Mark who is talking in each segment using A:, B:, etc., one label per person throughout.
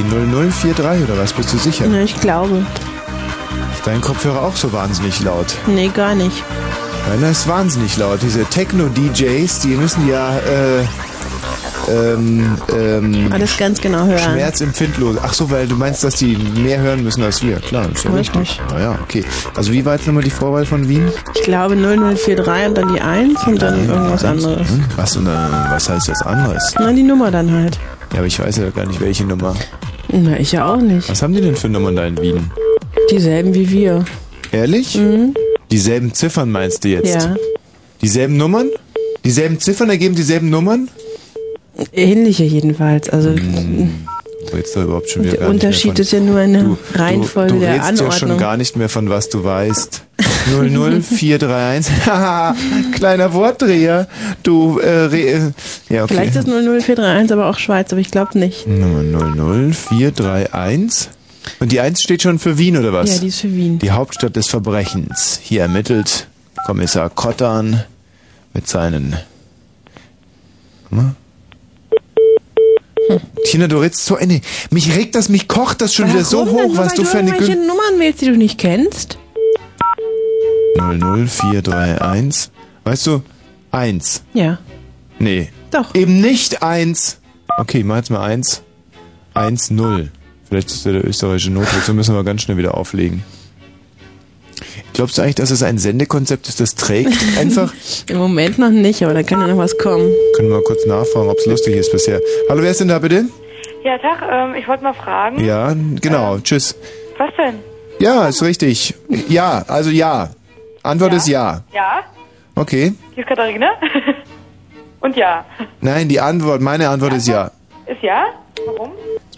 A: 0043 oder was? Bist du sicher?
B: Ne, ich glaube.
A: Ist dein Kopfhörer auch so wahnsinnig laut?
B: Nee, gar nicht.
A: Meiner ist wahnsinnig laut. Diese Techno-DJs, die müssen ja äh, ähm, ähm,
B: Alles ganz genau hören.
A: schmerzempfindlos. Ach so, weil du meinst, dass die mehr hören müssen als wir. Klar, ist ja
B: Richtig.
A: richtig. Naja, okay. Also wie war jetzt nochmal die Vorwahl von Wien?
B: Ich glaube 0043 und dann die 1 und dann irgendwas anderes.
A: Hm? Was, denn, äh, was heißt das anderes?
B: Na, die Nummer dann halt.
A: Ja, aber ich weiß ja gar nicht, welche Nummer.
B: Na, ich ja auch nicht.
A: Was haben die denn für Nummern da in Wien?
B: Dieselben wie wir.
A: Ehrlich? Mhm. Dieselben Ziffern meinst du jetzt?
B: Ja.
A: Dieselben Nummern? Dieselben Ziffern ergeben dieselben Nummern?
B: Ähnliche jedenfalls. Also
A: Mhm. Du redest doch überhaupt schon wieder
B: der
A: gar nicht mehr
B: Unterschied
A: von-
B: ist ja nur eine
A: du,
B: Reihenfolge
A: du
B: der
A: redest
B: Anordnung.
A: ja schon gar nicht mehr von was du weißt. 00431. Haha, kleiner Wortdreher. Du, äh, re, äh, ja, okay.
B: Vielleicht ist 00431 aber auch Schweiz, aber ich glaube nicht.
A: Nummer 00431. Und die 1 steht schon für Wien, oder was?
B: Ja, die ist für Wien.
A: Die Hauptstadt des Verbrechens. Hier ermittelt Kommissar Kottan mit seinen. Hm? Tina, du redest so eine. Mich regt das, mich kocht das schon wieder so
B: Warum denn
A: hoch,
B: nur,
A: was
B: weil
A: du für eine.
B: irgendwelche
A: Gün-
B: Nummern wählst, die du nicht kennst?
A: 00431. Weißt du, 1.
B: Ja.
A: Nee.
B: Doch.
A: Eben nicht 1. Okay, ich mach jetzt mal 1. 1, 0. Vielleicht ist der, der österreichische Notdruck, so müssen wir ganz schnell wieder auflegen. Glaubst du eigentlich, dass es ein Sendekonzept ist, das trägt? Einfach.
B: Im Moment noch nicht, aber da kann ja noch was kommen.
A: Können wir mal kurz nachfragen, ob es lustig ist bisher. Hallo, wer ist denn da bitte?
C: Ja, Tag, ähm, ich wollte mal fragen.
A: Ja, genau. Tschüss.
C: Ähm, Was denn?
A: Ja, ist richtig. Ja, also ja. Antwort ist ja.
C: Ja?
A: Okay.
C: Hier ist Katharina. Und ja.
A: Nein, die Antwort, meine Antwort ist ja.
C: Ist ja? Warum?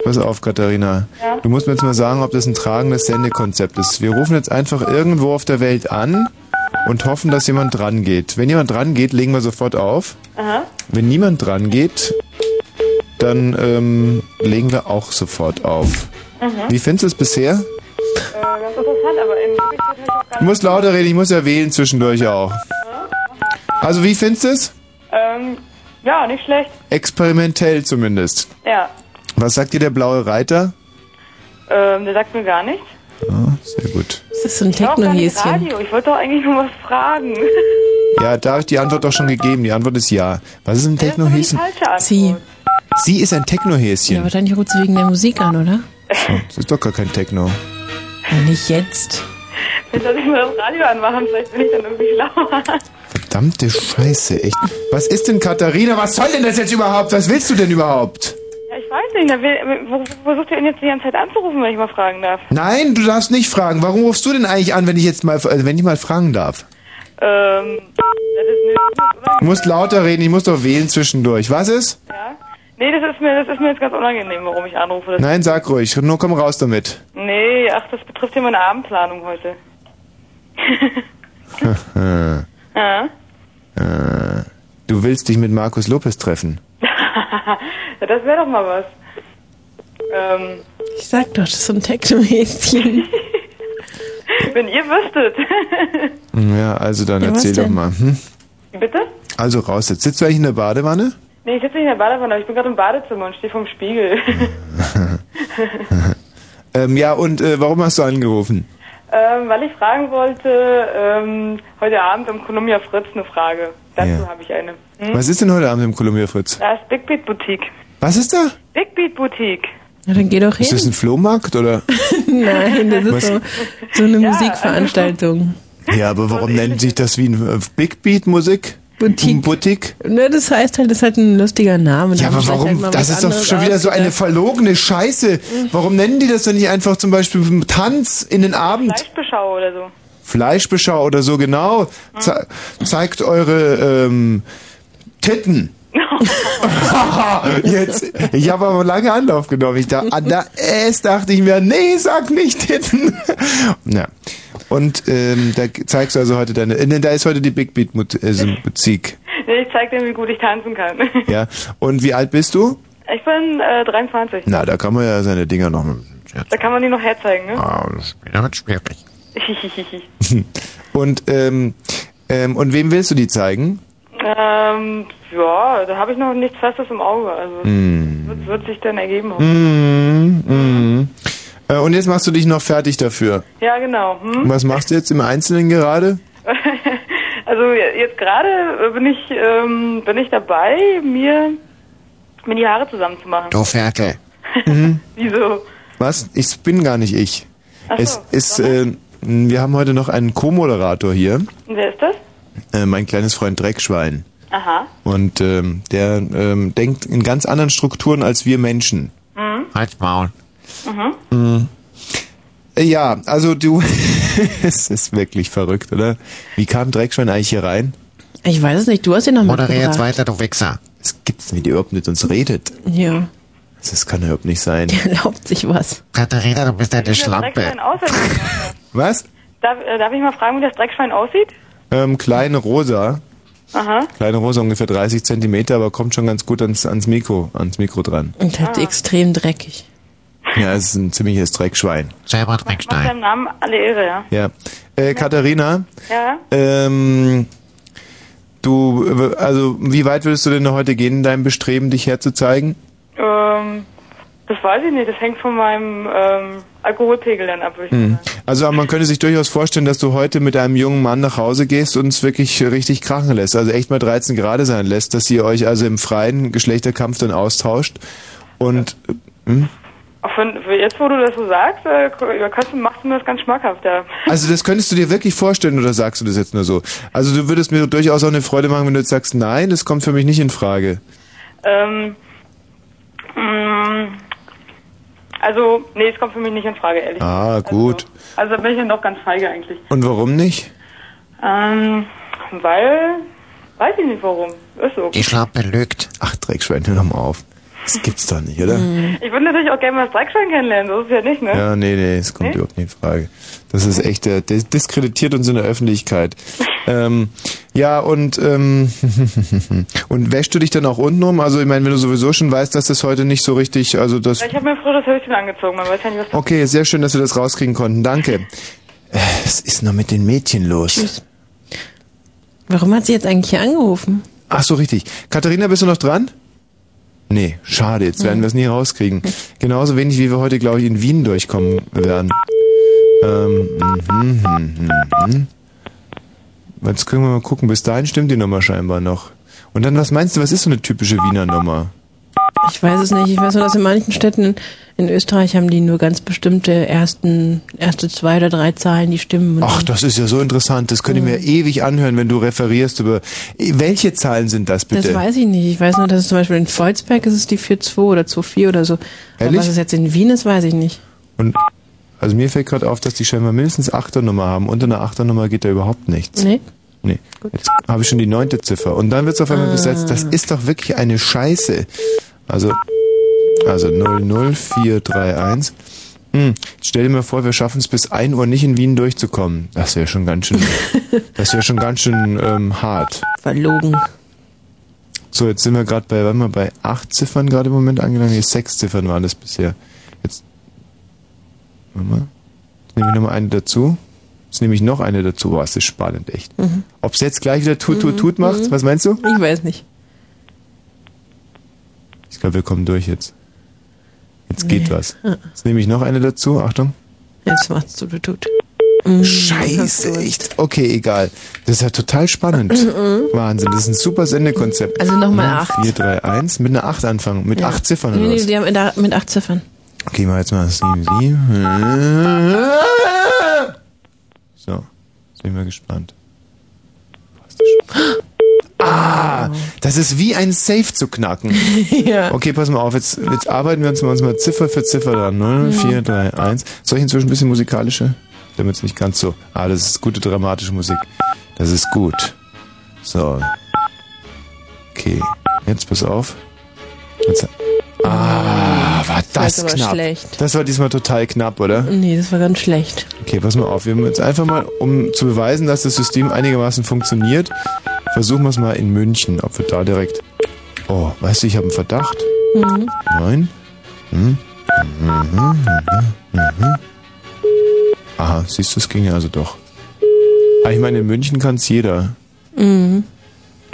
A: Pass auf, Katharina.
C: Ja.
A: Du musst mir jetzt mal sagen, ob das ein tragendes Sendekonzept ist. Wir rufen jetzt einfach irgendwo auf der Welt an und hoffen, dass jemand dran geht. Wenn jemand dran geht, legen wir sofort auf.
C: Aha.
A: Wenn niemand dran geht, dann ähm, legen wir auch sofort auf.
C: Mhm.
A: Wie findest du es bisher?
C: Äh, ganz interessant, aber in Wirklichkeit halt auch gar
A: Du musst lauter reden, ich muss ja wählen zwischendurch auch. Also wie findest du es?
C: Ähm, ja, nicht schlecht.
A: Experimentell zumindest.
C: Ja.
A: Was sagt dir der blaue Reiter?
C: Ähm, der sagt mir gar nichts.
A: Ja, sehr gut.
B: Das ist so ein
C: Ich war auch gar nicht
B: Techno-Häschen.
C: Radio. Ich wollte doch eigentlich nur was fragen.
A: Ja, da habe ich die Antwort doch schon gegeben. Die Antwort ist ja. Was ist ein Technohäschen?
C: Falsche Antwort.
B: Sie.
A: Sie ist ein Technohäschen.
B: Ja, wahrscheinlich ruft sie wegen der Musik an, oder?
A: Das ist doch gar kein Techno.
B: Ja, nicht jetzt.
C: Vielleicht sollte ich mal das Radio anmachen. Vielleicht bin ich dann irgendwie schlauer.
A: Verdammte Scheiße, echt. Was ist denn Katharina? Was soll denn das jetzt überhaupt? Was willst du denn überhaupt?
C: Ja, ich weiß nicht. Na, wer- wo, wo versucht ihr denn jetzt die ganze Zeit anzurufen, wenn ich mal fragen darf?
A: Nein, du darfst nicht fragen. Warum rufst du denn eigentlich an, wenn ich jetzt mal, äh, wenn ich mal fragen darf?
C: Ähm, das ist mir,
A: Du musst lauter reden, ich muss doch wählen zwischendurch. Was ist?
C: ja. Nee, das ist mir, das ist mir jetzt ganz unangenehm, warum ich anrufe. Das
A: Nein, sag ruhig. Nur komm raus damit.
C: Nee, ach, das betrifft ja meine Abendplanung heute.
A: Äh,
C: Ja.
A: äh, du willst dich mit Markus Lopez treffen.
C: Ja, das wäre doch mal was. Ähm,
B: Ich sag doch, das ist so ein Techno-Häschen.
C: wenn ihr wüsstet.
A: Ja, also dann
B: Ja, was
A: erzähl doch
B: denn?
A: mal. Hm?
C: Bitte?
A: Also raus jetzt. Sitzt du eigentlich in der Badewanne?
C: Nee, ich sitze nicht in der Badewanne, aber ich bin gerade im Badezimmer und stehe vorm Spiegel.
A: Ähm, ja, und äh, warum hast du angerufen?
C: ähm, weil ich fragen wollte, ähm, heute Abend im Columbia Fritz eine Frage. Dazu
A: Ja.
C: habe ich eine. Hm?
A: Was ist denn heute Abend im Columbia Fritz?
C: Da ist Big Beat Boutique.
A: Was ist da?
C: Big Beat Boutique.
B: Na, dann geh doch
A: Ist das
B: hin.
A: ein Flohmarkt oder?
B: Nein, das
A: Was?
B: ist so, so eine Musikveranstaltung.
A: Ja, aber warum nennt sich das wie ein äh, Big Beat Musik?
B: Boutique.
A: Boutique?
B: Ne, das heißt halt, das ist halt ein lustiger Name.
A: Ja, aber
B: Da haben
A: warum?
B: vielleicht halt mal
A: Das
B: was
A: ist doch
B: anderes Hm.
A: schon wieder so eine
B: ausgedacht.
A: verlogene Scheiße. Warum nennen die das denn nicht einfach zum Beispiel Tanz in den Abend?
C: Fleischbeschau oder so.
A: Fleischbeschau oder so, genau.
B: Hm.
A: Ze zeigt eure ähm, Titten. Jetzt, ich habe aber lange Anlauf genommen. Ich da, an da, erst dachte ich mir, nee, sag nicht Titten. ja. Und ähm, da zeigst du also heute deine. Äh, nee, da ist heute die Big Beat Mut- äh, Musik.
C: Nee, ich zeig dir, wie gut ich tanzen kann.
A: Ja. Und wie alt bist du?
C: Ich bin äh, 23.
A: Na, da kann man ja seine Dinger noch.
C: Da kann man die noch herzeigen, ne?
A: Ah, das wird schwierig. Ah. Und ähm, ähm, und wem willst du die zeigen?
C: Ähm, ja, da habe ich noch nichts Festes im Auge. Also
A: Mm.
C: wird, wird sich dann ergeben.
A: Mm, mm. Äh, und jetzt machst du dich noch fertig dafür.
C: Ja, genau. Hm?
A: Und was machst du jetzt im Einzelnen gerade?
C: Also jetzt gerade äh, bin ich ähm, bin ich dabei, mir mir die Haare zusammenzumachen.
A: Du Ferkel. Mhm.
C: Wieso?
A: Was? Ich bin gar nicht ich.
C: Ach so,
A: es ist, äh, wir haben heute noch einen Co-Moderator hier,
C: Und wer ist das?
A: äh, mein kleines Freund Dreckschwein.
C: Aha.
A: Und ähm, der ähm, denkt in ganz anderen Strukturen als wir Menschen.
C: Mhm.
A: Halt's Maul.
C: Mhm.
A: Mhm. Äh, Ja, also du, es ist wirklich verrückt, oder? Wie kam Dreckschwein eigentlich hier rein?
B: Ich weiß es nicht, du hast ihn noch mitgebracht.
A: du Wichser. Das gibt's nicht, ihr überhaupt mit uns redet.
B: Ja,
A: Das- Das kann überhaupt nicht sein.
B: der erlaubt sich was.
A: Katharina, du bist eine
C: Wie das Dreckschwein aussieht.
A: Was?
C: Darf, äh, darf ich mal fragen, wie das Dreckschwein aussieht?
A: Ähm, kleine Rosa.
C: Aha.
A: Kleine Rosa, ungefähr 30 Zentimeter, aber kommt schon ganz gut ans, ans Mikro, ans Mikro dran.
B: Und halt extrem dreckig.
A: Ja, es ist ein ziemliches Dreckschwein. Selber
C: Macht
A: Dreckschwein.
C: seinem Namen alle Ehre, ja.
A: Ja. Äh, Katharina,
C: Ja.
A: ähm, du, äh, also, wie weit würdest du denn heute gehen in deinem Bestreben, dich herzuzeigen?
C: Ähm, das weiß ich nicht. Das hängt von meinem ähm, Alkoholpegel dann ab. würde ich
A: Hm. Also, aber man könnte sich durchaus vorstellen, dass du heute mit einem jungen Mann nach Hause gehst und es wirklich richtig krachen lässt. Also echt mal 13 Grad sein lässt, dass ihr euch also im freien Geschlechterkampf dann austauscht. Und, äh, hm?
C: Auch wenn, jetzt, wo du das so sagst, äh, ja, kannst, du- machst du mir das ganz schmackhaft. Ja.
A: Also das könntest du dir wirklich vorstellen oder sagst du das jetzt nur so? Also du würdest mir durchaus auch eine Freude machen, wenn du jetzt sagst, nein, das kommt für mich nicht in Frage.
C: Ähm, mh, also, nee, es kommt für mich nicht in Frage, ehrlich.
A: Ah, gut.
C: Also da bin ich dann doch ganz feige eigentlich.
A: Und warum nicht?
C: Ähm, weil, weiß ich nicht warum. Ist so.
A: Schlampe lügt. Ach, Dreckschwein, hör doch mal auf. Das gibt's doch nicht, oder?
C: Ich würde natürlich auch gerne mal das Dreckschwein kennenlernen, so ist es ja nicht, ne?
A: Ja, nee, nee, das kommt
C: Nee?
A: überhaupt nicht in Frage. Das ist echt, äh, das diskreditiert uns in der Öffentlichkeit. Ähm, ja, und, ähm, und wäschst du dich dann auch unten um? Also ich meine, wenn du sowieso schon weißt, dass das heute nicht so richtig, also das...
C: Ich habe mir früher das Höschen angezogen, man weiß ja nicht, was
A: Okay, sehr schön, dass wir das rauskriegen konnten. Danke. Äh, Was ist noch mit den Mädchen los?
B: Warum hat sie jetzt eigentlich hier angerufen?
A: Ach so, richtig. Katharina, bist du noch dran? Nee, schade, jetzt werden wir es nie rauskriegen. Genauso wenig, wie wir heute, glaube ich, in Wien durchkommen werden. Ähm, mhm, mhm, mhm. Jetzt können wir mal gucken, bis dahin stimmt die Nummer scheinbar noch. Und dann, was meinst du, was ist so eine typische Wiener Nummer?
B: Ich weiß es nicht. Ich weiß nur, dass in manchen Städten in Österreich haben die nur ganz bestimmte ersten, erste zwei oder drei Zahlen, die stimmen. Und
A: Ach,
B: dann-
A: das ist ja so interessant, das könnte ich mir ewig anhören, wenn du referierst über... Welche Zahlen sind das bitte?
B: das weiß ich nicht. Ich weiß nur, dass es zum Beispiel in Volzberg ist es die 4-2 oder 2-4 oder so. Aber
A: Ehrlich?
B: was es jetzt in Wien ist, weiß ich nicht.
A: Und also mir fällt gerade auf, dass die scheinbar mindestens Achternummer haben. Unter einer Achternummer geht da überhaupt nichts.
B: Nee?
A: Nee. Jetzt habe ich schon die neunte Ziffer. Und dann wird es auf einmal
B: Ah.
A: besetzt. Das ist doch wirklich eine Scheiße. Also, also 00431. Hm. jetzt Stell dir mal vor, wir schaffen es bis 1 Uhr nicht in Wien durchzukommen. Das wäre schon ganz schön, das wäre schon ganz schön ähm, hart.
B: Verlogen.
A: So, jetzt sind wir gerade bei, warte mal, bei acht Ziffern gerade im Moment angelangt. Nee, sechs Ziffern waren das bisher. Jetzt, warte mal, jetzt nehme ich nochmal eine dazu. Jetzt nehme ich noch eine dazu. Boah, es ist spannend, echt.
B: Mhm.
A: Ob es jetzt gleich wieder tut, tut, tut
B: Mhm,
A: macht?
B: mhm.
A: Was meinst du?
B: Ich weiß nicht.
A: Ich glaube, wir kommen durch jetzt. Jetzt geht was.
B: Ah.
A: Jetzt nehme ich noch eine dazu. Achtung.
B: Jetzt macht's du, du, tut. Mhm.
A: Scheiße, echt. Okay, egal. Das ist ja total spannend.
B: Mhm.
A: Wahnsinn, das ist ein super Sendekonzept.
B: Also nochmal
A: Neun,
B: acht.
A: Vier, drei, eins. Mit einer acht anfangen. Mit
B: Ja.
A: acht Ziffern
B: Nee,
A: oder
B: nee,
A: was?
B: die haben da mit acht Ziffern.
A: Okay, mal jetzt mal das Lieben Sie. So, jetzt bin ich mal gespannt. Ah, das ist wie ein Safe zu knacken.
B: ja.
A: Okay, pass mal auf, jetzt, jetzt arbeiten wir uns mal, uns mal Ziffer für Ziffer dran. Ne? 0,
B: Ja.
A: 4, 3, 1. Soll ich inzwischen ein bisschen musikalische? Damit es nicht ganz so. Ah, das ist gute dramatische Musik. Das ist gut. So. Okay, jetzt pass auf. Jetzt, ah, war
B: Das
A: das,
B: war aber
A: knapp.
B: schlecht.
A: Das war diesmal total knapp, oder?
B: Nee, das war ganz schlecht.
A: Okay, pass mal auf. Wir haben jetzt einfach mal, um zu beweisen, dass das System einigermaßen funktioniert, versuchen wir es mal in München, ob wir da direkt. Oh, weißt du, ich habe einen Verdacht.
B: Mhm.
A: Nein. Hm. Mhm, mhm, mhm. Aha, siehst du, es ging ja also doch. Ah, ich meine, in München kann es jeder.
B: Mhm.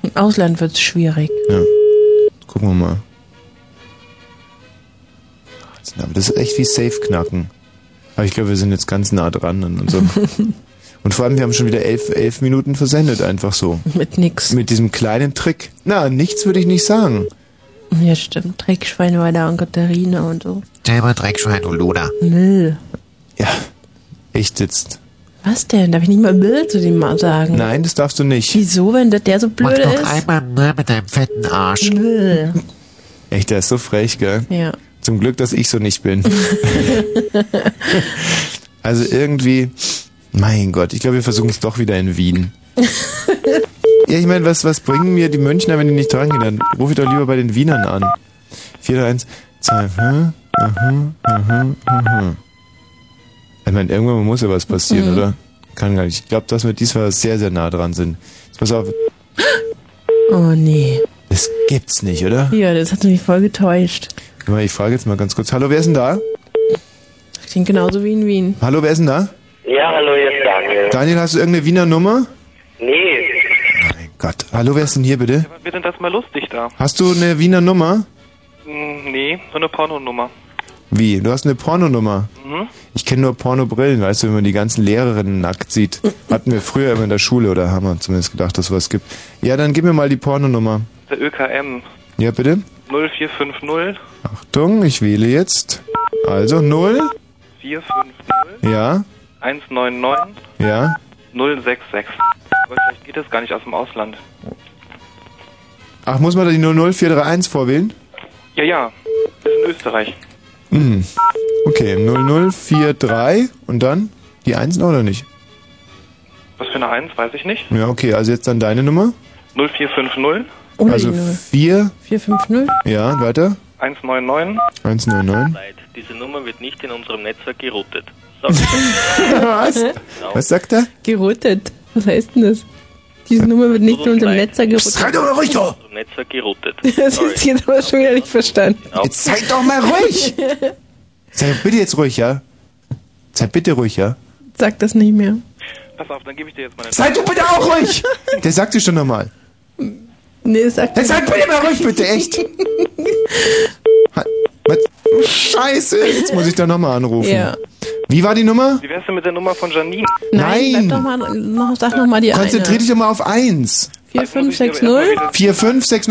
B: Im Ausland wird es schwierig.
A: Ja. Gucken wir mal. Aber das ist echt wie Safe-Knacken. Aber ich glaube, wir sind jetzt ganz nah dran an unserem. Und vor allem, wir haben schon wieder elf, elf Minuten versendet, einfach so.
B: Mit nix.
A: Mit diesem kleinen Trick. Na, nichts würde ich nicht sagen.
B: Ja, stimmt. Dreckschweinweiler und Katharina und so.
D: Selber Dreckschwein, du Luder.
B: Müll.
A: Ja, echt jetzt.
B: Was denn? Darf ich nicht mal Müll zu dem mal sagen?
A: Nein, das darfst du nicht.
B: Wieso, wenn das der so
D: Mach
B: blöd
D: doch
B: ist?
D: einmal Müll mit deinem fetten Arsch.
B: Müll.
A: Echt, der ist so frech, gell?
B: Ja.
A: Zum Glück, dass ich so nicht bin. also irgendwie, mein Gott, ich glaube, wir versuchen es doch wieder in Wien. ja, ich meine, was, was bringen mir die Münchner, wenn die nicht dran gehen? Dann ruf ich doch lieber bei den Wienern an. 4, 1, 2, aha, aha, aha, aha. hm, Ich meine, irgendwann muss ja was passieren,
B: Mhm.
A: oder? Kann gar nicht. Ich glaube, dass wir diesmal sehr, sehr nah dran sind. Jetzt pass auf,
B: Oh nee.
A: das gibt's nicht, oder?
B: Ja, das hat mich voll getäuscht.
A: Ich frage jetzt mal ganz kurz. Hallo, wer ist denn da?
B: Das klingt genauso wie in Wien.
A: Hallo, wer ist denn da?
E: Ja, hallo, hier ist Daniel.
A: Daniel, hast du irgendeine Wiener Nummer?
E: Nee,
A: Mein Gott. Hallo, wer ist denn hier bitte?
F: Wir sind das mal lustig da.
A: Hast du eine Wiener Nummer?
F: Hm, Nee, so eine Pornonummer. Mhm.
A: Wie? Du hast eine Pornonummer? Ich kenne nur Pornobrillen, weißt du, wenn man die ganzen Lehrerinnen nackt sieht. Hatten wir früher immer in der Schule oder haben wir zumindest gedacht, dass es was gibt. Ja, dann gib mir mal die Pornonummer.
F: Der ÖKM
A: Ja, bitte?
F: 0450
A: Achtung, ich wähle jetzt. Also 0,
F: 450
A: ja,
F: 199
A: ja.
F: 066. Aber vielleicht geht das gar nicht aus dem Ausland.
A: Ach, muss man da die 00431 vorwählen?
F: Ja, ja, ist in Österreich.
A: Hm. Okay, 0043 und dann die 1 oder nicht?
F: Was für eine 1, weiß ich nicht.
A: Ja, okay, also jetzt dann deine Nummer.
F: 0450
B: Oder
A: also
B: die Null.
A: 4,
B: 450?
A: ja, weiter.
F: 199.
A: 199.
G: Leid. Diese Nummer wird nicht in unserem Netzwerk geroutet. So.
A: Was? Was sagt er?
B: Gerottet. Was heißt denn das? Diese Nummer wird nicht in unserem Netzer gerottet.
A: Seid doch mal ruhig, doch!
G: Im Netzwerk geroutet.
B: Das ist jetzt aber schon wieder nicht verstanden.
A: Jetzt seid doch mal ruhig! Sei bitte jetzt ruhig, ja? Sei bitte ruhig, ja?
B: Sag das nicht mehr.
F: Pass auf, dann gebe ich dir jetzt meine.
A: Sei du bitte auch ruhig! Der sagt dir schon nochmal.
B: Nee, sag
A: Jetzt seid bitte mal ruhig, bitte, echt! Ha- Was? Scheiße! äh, Jetzt muss ich da nochmal anrufen.
B: Ja.
A: Wie war die Nummer?
F: Wie wär's denn mit der Nummer von Janine?
B: Nein,
A: Nein.
B: Bleib doch mal, noch, sag noch mal die
A: Konzentrier
B: eine.
A: dich doch mal auf 1.
B: 4560?
A: 4560?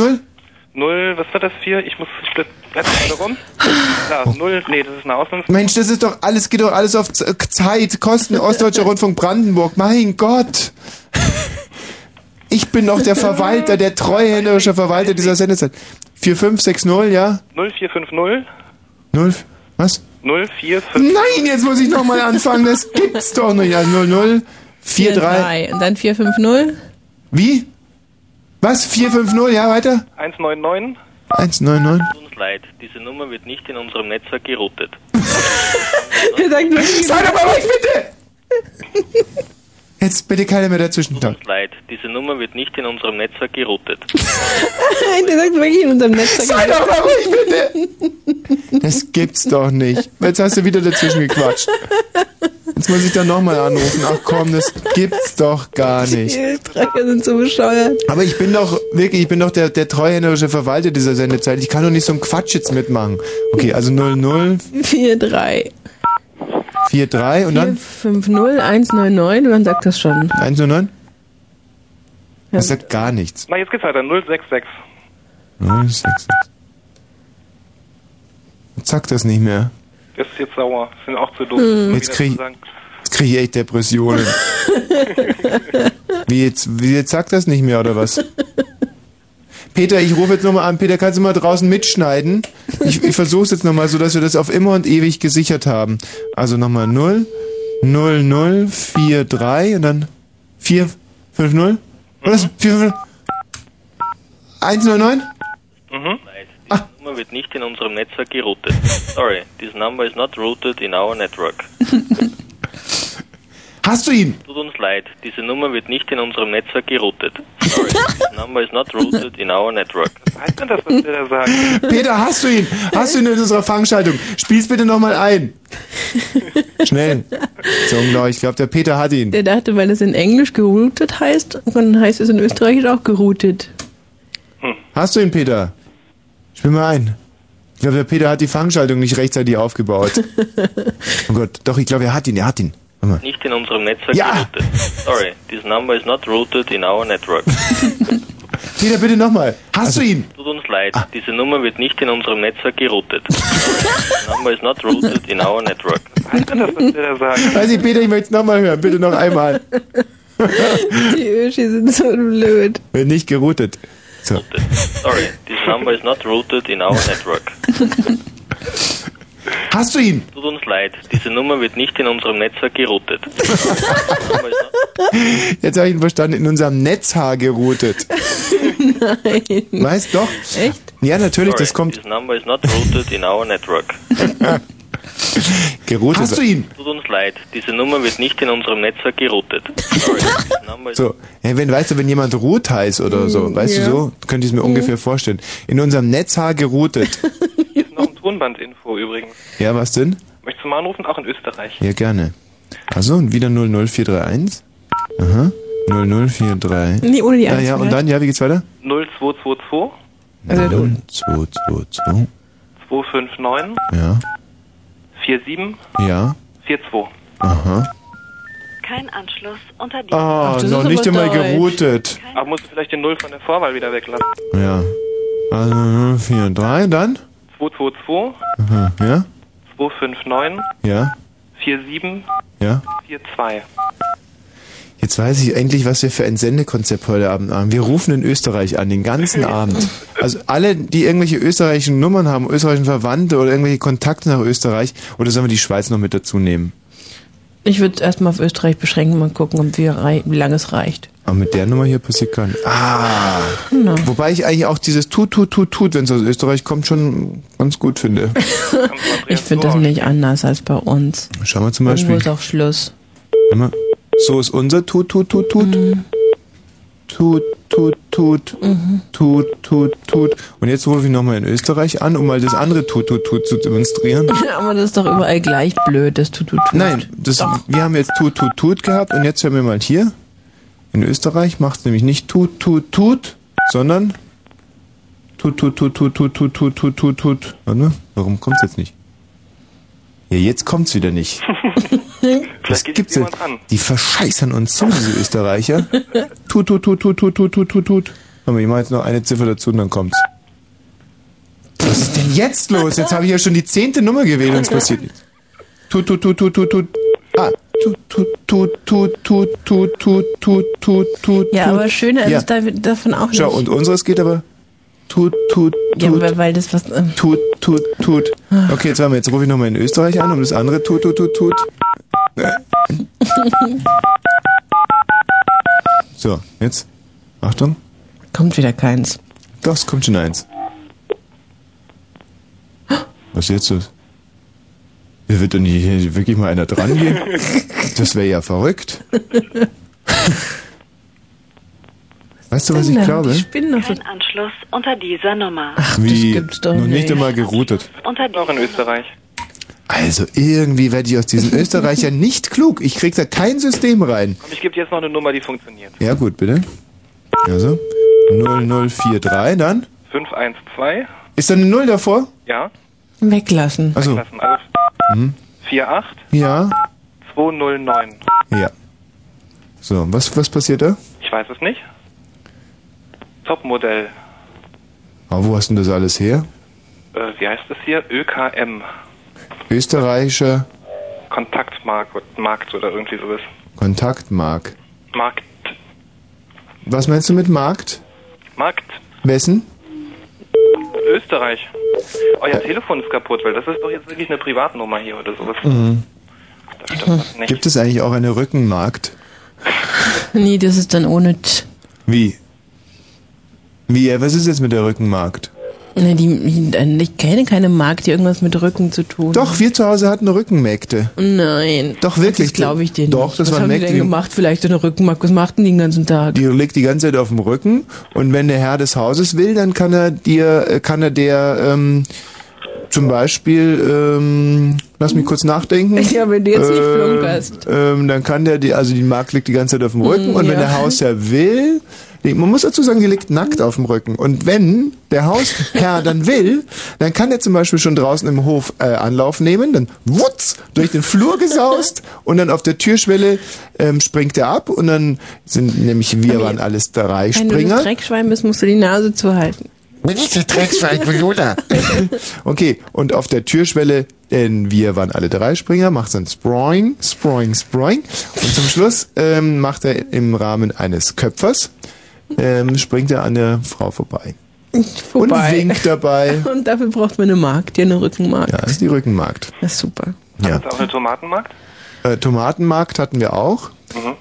F: 0, was war das hier? Ich muss, ich bleib, bleib mal rum. Da,
A: Oh.
F: 0, nee, das ist eine Auslands.
A: Mensch, das ist doch alles, geht doch alles auf Z- äh, Zeit, Kosten, Ostdeutscher Rundfunk Brandenburg, mein Gott. Ich bin doch der Verwalter, der treuhänderische Verwalter dieser Sendezeit. 4560, ja?
F: 0450
A: Null, was?
F: 0450.
A: Nein, jetzt muss ich nochmal anfangen, das gibt's doch nicht. Also 00, 43,
B: Und dann 450?
A: wie? Was? 450, ja, weiter?
F: 199.
A: 199.
G: Tut uns leid. Diese Nummer wird nicht in unserem Netzwerk geroutet.
B: Wir sagen nur
A: Sei doch mal ruhig, bitte! Jetzt bitte keiner mehr dazwischen. Danke.
G: Tut uns leid. Diese Nummer wird nicht in unserem Netzwerk geroutet.
B: Nein, der sagt wirklich in unserem Netzer
A: Sei doch mal ruhig, bitte! Das gibt's doch nicht. Jetzt hast du wieder dazwischen gequatscht. Jetzt muss ich dann nochmal anrufen. Ach komm, das gibt's doch gar nicht.
B: Die Strecke sind so bescheuert.
A: Aber ich bin doch wirklich, ich bin doch der, der treuhänderische Verwalter dieser Sendezeit. Ich kann doch nicht so einen Quatsch jetzt mitmachen. Okay, also 0043
B: 43.
A: und dann
B: 450199 und dann sagt das schon.
A: 109? Das sagt gar nichts.
F: Na, jetzt geht's weiter. 066.
A: 066. Jetzt sagt das nicht mehr.
F: Der ist jetzt sauer. Sind auch zu doof.
A: Hm.
F: um
A: Jetzt
F: wieder
A: krieg-
F: zu sagen.
A: Jetzt kriege ich echt Depressionen. wie, jetzt, wie jetzt sagt das nicht mehr, oder was? Peter, ich rufe jetzt nochmal an. Peter, kannst du mal draußen mitschneiden? Ich, ich versuche es jetzt nochmal, sodass wir das auf immer und ewig gesichert haben. Also nochmal 0, 0, 0, 4, 3 und dann 4, 5, 0. Was? 4, 5, 1, 0, 9?
G: Mhm. Leid. Diese
A: Ah.
G: Nummer wird nicht in unserem Netzwerk geroutet. Sorry. This number is not routed in our network.
A: Hast du ihn?
G: Tut uns leid. Diese Nummer wird nicht in unserem Netzwerk geroutet. Sorry. This number is not routed in our network.
F: Was heißt denn das, was der da sagt?
A: Peter, hast du ihn? Hast du ihn in unserer Fangschaltung? Spiel's bitte nochmal ein. Schnell. So, genau, ich glaube, der Peter hat ihn.
B: Der dachte, weil es in Englisch geroutet heißt, dann heißt es in Österreich auch geroutet.
A: Hast du ihn, Peter? Spiel mal ein. Ich glaube, der Peter hat die Fangschaltung nicht rechtzeitig aufgebaut. oh Gott, doch, ich glaube, er hat ihn, er hat ihn. Warte mal.
G: Nicht in unserem Netzwerk
A: Ja!
G: geroutet. Sorry, this number is not routed in our network.
A: Peter, bitte nochmal. Hast du ihn?
G: Tut uns leid,
A: Ah.
G: diese Nummer wird nicht in unserem Netzwerk geroutet. Sorry, this number is not routed in our network.
A: Weiß ich, Peter, ich möchte es nochmal hören. Bitte noch einmal.
B: Die Öschi sind so blöd.
A: Wird nicht geroutet. So.
G: Sorry, this number is not routed in our network.
A: Hast du ihn?
G: Tut uns leid, diese Nummer wird nicht in unserem Netzwerk geroutet. Sorry, this number is not-
A: Jetzt habe ich ihn verstanden, in unserem Netzhaar geroutet.
B: Nein.
A: Weißt doch? Echt? Ja, natürlich, das
G: Sorry,
A: kommt
G: This number is not routed in our network.
A: geroutet. Hast du ihn?
G: Tut uns leid, diese Nummer wird nicht in unserem Netzwerk geroutet. Sorry, this number is
A: So, hey, wenn, weißt du, wenn jemand Ruth heißt oder so,
B: Mm,
A: weißt
B: ja.
A: du
B: Mm.
A: so, könnte ich es mir ungefähr vorstellen. In unserem Netzhaar geroutet.
F: Hier ist noch ein Tonbandinfo übrigens.
A: Ja, was denn?
F: Möchtest du mal anrufen? Auch in Österreich.
A: Ja, gerne. Also, und wieder 00431. Aha. 00431.
B: Nee, ohne die
A: Ja,
B: Eins
A: ja, und
B: vielleicht.
A: dann, ja, wie geht's weiter?
F: 02222
B: Also-
A: 0222.
F: 259
A: Ja.
F: 47
A: Ja.
F: 42.
A: Aha.
H: Kein Anschluss unter die.
A: Ah,
B: das ist
A: noch
B: aber
A: nicht einmal
B: deutsch.
A: geroutet.
F: Aber musst du vielleicht den 0 von der Vorwahl wieder weglassen.
A: Ja. Also 043, dann?
F: 222
A: Aha. Mhm. Ja?
F: 259
A: Ja?
F: 47
A: Ja?
F: 42.
A: Jetzt weiß ich endlich, was wir für ein Sendekonzept heute Abend haben. Wir rufen in Österreich an, den ganzen Abend. Also alle, die irgendwelche österreichischen Nummern haben, österreichischen Verwandte oder irgendwelche Kontakte nach Österreich, oder sollen wir die Schweiz noch mit dazu nehmen?
B: Ich würde es erstmal auf Österreich beschränken, mal gucken, ob wir rei- wie lange es reicht.
A: Aber mit der Nummer hier passiert gar nichts. Ah! Wobei ich eigentlich auch dieses Tut, Tut, Tut, Tut, wenn es aus Österreich kommt, schon ganz gut finde.
B: Ich finde das nicht anders als bei uns.
A: Schauen wir zum
B: Irgendwo
A: Beispiel.
B: ist auch Schluss.
A: Warte mal. So ist unser Tut, Tut, Tut, Tut.
B: Mhm.
A: Tut, Tut, Tut. Tut, Tut, Tut. Und jetzt rufe ich nochmal in Österreich an, um mal das andere Tut, Tut, Tut zu demonstrieren.
B: Aber das ist doch überall gleich blöd, das tut, tut, tut.
A: Nein, das, wir haben jetzt Tut, Tut, Tut gehabt und jetzt hören wir mal hier. In Österreich macht es nämlich nicht Tut, Tut, Tut, sondern Tut, Tut, Tut, Tut, Tut, Tut, Tut, Tut, Tut, Tut. Warte mal, warum kommt's jetzt nicht? Ja, jetzt kommt's wieder nicht. Was
F: geht
A: gibt's denn?
F: jemand an.
A: Die verscheißern uns zu, diese Österreicher. Tut, Tut, Tut, Tut, Tut, Tut, Tut, Tut, Tut. Warte mal, ich mach jetzt noch eine Ziffer dazu und dann kommt's. Was ist denn jetzt los? Jetzt habe ich ja schon die zehnte Nummer gewählt und es passiert nichts. Tut, tut, tut, tut, tut, tut. Ah, tut, tut, tut, tut, tut, tut, tut, tut, tut, tut.
B: Ja, aber schöner ist
A: Ja.
B: es da, davon auch nicht.
A: Schau, und unseres geht aber tut, tut,
B: ja,
A: tut,
B: aber weil das was. ähm,
A: tut, tut, tut. Okay, jetzt warte mal, jetzt rufe ich nochmal in Österreich an, um das andere tut, tut, tut, tut. Äh. So, jetzt. Achtung.
B: kommt wieder keins.
A: Doch, es kommt schon eins. Was ist jetzt los? Hier wird doch nicht hier wirklich mal einer dran gehen. Das wäre ja verrückt. Weißt du, was ich
B: Nein,
A: glaube?
B: Die spinnen doch so.
H: Kein Anschluss unter dieser Nummer.
A: Wie?
B: das gibt's doch
A: noch nicht
B: nicht.
A: einmal geroutet.
H: Unter
F: Auch in Österreich.
A: Also irgendwie werde ich aus diesen Österreichern nicht klug. Ich krieg da kein System rein.
F: Komm, ich gebe dir jetzt noch eine Nummer, die funktioniert.
A: Ja gut, bitte. Also 0043 dann.
F: 512.
A: Ist da eine Null davor?
F: Ja.
B: Weglassen.
A: Also
F: Lassen. Also
A: hm,
F: 48
A: ja,
F: 209.
A: ja. So, was was passiert da?
F: Ich weiß es nicht. Topmodell.
A: Ah, wo hast denn das alles her?
F: Äh, wie heißt es hier? ÖKM.
A: Österreichischer
F: Kontaktmarkt Markt oder irgendwie sowas.
A: Kontaktmarkt.
F: Markt.
A: Was meinst du mit Markt?
F: Markt.
A: Wessen?
F: Österreich. Euer Telefon ist kaputt, weil das ist doch jetzt wirklich eine Privatnummer hier oder sowas. Da
B: Hm.
F: stimmt was nicht.
A: Gibt es eigentlich auch eine Rückenmarkt?
B: Nee, das ist dann ohne T.
A: Wie? Wie, äh, was ist jetzt mit der Rückenmarkt?
B: Nee, die, ich kenne keine Markt, die irgendwas mit Rücken zu tun
A: Doch, wir zu Hause hatten Rückenmägde.
B: Nein.
A: Doch, wirklich.
B: Das glaube ich denen.
A: Doch,
B: nicht.
A: das
B: Was
A: waren
B: haben die
A: Mägde,
B: denn
A: die-
B: gemacht? Vielleicht in der Rückenmark. Was machten die den ganzen Tag?
A: Die liegt die ganze Zeit auf dem Rücken und wenn der Herr des Hauses will, dann kann er dir, äh, kann er der ähm, zum Beispiel, ähm, lass mich kurz nachdenken.
B: Ja, wenn du jetzt nicht
A: Ähm,
B: flunkerst.
A: Ähm, dann kann der, die, also die Markt liegt die ganze Zeit auf dem Rücken
B: Mm,
A: und wenn
B: ja.
A: der Hausherr will, Man muss dazu sagen, die liegt nackt auf dem Rücken. Und wenn der Hausherr dann will, dann kann der zum Beispiel schon draußen im Hof äh, Anlauf nehmen, dann wutz, durch den Flur gesaust und dann auf der Türschwelle ähm, springt er ab und dann sind nämlich wir waren alles drei
B: Wenn du ein
A: Springer.
B: Dreckschwein bist, musst du die Nase zuhalten.
A: Bin ich der Drecksfeind, Lola? okay, und auf der Türschwelle, denn wir waren alle drei Springer, macht dann Sproing, Sproing, Sproing. Und zum Schluss ähm, macht er im Rahmen eines Köpfers, ähm, springt er an der Frau vorbei.
B: Vorbei.
A: Und winkt dabei.
B: Und dafür braucht man eine Markt, ja, eine Rückenmarkt.
A: Ja, das ist die Rückenmarkt.
B: Das ist super.
A: Ja.
F: Auf dem Tomatenmarkt?
A: Äh, Tomatenmarkt hatten wir auch.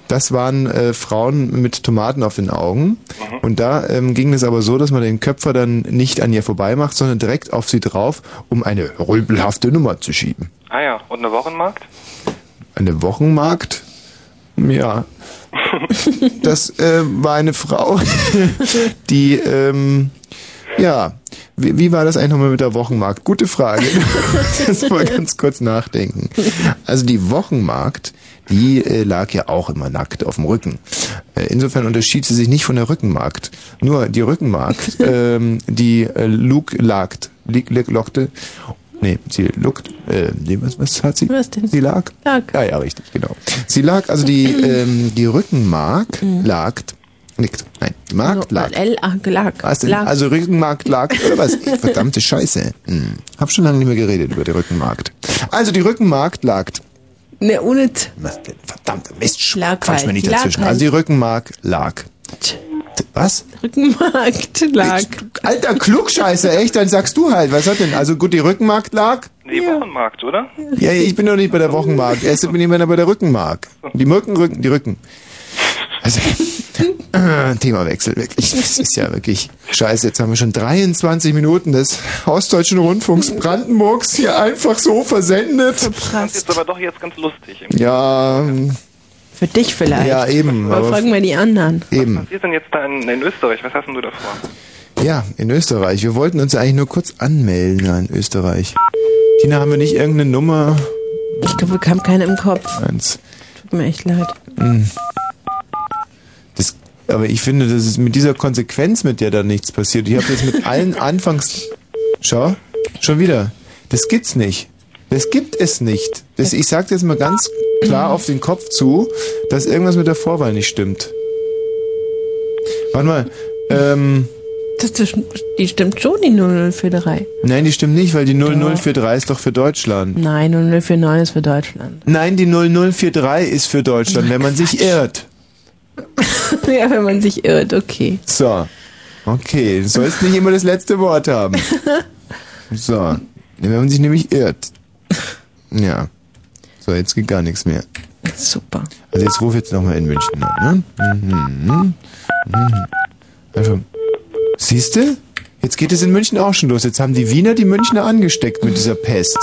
A: Das waren äh, Frauen mit Tomaten auf den Augen. Und da ähm, ging es aber so, dass man den Köpfer dann nicht an ihr vorbei macht, sondern direkt auf sie drauf, um eine rübelhafte Nummer zu schieben.
F: Ah ja, und eine Wochenmarkt?
A: Eine Wochenmarkt? Ja. Das äh, war eine Frau, die, ähm, ja, wie, wie war das eigentlich nochmal mit der Wochenmarkt? Gute Frage. Das mal ganz kurz nachdenken. Also die Wochenmarkt, die äh, lag ja auch immer nackt auf dem Rücken. Äh, insofern unterschied sie sich nicht von der Rückenmarkt. Nur die Rückenmarkt, ähm, die äh, Luke lagt, lieg, lieg, lockte, nee, sie lugt, äh, nee, was, was hat sie?
B: Was denn?
A: Sie lag?
B: Lag.
A: Ja, ja, richtig, genau. Sie lag, also die, ähm, die Rückenmark
B: Mhm.
A: lagt, nickt, nein, die Markt lag.
B: L, ah, lag.
A: Was denn?
B: lag.
A: Also Rückenmarkt lag oder was? Verdammte Scheiße. Hm. Hab schon lange nicht mehr geredet über die Rückenmarkt. Also die Rückenmarkt lag.
B: ne, ohne Z.
A: Was denn? Verdammte Mist.
B: Lag
A: Quatsch mir
B: halt,
A: nicht
B: lag
A: dazwischen.
B: halt.
A: Also die Rückenmark lag. Was?
B: Rückenmarkt lag.
A: Alter Klugscheiße, echt? Dann sagst du halt. Was hat denn? Also gut, die Rückenmarkt lag.
F: Nee, Wochenmarkt, oder?
A: Ja, ich bin doch nicht bei der Wochenmark. Erst bin ich bei der Rückenmark. Die Mücken, Rücken, die Rücken. Also, äh, Themawechsel, wirklich. Das ist ja wirklich scheiße. Jetzt haben wir schon 23 Minuten des Hausdeutschen Rundfunks Brandenburgs hier einfach so versendet.
F: Das ist jetzt aber doch jetzt ganz lustig.
A: Ja. ähm,
B: Für dich vielleicht.
A: Ja, eben.
B: Aber fragen wir die anderen.
A: eben.
F: Was ist denn jetzt da in, in Österreich? Was hast denn du davor?
A: Ja, in Österreich. Wir wollten uns eigentlich nur kurz anmelden an Österreich. Tina, haben wir nicht irgendeine Nummer?
B: Ich glaube, wir haben keine im Kopf.
A: Eins.
B: Tut mir echt leid.
A: Mm. Das, aber ich finde, das ist mit dieser Konsequenz, mit der da nichts passiert. Ich habe das mit allen Anfangs. Schau, schon wieder. Das gibt's nicht. Das gibt es nicht. Das, ich sage jetzt mal ganz klar auf den Kopf zu, dass irgendwas mit der Vorwahl nicht stimmt. Warte mal. Ähm,
B: Das, das, die stimmt schon, die 0043.
A: nein, die stimmt nicht, weil die 0043 ist doch für Deutschland.
B: Nein, 0049 ist für Deutschland.
A: Nein, die 0043 ist für Deutschland, wenn man sich irrt.
B: ja, wenn man sich irrt, okay.
A: So. Okay, du sollst nicht immer das letzte Wort haben. So. Wenn man sich nämlich irrt. Ja. So, jetzt geht gar nichts mehr.
B: Super.
A: Also jetzt ruf jetzt nochmal in München an, ne? Mhm. Mhm. Einfach. Siehst du? Jetzt geht es in München auch schon los. Jetzt haben die Wiener die Münchner angesteckt mit dieser Pest.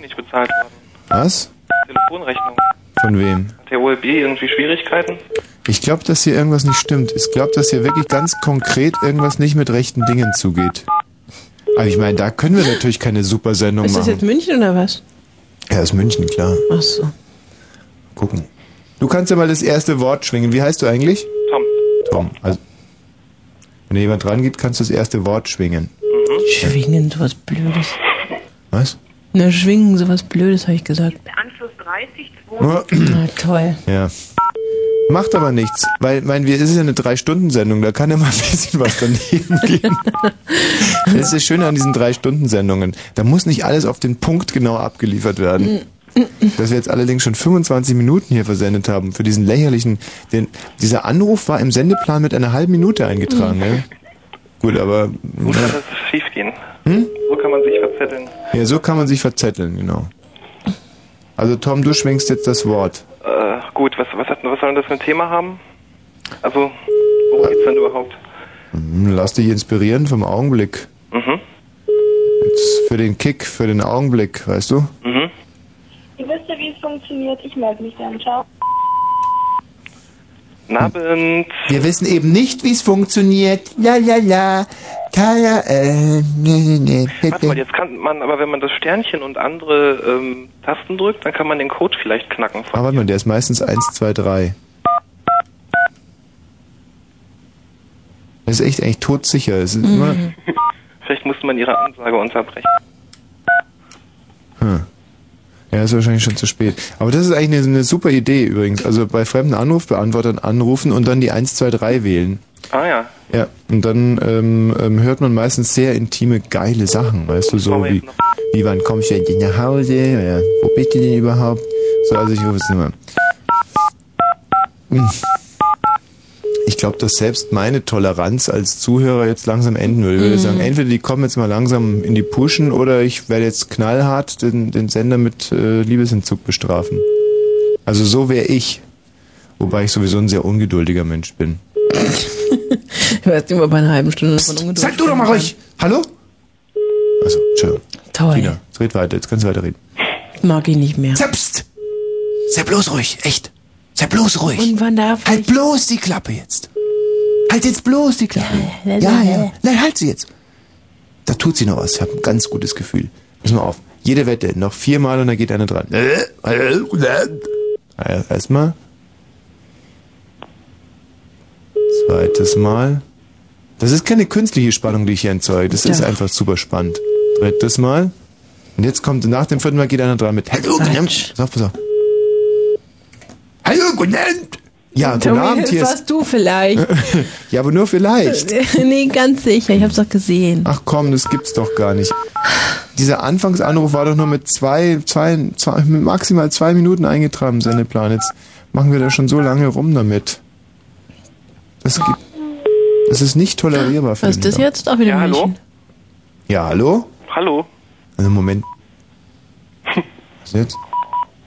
F: Nicht bezahlt worden.
A: Was?
F: Telefonrechnung.
A: Von wem?
F: Hat der OLB irgendwie Schwierigkeiten?
A: Ich glaube, dass hier irgendwas nicht stimmt. Ich glaube, dass hier wirklich ganz konkret irgendwas nicht mit rechten Dingen zugeht. Aber ich meine, da können wir natürlich keine super Sendung
B: Ist das
A: machen.
B: jetzt München oder was?
A: Ja, ist München, klar.
B: Ach so.
A: Gucken. Du kannst ja mal das erste Wort schwingen. Wie heißt du eigentlich?
F: Tom.
A: Tom. Also, wenn da jemand rangeht, kannst du das erste Wort schwingen.
B: Schwingen, sowas Blödes.
A: Was?
B: Na, schwingen, sowas Blödes, habe ich gesagt.
C: Anschluss 30,
B: Na, toll.
A: Ja. Macht aber nichts, weil, mein, wir, es ist ja eine Drei-Stunden-Sendung, da kann ja mal ein bisschen was daneben gehen. Das ist das Schöne an diesen Drei-Stunden-Sendungen. Da muss nicht alles auf den Punkt genau abgeliefert
B: Mhm.
A: werden. Dass wir jetzt allerdings schon 25 Minuten hier versendet haben für diesen lächerlichen, den, dieser Anruf war im Sendeplan mit einer halben Minute eingetragen, ja? Gut, aber,
F: Wo kann das schiefgehen?
A: Hm?
F: Wo kann man sich verzetteln?
A: ja, so kann man sich verzetteln, genau. Also Tom, du schwingst jetzt das Wort.
F: Äh, gut, was, was, hat, was soll denn das für ein Thema haben? Also, worum geht's denn überhaupt?
A: Hm, Lass dich inspirieren vom Augenblick.
F: Mhm.
A: Jetzt für den Kick, für den Augenblick, weißt du?
F: Mhm.
I: Ihr wisst ja, wie es funktioniert. Ich melde mich dann. Ciao.
F: Nabend.
A: Wir wissen eben nicht, wie es funktioniert. La la la. Kaya, äh, nee, nee,
F: Warte mal, jetzt kann man, aber wenn man das Sternchen und andere ähm, Tasten drückt, dann kann man den Code vielleicht knacken.
A: Aber warte mal, der ist meistens 1, 2, 3. Das ist echt eigentlich todsicher. Es ist
F: Mhm.
A: immer.
F: Vielleicht musste man ihre Ansage unterbrechen.
A: Hm. Ja, ist wahrscheinlich schon zu spät. Aber das ist eigentlich eine, eine super Idee übrigens. Also bei fremden Anrufbeantwortern anrufen und dann die 123 wählen.
F: Ah ja.
A: Ja, und dann ähm, ähm, hört man meistens sehr intime, geile Sachen, weißt du, so wie, wie wann kommst du endlich nach Hause, oder wo bist du denn überhaupt? So, also ich rufe jetzt nochmal. Hm. Ich glaube, dass selbst meine Toleranz als Zuhörer jetzt langsam enden würde. Ich würde
J: Mhm.
A: sagen, entweder die kommen jetzt mal langsam in die Puschen oder ich werde jetzt knallhart den, den Sender mit äh, Liebesentzug bestrafen. Also so wäre ich. Wobei ich sowieso ein sehr ungeduldiger Mensch bin.
B: Ich weiß nicht, ob bei einer halben Stunde davon ungeduldig
A: sag du doch mal ruhig. Hallo? Also, tschö.
B: Toll.
A: Tina, jetzt red weiter, jetzt kannst du weiterreden.
B: Mag ich nicht mehr.
A: Selbst! Sei bloß ruhig, echt. Sei bloß ruhig.
B: Und wann darf
A: Halt bloß die Klappe jetzt. Halt jetzt bloß die Klappe.
B: Ja,
A: ja. ja. Nein, halt sie jetzt. Da tut sie noch was. Ich habe ein ganz gutes Gefühl. Pass mal auf. Jede Wette, noch viermal und dann geht einer dran. Äh, äh, äh. Ja, Erstmal. Zweites Mal. Das ist keine künstliche Spannung, die ich hier entzeuge. Das ist
J: Doch.
A: einfach super spannend. Drittes Mal. Und jetzt kommt, nach dem vierten Mal geht einer dran mit. Hallo, guten Abend. Pass auf, pass auf. Hallo, guten Abend. Ja, guten
B: Tommy,
A: Abend. Hier
B: das
A: ist
B: warst du vielleicht.
A: ja, aber nur vielleicht.
B: nee, ganz sicher. Ich hab's doch gesehen.
A: Ach komm, das gibt's doch gar nicht. Dieser Anfangsanruf war doch nur mit zwei, zwei, zwei mit maximal zwei Minuten eingetragen im Sendeplan. Jetzt machen wir da schon so lange rum damit. Das gibt, das ist nicht tolerierbar für
B: Was ist das jetzt? Auch wieder ja, hallo?
A: Ja, hallo?
F: Hallo?
A: Also Moment. Was jetzt?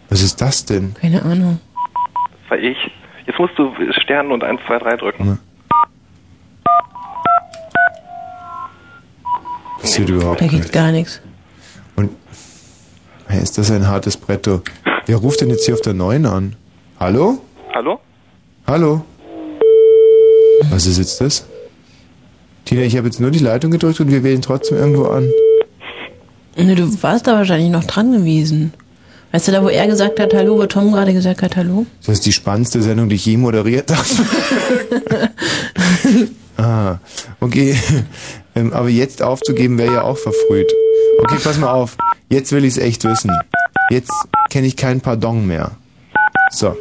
A: Was ist das denn?
B: Keine Ahnung.
F: Das war ich. Jetzt musst du Stern und 1, 2, 3 drücken.
A: Das sieht überhaupt
B: Da geht
A: nicht.
B: gar nichts.
A: Hey, ist das ein hartes Brett, du. Wer ruft denn jetzt hier auf der 9 an? Hallo?
F: Hallo?
A: Hallo? Was ist jetzt das? Tina, ich habe jetzt nur die Leitung gedrückt und wir wählen trotzdem irgendwo an.
B: Nee, du warst da wahrscheinlich noch dran gewesen. Weißt du, da wo er gesagt hat Hallo, wo Tom gerade gesagt hat Hallo?
A: Das ist die spannendste Sendung, die ich je moderiert habe. ah, okay. Ähm, Aber jetzt aufzugeben wäre ja auch verfrüht. Okay, pass mal auf. Jetzt will ich es echt wissen. Jetzt kenne ich kein Pardon mehr. So.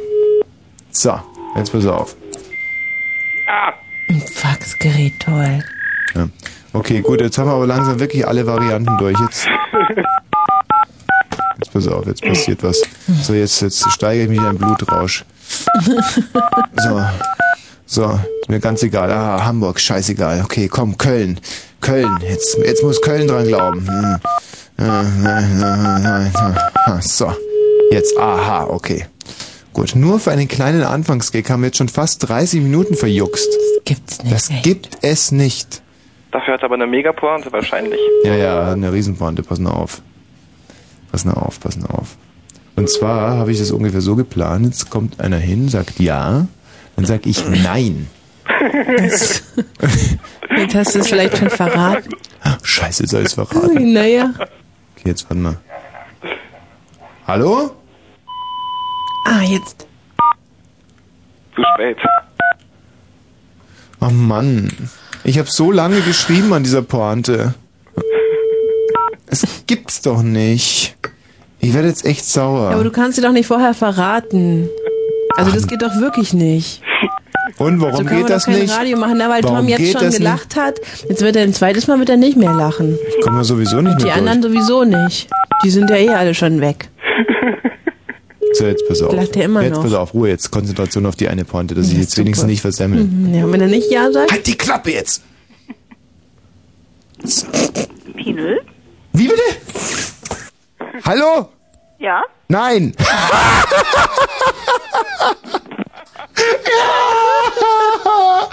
A: So, jetzt pass auf.
B: Ein Faxgerät, toll.
A: Ja. Okay, gut, jetzt haben wir aber langsam wirklich alle Varianten durch. Jetzt, jetzt pass auf, jetzt passiert was. So, jetzt, jetzt steigere ich mich in einen Blutrausch. So, so, ist mir ganz egal. Ah, Hamburg, scheißegal. Okay, komm, Köln. Köln, jetzt, jetzt muss Köln dran glauben. Hm. Ah, nein, nein, nein, nein. Ah, So, jetzt, aha, okay. Gut, nur für einen kleinen Anfangsgag haben wir jetzt schon fast 30 Minuten verjuckst. Das
B: gibt's
A: nicht. Das gibt es nicht.
F: Dafür hat er aber eine Megapointe wahrscheinlich.
A: Ja, ja, eine Riesenpointe, pass nur auf. Pass nur auf, pass nur auf. Und zwar habe ich das ungefähr so geplant, jetzt kommt einer hin, sagt ja, dann sag ich nein.
B: Jetzt hast du es vielleicht schon verraten.
A: Scheiße, soll ich es verraten?
B: Naja.
A: Okay, jetzt warte mal. Hallo?
B: Ah, jetzt.
F: Zu spät.
A: Oh Mann, ich habe so lange geschrieben an dieser Pointe. Es gibt's doch nicht. Ich werde jetzt echt sauer.
B: Ja, aber du kannst sie doch nicht vorher verraten. Also das geht doch wirklich nicht.
A: Und
B: so
A: warum
B: kann
A: geht
B: man
A: das
B: also doch kein
A: nicht?
B: Radio machen, na, weil
A: warum
B: Tom jetzt
A: geht
B: schon
A: das
B: gelacht hat. Jetzt wird er ein zweites Mal wird er nicht mehr lachen.
A: Nicht? Kommen wir sowieso nicht
B: Die
A: mehr
B: anderen sowieso nicht. Die sind ja eh alle schon weg.
A: durch. So, jetzt pass auf.
B: Lacht er immer
A: jetzt
B: noch.
A: pass auf, Ruhe, jetzt Konzentration auf die eine Pointe, dass ich jetzt wenigstens nicht versemmel.
B: Mhm. Ja, und wenn er nicht Ja sagt.
A: Halt die Klappe jetzt!
I: Pinel?
A: Wie bitte? Hallo?
I: Ja?
A: Nein! Ah,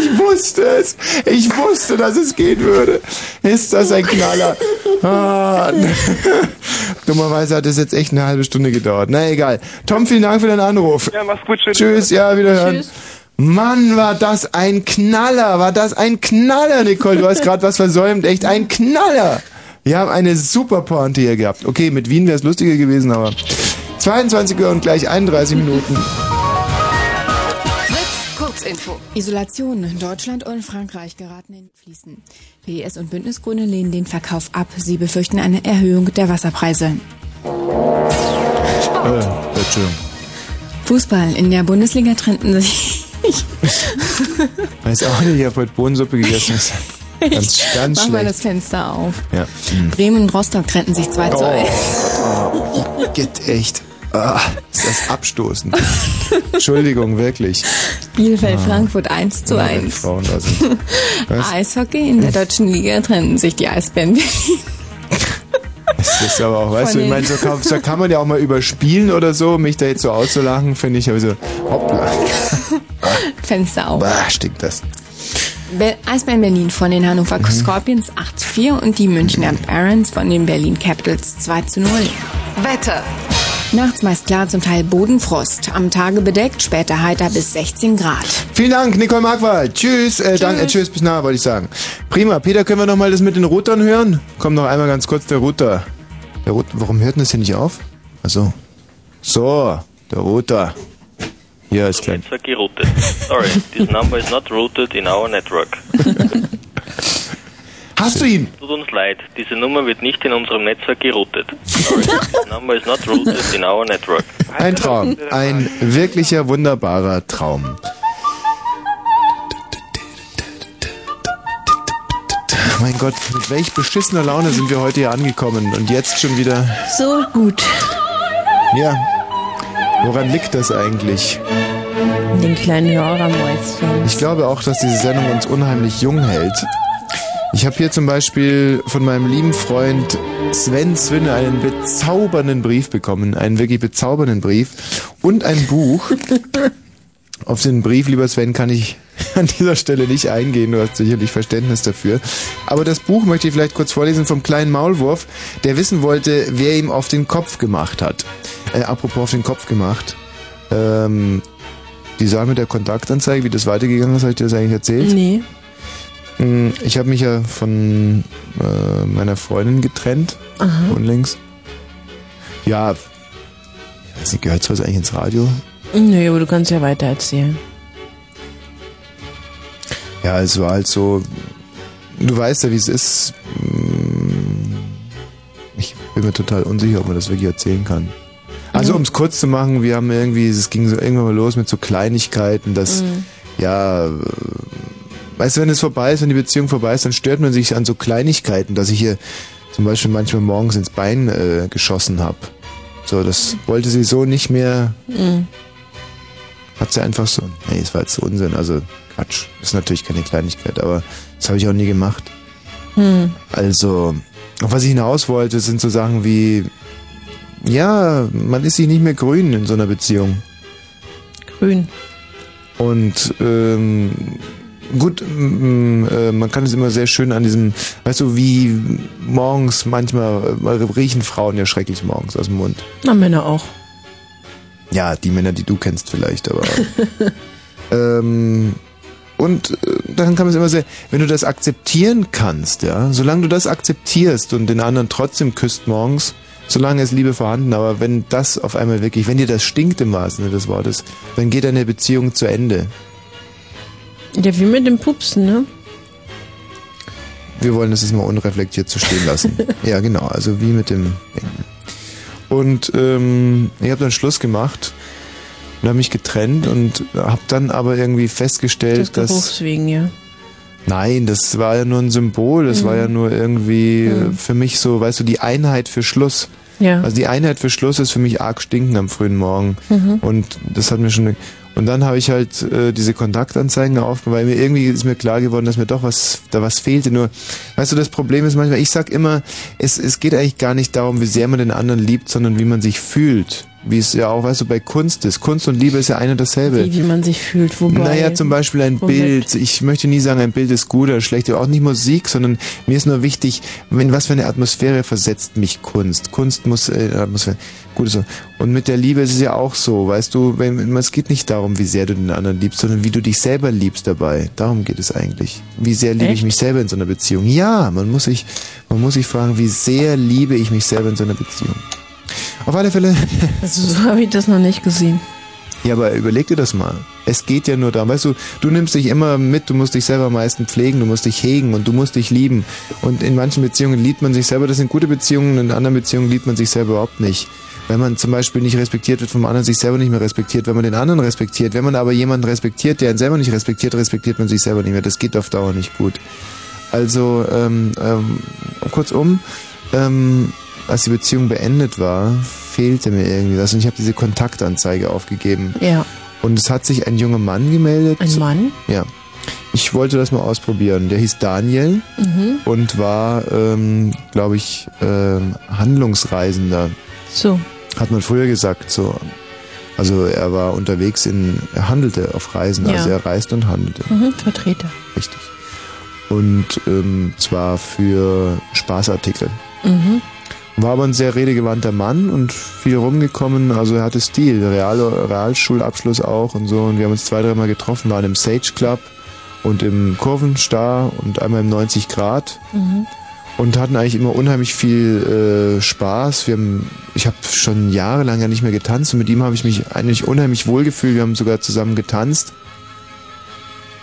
A: ich wusste es. Ich wusste, dass es gehen würde. Ist das ein Knaller? Ah, Dummerweise hat es jetzt echt eine halbe Stunde gedauert. Na egal. Tom, vielen Dank für deinen Anruf.
F: Ja, mach's gut. Tschüss.
A: Tschüss, ja, wiederhören. Mann, war das ein Knaller. War das ein Knaller, Nicole. Du hast gerade was versäumt. Echt ein Knaller. Wir haben eine super Pointe hier gehabt. Okay, mit Wien wäre es lustiger gewesen, aber 22 Uhr und gleich 31 Minuten.
K: Fritz, kurz
J: Kurzinfo.
K: Isolation. Deutschland und Frankreich geraten in Fließen. PDS und Bündnisgrüne lehnen den Verkauf ab. Sie befürchten eine Erhöhung der Wasserpreise.
A: Äh, Entschuldigung.
K: Fußball. In der Bundesliga trennten sich...
A: Weiß auch nicht, ich habe heute Bohnensuppe gegessen. Ganz, ganz
K: Mach mal das
A: schlecht.
K: Fenster auf.
A: Ja. Hm.
K: Bremen und Rostock trennten sich 2 zu 1.
A: Oh, oh, geht echt. Ah, ist das abstoßend. Entschuldigung, wirklich.
K: Bielefeld,
A: Ah.
K: Frankfurt 1 zu
A: Ja, wenn
K: 1.
A: Frauen da sind. Was? Hm.
K: Eishockey in der deutschen Liga trennten sich die Eisbären. Berlin.
A: Das ist aber auch, weißt
K: Von
A: du, ich
K: den-
A: meine, so kann, so kann man ja auch mal überspielen oder so, mich da jetzt so auszulachen, finde ich aber so, hoppla,
K: Fenster auf.
A: Ah. bah, stinkt das.
K: Be Eisbären Berlin von den Hannover
A: Mhm.
K: Scorpions 8 zu 4 und die Münchner Barons von den Berlin Capitals 2 zu 0. Wetter. Nachts meist klar, zum Teil Bodenfrost. Am Tage bedeckt, später heiter bis 16 Grad.
A: Vielen Dank, Nicole Markwald. Tschüss, äh, tschüss. Dank, äh, tschüss, bis nachher, wollte ich sagen. Prima, Peter, können wir nochmal das mit den Routern hören? Komm noch einmal ganz kurz, der Router. Der Router, warum hört denn das hier nicht auf? Achso. So, der Router. Hier ist klein.
G: Netzer geroutet. Sorry, this number is not routed in our network.
A: Hast du ihn?
G: Tut uns leid, diese Nummer wird nicht in unserem Netzwerk geroutet. Sorry, this number is not routed in our network.
A: Ein Traum. Ein wirklicher, wunderbarer Traum. Mein Gott, mit welch beschissener Laune sind wir heute hier angekommen und jetzt schon wieder.
B: So gut.
A: Ja. Woran liegt das eigentlich?
B: Den kleinen Hörermäuschen.
A: Ich glaube auch, dass diese Sendung uns unheimlich jung hält. Ich habe hier zum Beispiel von meinem lieben Freund Sven Zwinne einen bezaubernden Brief bekommen, einen wirklich bezaubernden Brief und ein Buch. Auf den Brief, lieber Sven, kann ich an dieser Stelle nicht eingehen. Du hast sicherlich Verständnis dafür. Aber das Buch möchte ich vielleicht kurz vorlesen vom kleinen Maulwurf, der wissen wollte, wer ihm auf den Kopf gemacht hat. Äh, apropos auf den Kopf gemacht. Ähm, die Sache mit der Kontaktanzeige, wie das weitergegangen ist, habe ich dir das eigentlich erzählt?
B: Nee.
A: Mm, Ich habe mich ja von äh, meiner Freundin getrennt,
B: Aha.
A: unlängst. Ja, ich weiß nicht, gehört sowas eigentlich ins Radio?
B: Nee, aber du kannst ja weiter erzählen.
A: Ja, es war halt so. Du weißt ja, wie es ist. Mm, Ich bin mir total unsicher, ob man das wirklich erzählen kann. Also, um es kurz zu machen, wir haben irgendwie, es ging so irgendwann mal los mit so Kleinigkeiten, dass,
L: Mhm.
A: ja, äh, weißt du, wenn es vorbei ist, wenn die Beziehung vorbei ist, dann stört man sich an so Kleinigkeiten, dass ich hier zum Beispiel manchmal morgens ins Bein äh, geschossen habe. So, das wollte sie so nicht mehr
B: Mhm.
A: hat sie einfach so. Nee, es war jetzt so Unsinn. Also Quatsch. Ist natürlich keine Kleinigkeit, aber das habe ich auch nie gemacht.
B: Hm.
A: Also, auf was ich hinaus wollte, sind so Sachen wie, ja, man ist sich nicht mehr grün in so einer Beziehung.
B: Grün.
A: Und ähm, gut, m- m- äh, man kann es immer sehr schön an diesem, weißt du, wie morgens manchmal äh, riechen Frauen ja schrecklich morgens aus dem Mund.
B: Na, Männer auch.
A: Ja, die Männer, die du kennst vielleicht, aber. ähm, und äh, dann kann man es immer sehr, wenn du das akzeptieren kannst, ja, solange du das akzeptierst und den anderen trotzdem küsst morgens, solange ist Liebe vorhanden, aber wenn das auf einmal wirklich, wenn dir das stinkt im wahrsten Sinne des Wortes, dann geht deine Beziehung zu Ende.
B: Ja, wie mit dem Pupsen, ne?
A: Wir wollen das jetzt mal unreflektiert zu stehen lassen. ja, genau, also wie mit dem Denken. Und ähm, ich habe dann Schluss gemacht und habe mich getrennt und habe dann aber irgendwie
B: Des
A: festgestellt, dass...
B: Geruchs wegen, ja.
A: Nein, das war ja nur ein Symbol, das
B: Mhm.
A: war ja nur irgendwie
B: Mhm.
A: äh, für mich so, weißt du, die Einheit für Schluss.
B: Ja.
A: Also die Einheit für Schluss ist für mich arg stinken am frühen Morgen.
B: Mhm.
A: Und das hat mir schon. Und dann habe ich halt äh, diese Kontaktanzeigen aufgemacht, weil mir irgendwie ist mir klar geworden, dass mir doch was da was fehlte. Nur, weißt du, das Problem ist manchmal, ich sag immer, es, es geht eigentlich gar nicht darum, wie sehr man den anderen liebt, sondern wie man sich fühlt. Wie es ja auch, weißt du, bei Kunst ist. Kunst und Liebe ist ja ein und dasselbe.
B: Wie, wie man sich fühlt, wobei.
A: Naja, zum Beispiel ein
B: Moment.
A: Bild. Ich möchte nie sagen, ein Bild ist gut oder schlecht, auch nicht Musik, sondern mir ist nur wichtig, in was für eine Atmosphäre versetzt mich Kunst. Kunst muss äh, Atmosphäre. Gut so. Und mit der Liebe ist es ja auch so, weißt du, wenn, es geht nicht darum, wie sehr du den anderen liebst, sondern wie du dich selber liebst dabei. Darum geht es eigentlich. Wie sehr liebe ich
M: Echt?
A: mich selber in so einer Beziehung? Ja, man muss sich, man muss sich fragen, wie sehr liebe ich mich selber in so einer Beziehung. Auf alle Fälle.
B: Also, so habe ich das noch nicht gesehen.
A: Ja, aber überleg dir das mal. Es geht ja nur darum, weißt du, du nimmst dich immer mit, du musst dich selber am meisten pflegen, du musst dich hegen und du musst dich lieben. Und in manchen Beziehungen liebt man sich selber, das sind gute Beziehungen, in anderen Beziehungen liebt man sich selber überhaupt nicht. Wenn man zum Beispiel nicht respektiert wird vom anderen, sich selber nicht mehr respektiert, wenn man den anderen respektiert, wenn man aber jemanden respektiert, der einen selber nicht respektiert, respektiert man sich selber nicht mehr. Das geht auf Dauer nicht gut. Also, ähm, ähm, kurzum, ähm, als die Beziehung beendet war, fehlte mir irgendwie was und ich habe diese Kontaktanzeige aufgegeben.
B: Ja.
A: Und es hat sich ein junger Mann gemeldet.
B: Ein Mann?
A: Ja. Ich wollte das mal ausprobieren. Der hieß Daniel
B: Mhm.
A: und war, ähm, glaube ich, ähm, Handlungsreisender.
B: So.
A: Hat man früher gesagt, so. Also er war unterwegs in, er handelte auf Reisen,
B: Ja.
A: also er reiste und handelte.
B: Mhm. Vertreter.
A: Richtig. Und ähm, zwar für Spaßartikel.
B: Mhm.
A: War aber ein sehr redegewandter Mann und viel rumgekommen, also er hatte Stil, Real, Realschulabschluss auch und so. Und wir haben uns zwei, dreimal getroffen, waren im Sage Club und im Kurvenstar und einmal im 90 Grad
B: Mhm.
A: und hatten eigentlich immer unheimlich viel äh, Spaß. Wir haben, ich habe schon jahrelang ja nicht mehr getanzt und mit ihm habe ich mich eigentlich unheimlich wohl gefühlt. Wir haben sogar zusammen getanzt.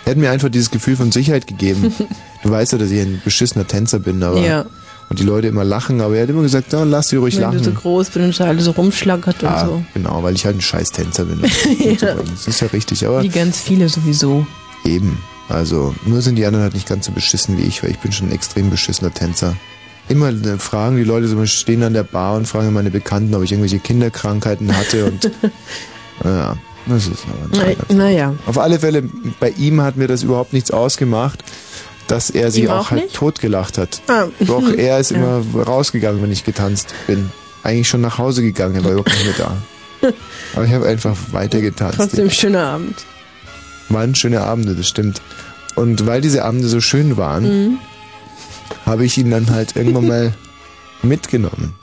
A: Er hat mir einfach dieses Gefühl von Sicherheit gegeben. du weißt ja, dass ich ein beschissener Tänzer bin, aber
B: Ja.
A: und die Leute immer lachen, aber er hat immer gesagt, "Na, lass sie ruhig
B: Wenn
A: lachen.
B: du so groß bist und da alle so rumschlackert und
A: ah,
B: so.
A: Genau, weil ich halt ein scheiß Tänzer bin. Das ist ja richtig, aber
B: Wie ganz viele sowieso.
A: Eben. Also, nur sind die anderen halt nicht ganz so beschissen wie ich, weil ich bin schon ein extrem beschissener Tänzer. Immer äh, fragen die Leute, so, stehen an der Bar und fragen meine Bekannten, ob ich irgendwelche Kinderkrankheiten hatte und ja, das ist aber
B: Na-
A: ein
B: naja.
A: Auf alle Fälle, bei ihm hat mir das überhaupt nichts ausgemacht, dass er sie
B: Ihm
A: auch,
B: auch
A: halt
B: nicht?
A: totgelacht hat.
B: Ah.
A: Doch, er ist
B: Ja.
A: immer rausgegangen, wenn ich getanzt bin. Eigentlich schon nach Hause gegangen, er war überhaupt nicht mehr da. Aber ich habe einfach weiter getanzt.
B: Trotzdem schöner Abend.
A: Waren schöne Abende, das stimmt. Und weil diese Abende so schön waren,
B: Mhm.
A: habe ich ihn dann halt irgendwann mal mitgenommen.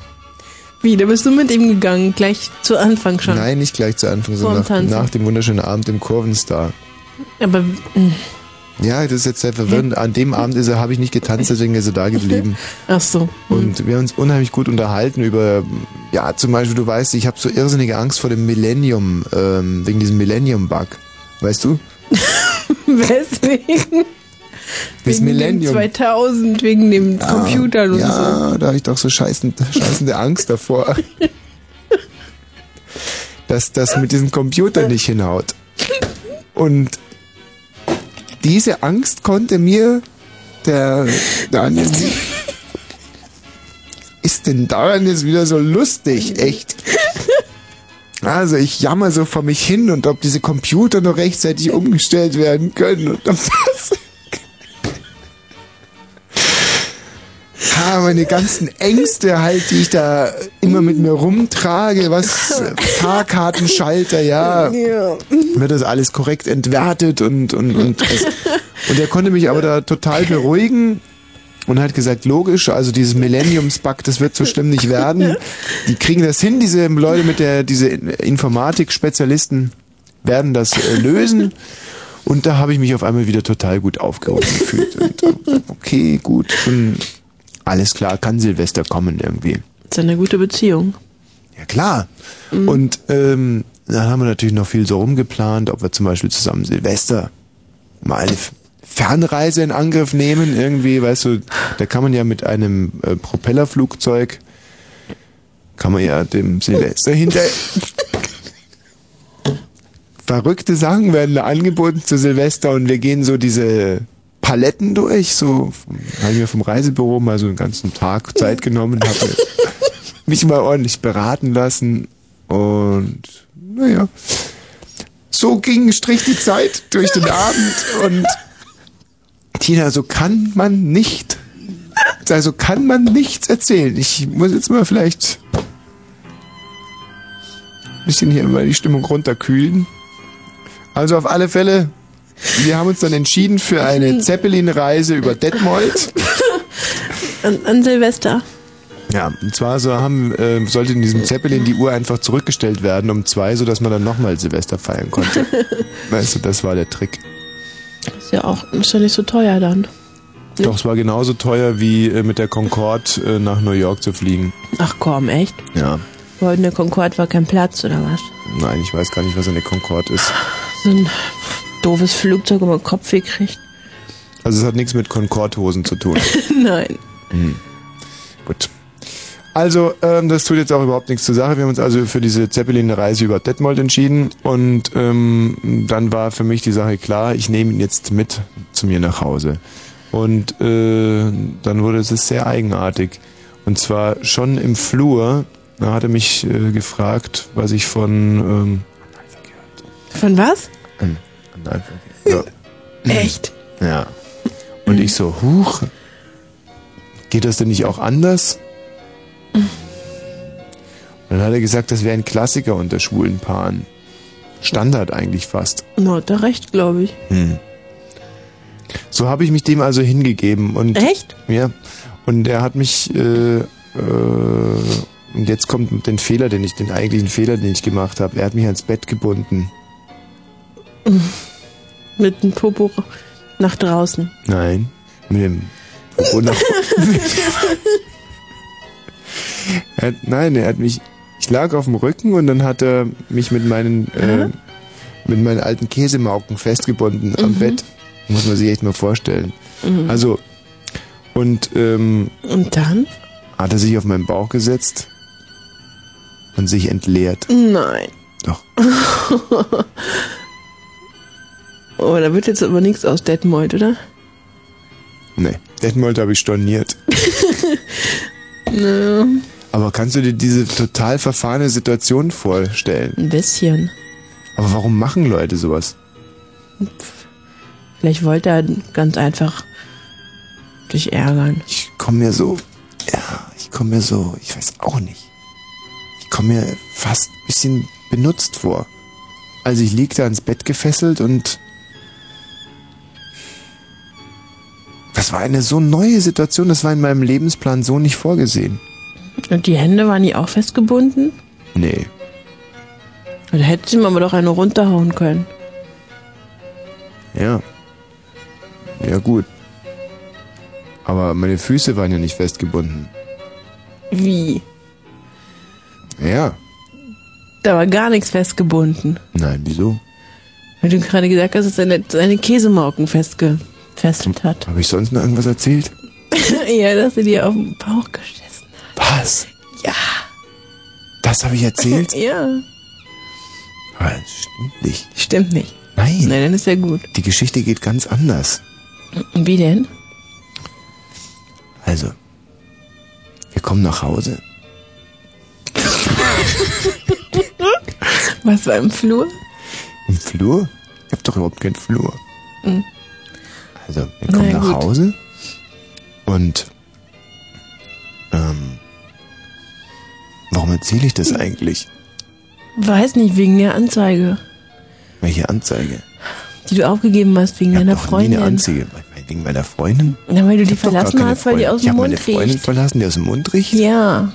B: Wie, da bist du mit ihm gegangen, gleich zu Anfang schon.
A: Nein, nicht gleich zu Anfang,
B: Vorm
A: sondern nach,
B: Tanzen.
A: nach dem wunderschönen Abend im Kurvenstar.
B: Aber mh,
A: Ja, das ist jetzt sehr verwirrend. An dem Abend ist er, habe ich nicht getanzt, deswegen ist er da geblieben.
B: ach so.
A: Und wir haben uns unheimlich gut unterhalten über, ja, zum Beispiel, du weißt, ich habe so irrsinnige Angst vor dem Millennium, ähm, wegen diesem Millennium-Bug. Weißt du?
B: Weswegen?
A: Das
B: wegen
A: Millennium. Ah,
B: Dem 2000, wegen dem Computer und so.
A: ja, da habe ich doch so scheißend, scheißende Angst davor. dass das mit diesem Computer nicht hinhaut. Und diese Angst konnte mir der Daniel nicht- Ist denn daran jetzt wieder so lustig, echt? Also ich jammer so vor mich hin und ob diese Computer noch rechtzeitig umgestellt werden können und ob das... Ah, meine ganzen Ängste halt, die ich da immer mit mir rumtrage, was Fahrkartenschalter, ja,
B: Ja.
A: wird das alles korrekt entwertet und und und es, und er konnte mich aber da total beruhigen und hat gesagt, logisch, also dieses Millenniums-Bug, das wird so schlimm nicht werden. Die kriegen das hin, diese Leute mit der, diese Informatik-Spezialisten werden das äh, lösen. Und da habe ich mich auf einmal wieder total gut aufgehoben gefühlt. Und, äh, okay, gut, schon alles klar, kann Silvester kommen irgendwie.
B: Ist ja eine gute Beziehung.
A: Ja klar. Und ähm, dann haben wir natürlich noch viel so rumgeplant, ob wir zum Beispiel zusammen Silvester mal eine F- Fernreise in Angriff nehmen, irgendwie, weißt du, da kann man ja mit einem äh, Propellerflugzeug, kann man ja dem Silvester hinter... Verrückte Sachen werden da angeboten zu Silvester und wir gehen so diese Paletten durch, so vom- habe ich mir vom Reisebüro mal so einen ganzen Tag Zeit genommen, habe mich mal ordentlich beraten lassen und naja, so ging strich die Zeit durch den Abend und Tina, so kann man nicht, also kann man nichts erzählen. Ich muss jetzt mal vielleicht ein bisschen hier mal die Stimmung runterkühlen. Also auf alle Fälle, wir haben uns dann entschieden für eine Zeppelin-Reise über Detmold.
B: An, an Silvester.
A: Ja, und zwar so haben, äh, sollte in diesem Zeppelin die Uhr einfach zurückgestellt werden um zwei, sodass man dann nochmal Silvester feiern konnte. weißt du, das war der Trick.
B: Ist ja auch ist ja nicht so teuer dann.
A: Doch, es war genauso teuer wie äh, mit der Concorde äh, nach New York zu fliegen.
B: Ach komm, echt?
A: Ja.
B: Goldene Concorde war kein Platz oder was?
A: Nein, ich weiß gar nicht, was eine Concorde ist.
B: so ein doofes Flugzeug über den Kopf gekriegt.
A: Also es hat nichts mit Concorde-Hosen zu tun.
B: Nein.
A: Hm. Gut. Also, ähm, das tut jetzt auch überhaupt nichts zur Sache. Wir haben uns also für diese Zeppelin-Reise über Detmold entschieden und ähm, dann war für mich die Sache klar, ich nehme ihn jetzt mit zu mir nach Hause. Und äh, dann wurde es sehr eigenartig. Und zwar schon im Flur, da hat er mich äh, gefragt, was ich von... Ähm,
B: Von was?
A: an, an ja.
B: Echt?
A: Ja. Und ich so, huch, geht das denn nicht auch anders? Und dann hat er gesagt, das wäre ein Klassiker unter schwulen Paaren. Standard eigentlich fast.
B: Na, hat er recht, glaube ich.
A: Hm. So habe ich mich dem also hingegeben und
B: Echt?
A: ja und er hat mich äh, äh, und jetzt kommt den Fehler, den ich den eigentlichen Fehler, den ich gemacht habe. Er hat mich ans Bett gebunden.
B: Mit dem Popo nach draußen.
A: Nein, mit dem Popo nach er hat, Nein, er hat mich ich lag auf dem Rücken und dann hat er mich mit meinen äh, mit meinen alten Käsemauken festgebunden am
B: Mhm.
A: Bett. Muss man sich echt mal vorstellen.
B: Mhm.
A: Also, und, ähm,
B: und dann?
A: Hat er sich auf meinen Bauch gesetzt und sich entleert.
B: Nein.
A: Doch.
B: oh, da wird jetzt aber nichts aus Detmold, oder?
A: Nee, Detmold habe ich storniert.
B: Nö.
A: Aber kannst du dir diese total verfahrene Situation vorstellen?
B: Ein bisschen.
A: Aber warum machen Leute sowas?
B: Vielleicht wollte er ganz einfach dich ärgern.
A: Ich komme mir so, ja, ich komme mir so, ich weiß auch nicht. Ich komme mir fast ein bisschen benutzt vor. Also ich lieg da ans Bett gefesselt und das war eine so neue Situation, das war in meinem Lebensplan so nicht vorgesehen.
B: Und die Hände waren die auch festgebunden?
A: Nee.
B: Da hättest du ihm aber doch eine runterhauen können.
A: Ja. Ja, gut. Aber meine Füße waren ja nicht festgebunden.
B: Wie?
A: Ja.
B: Da war gar nichts festgebunden.
A: Nein, wieso?
B: Weil du gerade gesagt hast, dass er seine, seine Käsemauken festgefesselt hat.
A: Habe ich sonst noch irgendwas erzählt?
B: ja, dass er dir auf den Bauch geschissen
A: Was?
B: hat. Ja.
A: Das habe ich erzählt?
B: ja.
A: Aber das stimmt nicht.
B: Stimmt nicht.
A: Nein.
B: Nein, dann ist ja gut.
A: Die Geschichte geht ganz anders.
B: Wie denn?
A: Also, wir kommen nach Hause.
B: Was war im Flur?
A: Im Flur? Ich hab doch überhaupt keinen Flur.
B: Hm.
A: Also, wir kommen
B: Na ja,
A: nach
B: gut.
A: Hause und ähm, warum erzähle ich
B: Hm.
A: das eigentlich?
B: Weiß nicht, wegen der Anzeige,
A: Welche Anzeige?
B: die du aufgegeben hast, wegen deiner
A: Doch, nie eine
B: Freundin.
A: Anzeige. Wegen meiner Freundin?
B: Na, weil du die
A: Ich hab doch gar
B: verlassen
A: keine
B: hast, weil die
A: Freundin.
B: aus dem
A: Ich hab
B: Mund
A: meine Freundin
B: riecht.
A: verlassen, die aus dem Mund riecht?
B: Ja.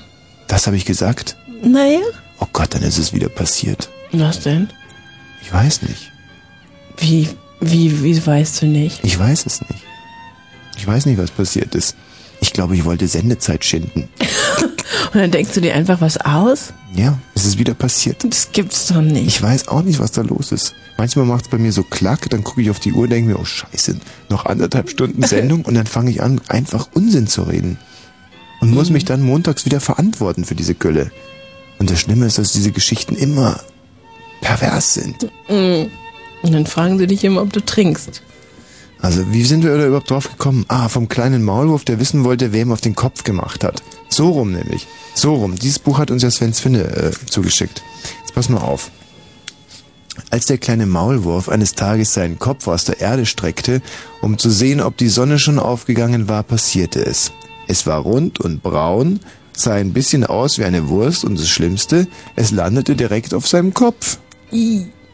A: Das habe ich gesagt.
B: Naja.
A: Oh Gott, dann ist es wieder passiert.
B: Was denn?
A: Ich weiß nicht.
B: Wie, wie, wie weißt du nicht?
A: Ich weiß es nicht. Ich weiß nicht, was passiert ist. Ich glaube, ich wollte Sendezeit schinden.
B: Und dann denkst du dir einfach was aus?
A: Ja, es ist wieder passiert.
B: Das gibt's doch nicht.
A: Ich weiß auch nicht, was da los ist. Manchmal macht es bei mir so klack, dann gucke ich auf die Uhr, denke mir, oh Scheiße, noch anderthalb Stunden Sendung und dann fange ich an, einfach Unsinn zu reden. Und
B: Mhm.
A: muss mich dann montags wieder verantworten für diese Gülle. Und das Schlimme ist, dass diese Geschichten immer pervers sind. Hm.
B: Mm. Und dann fragen sie dich immer, ob du trinkst.
A: Also, wie sind wir da überhaupt drauf gekommen? Ah, vom kleinen Maulwurf, der wissen wollte, wer ihm auf den Kopf gemacht hat. So rum nämlich. So rum. Dieses Buch hat uns ja Sven Sfinne äh, zugeschickt. Jetzt pass mal auf. Als der kleine Maulwurf eines Tages seinen Kopf aus der Erde streckte, um zu sehen, ob die Sonne schon aufgegangen war, passierte es. Es war rund und braun, sah ein bisschen aus wie eine Wurst und das Schlimmste, es landete direkt auf seinem Kopf.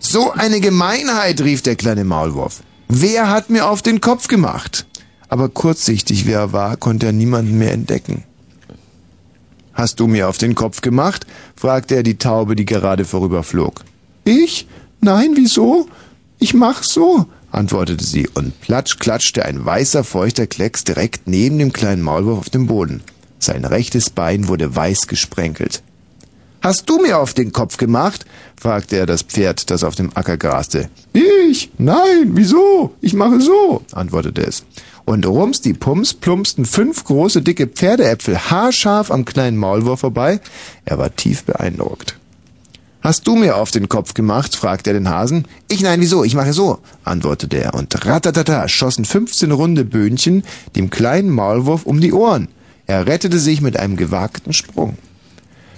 A: So eine Gemeinheit, rief der kleine Maulwurf. Wer hat mir auf den Kopf gemacht? Aber kurzsichtig, wer er war, konnte er niemanden mehr entdecken. Hast du mir auf den Kopf gemacht? fragte er die Taube, die gerade vorüberflog. Ich? Nein, wieso? Ich mach so, antwortete sie, und platsch klatschte ein weißer, feuchter Klecks direkt neben dem kleinen Maulwurf auf dem Boden. Sein rechtes Bein wurde weiß gesprenkelt. Hast du mir auf den Kopf gemacht? fragte er das Pferd, das auf dem Acker graste. Ich? Nein, wieso? Ich mache so, antwortete es. Und rums die Pums plumpsten fünf große dicke Pferdeäpfel haarscharf am kleinen Maulwurf vorbei. Er war tief beeindruckt. Hast du mir auf den Kopf gemacht? fragte er den Hasen. Ich nein, wieso? Ich mache so, antwortete er. Und ratatata schossen 15 runde Böhnchen dem kleinen Maulwurf um die Ohren. Er rettete sich mit einem gewagten Sprung.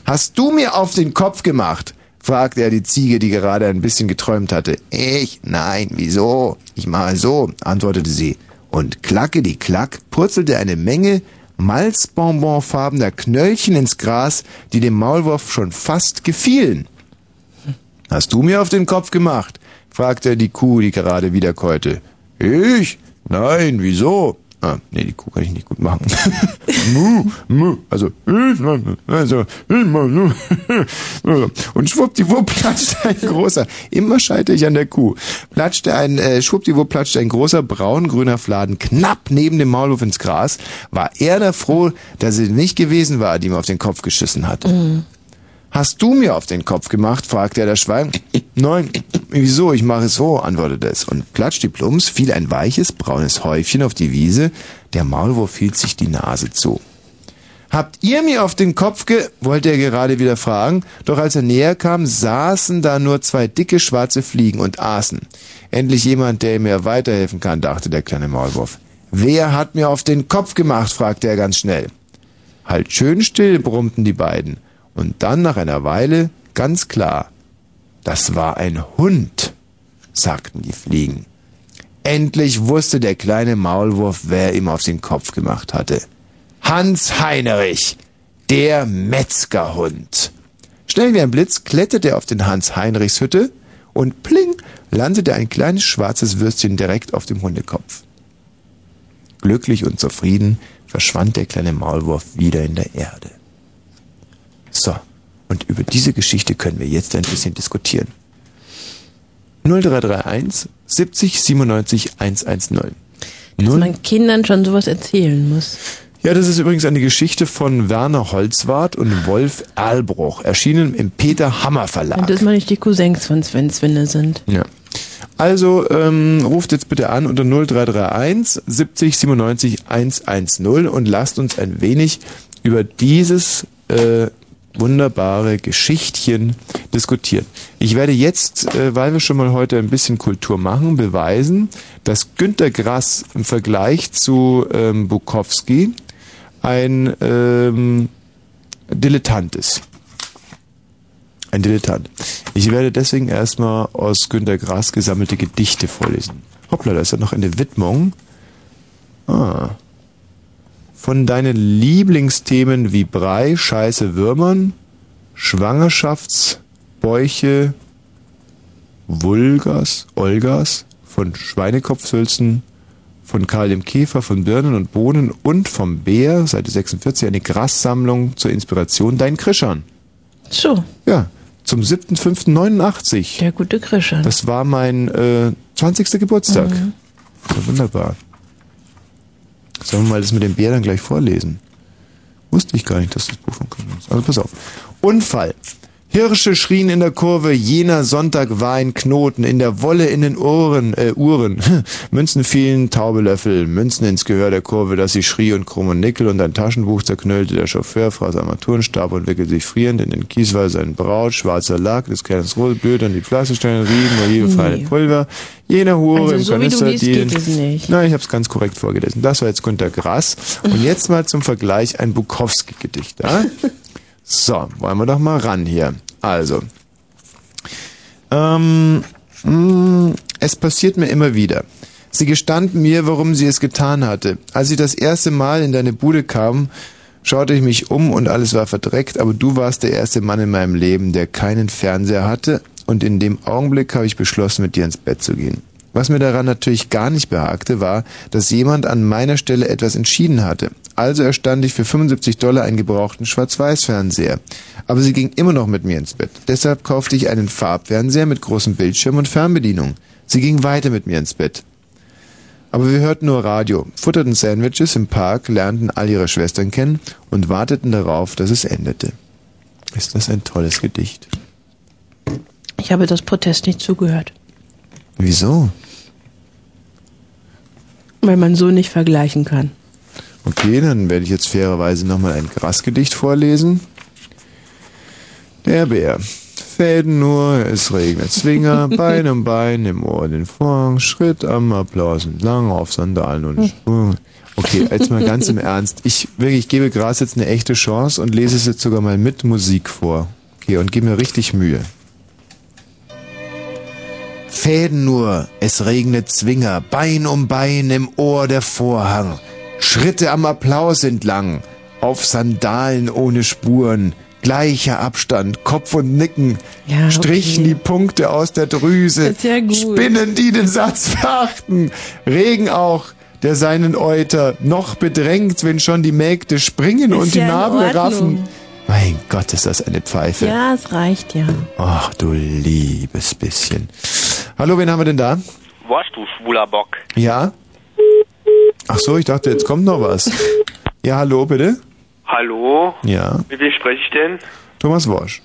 A: Hast du mir auf den Kopf gemacht? fragte er die Ziege, die gerade ein bisschen geträumt hatte. Ich? Nein, wieso? Ich mache so, antwortete sie. Und klacke die Klack purzelte eine Menge malzbonbonfarbener Knöllchen ins Gras, die dem Maulwurf schon fast gefielen. Hast du mir auf den Kopf gemacht? fragte er die Kuh, die gerade wieder käute. Ich? Nein, wieso? Ah, nee, die Kuh kann ich nicht gut machen. mu, mu, also, ich, nein, also, ich, mu, mu. und schwuppdiwupp platschte ein großer, immer scheitere ich an der Kuh, platschte ein, äh, schwuppdiwupp platschte ein großer braun-grüner Fladen knapp neben dem Maulwurf ins Gras, war er da froh, dass es nicht gewesen war, die ihm auf den Kopf geschissen hatte. Hast du mir auf den Kopf gemacht? fragte er das Schwein. Nein, wieso? Ich mache es so, antwortete es. Und platsch die Plums fiel ein weiches, braunes Häufchen auf die Wiese. Der Maulwurf hielt sich die Nase zu. Habt ihr mir auf den Kopf ge... wollte er gerade wieder fragen, doch als er näher kam, saßen da nur zwei dicke schwarze Fliegen und aßen. Endlich jemand, der mir weiterhelfen kann, dachte der kleine Maulwurf. Wer hat mir auf den Kopf gemacht? fragte er ganz schnell. Halt schön still, brummten die beiden. Und dann nach einer Weile ganz klar, das war ein Hund, sagten die Fliegen. Endlich wusste der kleine Maulwurf, wer ihm auf den Kopf gemacht hatte. Hans Heinrich, der Metzgerhund. Schnell wie ein Blitz kletterte er auf den Hans Heinrichs Hütte und pling landete ein kleines schwarzes Würstchen direkt auf dem Hundekopf. Glücklich und zufrieden verschwand der kleine Maulwurf wieder in der Erde. So, und über diese Geschichte können wir jetzt ein bisschen diskutieren. 0331 70 97 110.
B: Dass man Kindern schon sowas erzählen muss.
A: Ja, das ist übrigens eine Geschichte von Werner Holzwart und Wolf Erlbruch, erschienen im Peter Hammer Verlag.
B: Und dass man nicht die Cousins von Sven Swinne sind.
A: Ja. Also ähm, ruft jetzt bitte an unter 0331 70 97 110 und lasst uns ein wenig über dieses äh, wunderbare Geschichtchen diskutieren. Ich werde jetzt, äh, weil wir schon mal heute ein bisschen Kultur machen, beweisen, dass Günter Grass im Vergleich zu ähm, Bukowski ein ähm, Dilettant ist. Ein Dilettant. Ich werde deswegen erstmal aus Günter Grass gesammelte Gedichte vorlesen. Hoppla, da ist ja noch eine Widmung. Ah. Von deinen Lieblingsthemen wie Brei, Scheiße, Würmern, Schwangerschaftsbäuche, Vulgas, Olgas, von Schweinekopfsülzen, von Karl dem Käfer, von Birnen und Bohnen und vom Bär, Seite 46, eine Grassammlung zur Inspiration dein Krischern.
B: So.
A: Ja, zum 7.5.89.
B: Der gute Krischer.
A: Das war mein äh, 20. Geburtstag.
B: Mhm.
A: Ja, wunderbar. Sollen wir mal das mit dem Bär dann gleich vorlesen? Wusste ich gar nicht, dass das Buch von Köln ist. Also pass auf. Unfall. Hirsche schrien in der Kurve, jener Sonntag war ein Knoten, in der Wolle in den Ohren, äh, Uhren. Münzen fielen, taube Löffel, Münzen ins Gehör der Kurve, dass sie schrie und krumm und nickel und ein Taschenbuch zerknüllte, der Chauffeur fraß Armaturenstab und wickelte sich frierend in den Kiesweiß seinen Braut, schwarzer Lack, des Kerns Rotblüt und die Pflastersteine rieben, nur jede feine
B: Nee.
A: Pulver, jener Hure
B: Also
A: im
B: so wie du
A: Kanister,
B: liest,
A: die
B: geht es nicht.
A: Nein, ich habe es ganz korrekt vorgelesen. Das war jetzt Günter Grass. Und jetzt mal zum Vergleich ein Bukowski-Gedicht. Ja? So, wollen wir doch mal ran hier. Also, ähm, mh, es passiert mir immer wieder. Sie gestand mir, warum sie es getan hatte. Als ich das erste Mal in deine Bude kam, schaute ich mich um und alles war verdreckt, aber du warst der erste Mann in meinem Leben, der keinen Fernseher hatte und in dem Augenblick habe ich beschlossen, mit dir ins Bett zu gehen. Was mir daran natürlich gar nicht behagte, war, dass jemand an meiner Stelle etwas entschieden hatte. Also erstand ich für 75 Dollar einen gebrauchten Schwarz-Weiß-Fernseher. Aber sie ging immer noch mit mir ins Bett. Deshalb kaufte ich einen Farbfernseher mit großem Bildschirm und Fernbedienung. Sie ging weiter mit mir ins Bett. Aber wir hörten nur Radio, futterten Sandwiches im Park, lernten all ihre Schwestern kennen und warteten darauf, dass es endete. Ist das ein tolles Gedicht?
B: Ich habe das Protest nicht zugehört,
A: Wieso?
B: weil man so nicht vergleichen kann.
A: Okay, dann werde ich jetzt fairerweise nochmal ein Grasgedicht vorlesen. Der Bär. Fäden nur, es regnet Zwinger, Bein um Bein, im Ohr den Vorhang, Schritt am Applaus entlang, auf Sandalen und Sprung. Okay, jetzt mal ganz im Ernst. Ich wirklich ich gebe Gras jetzt eine echte Chance und lese es jetzt sogar mal mit Musik vor. Okay, und gebe mir richtig Mühe. Fäden nur, es regnet Zwinger, Bein um Bein im Ohr der Vorhang. Schritte am Applaus entlang, auf Sandalen ohne Spuren, gleicher Abstand, Kopf und Nicken, strichen die Punkte aus der Drüse, Spinnen, die den Satz verachten, Regen auch, der seinen Euter noch bedrängt, wenn schon die Mägde springen
B: Ist
A: und die
B: ja in
A: Narben
B: Ordnung.
A: raffen. Mein Gott, ist das eine Pfeife.
B: Ja, es reicht ja.
A: Ach du liebes bisschen. Hallo, wen haben wir denn da?
G: Warst du schwuler Bock?
A: Ja? Ach so, ich dachte, jetzt kommt noch was. Ja, hallo, bitte?
J: Hallo?
A: Ja.
J: Mit wem spreche ich denn?
A: Thomas Worsch.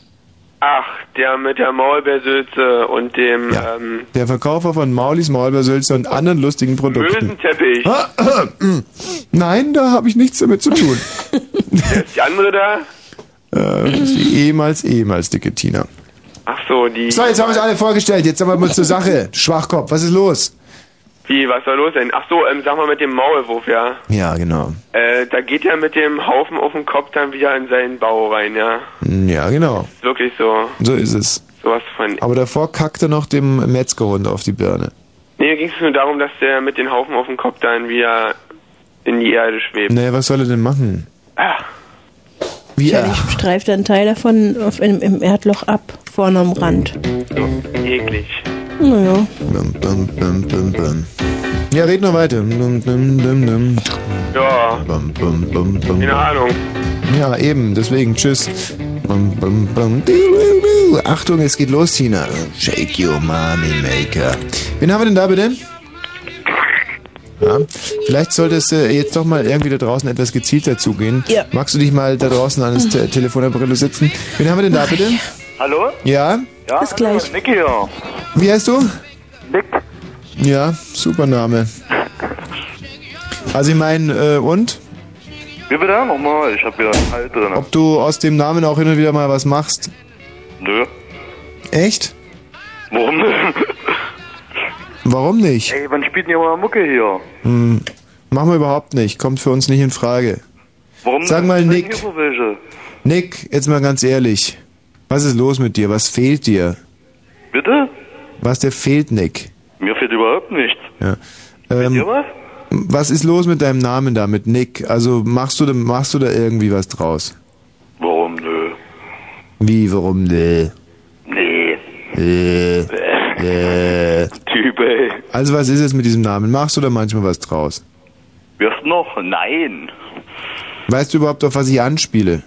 J: Ach, der mit der Maulbeersülze und dem ähm,
A: Der Verkäufer von Maulis Maulbeersülze und anderen lustigen Produkten. Ah, äh,
J: Möwenteppich.
A: Nein, da habe ich nichts damit zu tun.
J: Wer ist die andere da?
A: äh, das ist die ehemals, ehemals dicke Tina.
J: Ach so, die.
A: So, jetzt haben wir uns alle vorgestellt. Jetzt haben wir mal zur Sache. Schwachkopf, was ist los?
J: Wie, was soll los denn? Ach so, ähm, sag mal mit dem Maulwurf, ja.
A: Ja, genau.
J: Äh, da geht er mit dem Haufen auf den Kopf dann wieder in seinen Bau rein, ja.
A: Ja, genau.
J: Ist wirklich so.
A: So ist es.
J: Sowas von.
A: Aber davor kackt er noch dem Metzgerhund auf die Birne.
J: Nee, mir ging es nur darum, dass der mit den Haufen auf dem Kopf dann wieder in die Erde schwebt.
A: Naja, was soll er denn machen? Wie er?
B: Wahrscheinlich streift er einen Teil davon auf, im, im Erdloch ab, vorne am Rand.
A: Mhm.
J: Eklig.
B: Naja.
A: Bum, bum, bum, bum, bum. Ja, red noch weiter. Dum, dum, dum, dum.
J: Ja.
A: Bum, bum, bum, bum.
J: Keine Ahnung.
A: Ja, eben, deswegen tschüss. Bum, bum, bum. Du, du, du. Achtung, es geht los, Tina. Shake your money maker. Wen haben wir denn da bitte? Ja, vielleicht solltest du jetzt doch mal irgendwie da draußen etwas gezielter zugehen.
L: Ja.
A: Magst du dich mal da draußen an das Te Telefon am Brillo sitzen? Wen haben wir denn da bitte?
L: Hallo?
A: Ja?
L: Ja, Bis gleich. Nicky hier.
A: Wie heißt du? Nick. Ja, super Name. Also ich meine, äh, und?
L: Wie bitte? Nochmal, ich hab wieder einen Halt drin.
A: Ob du aus dem Namen auch hin und wieder mal was machst?
L: Nö.
A: Echt?
L: Warum denn?
A: Warum nicht?
L: Ey, wann spielt denn ihr mal Mucke hier?
A: Hm, machen wir überhaupt nicht. Kommt für uns nicht in Frage.
L: Warum
A: Sag
L: denn?
A: mal,
L: Was
A: Nick.
L: sind Hier für welche?
A: Nick, jetzt mal ganz ehrlich. Was ist los mit dir? Was fehlt dir?
L: Bitte?
A: Was dir fehlt, Nick?
L: Mir fehlt überhaupt nichts.
A: Ja. Ähm,
L: was?
A: was ist los mit deinem Namen da, mit Nick? Also machst du, da- machst du da irgendwie was draus?
L: Warum nö?
A: Wie, warum? Nee.
L: Nee.
A: Äh, äh.
L: Typ, ey.
A: Also was ist es mit diesem Namen? Machst du da manchmal was draus?
L: Wirst noch? Nein.
A: Weißt du überhaupt, auf was ich anspiele?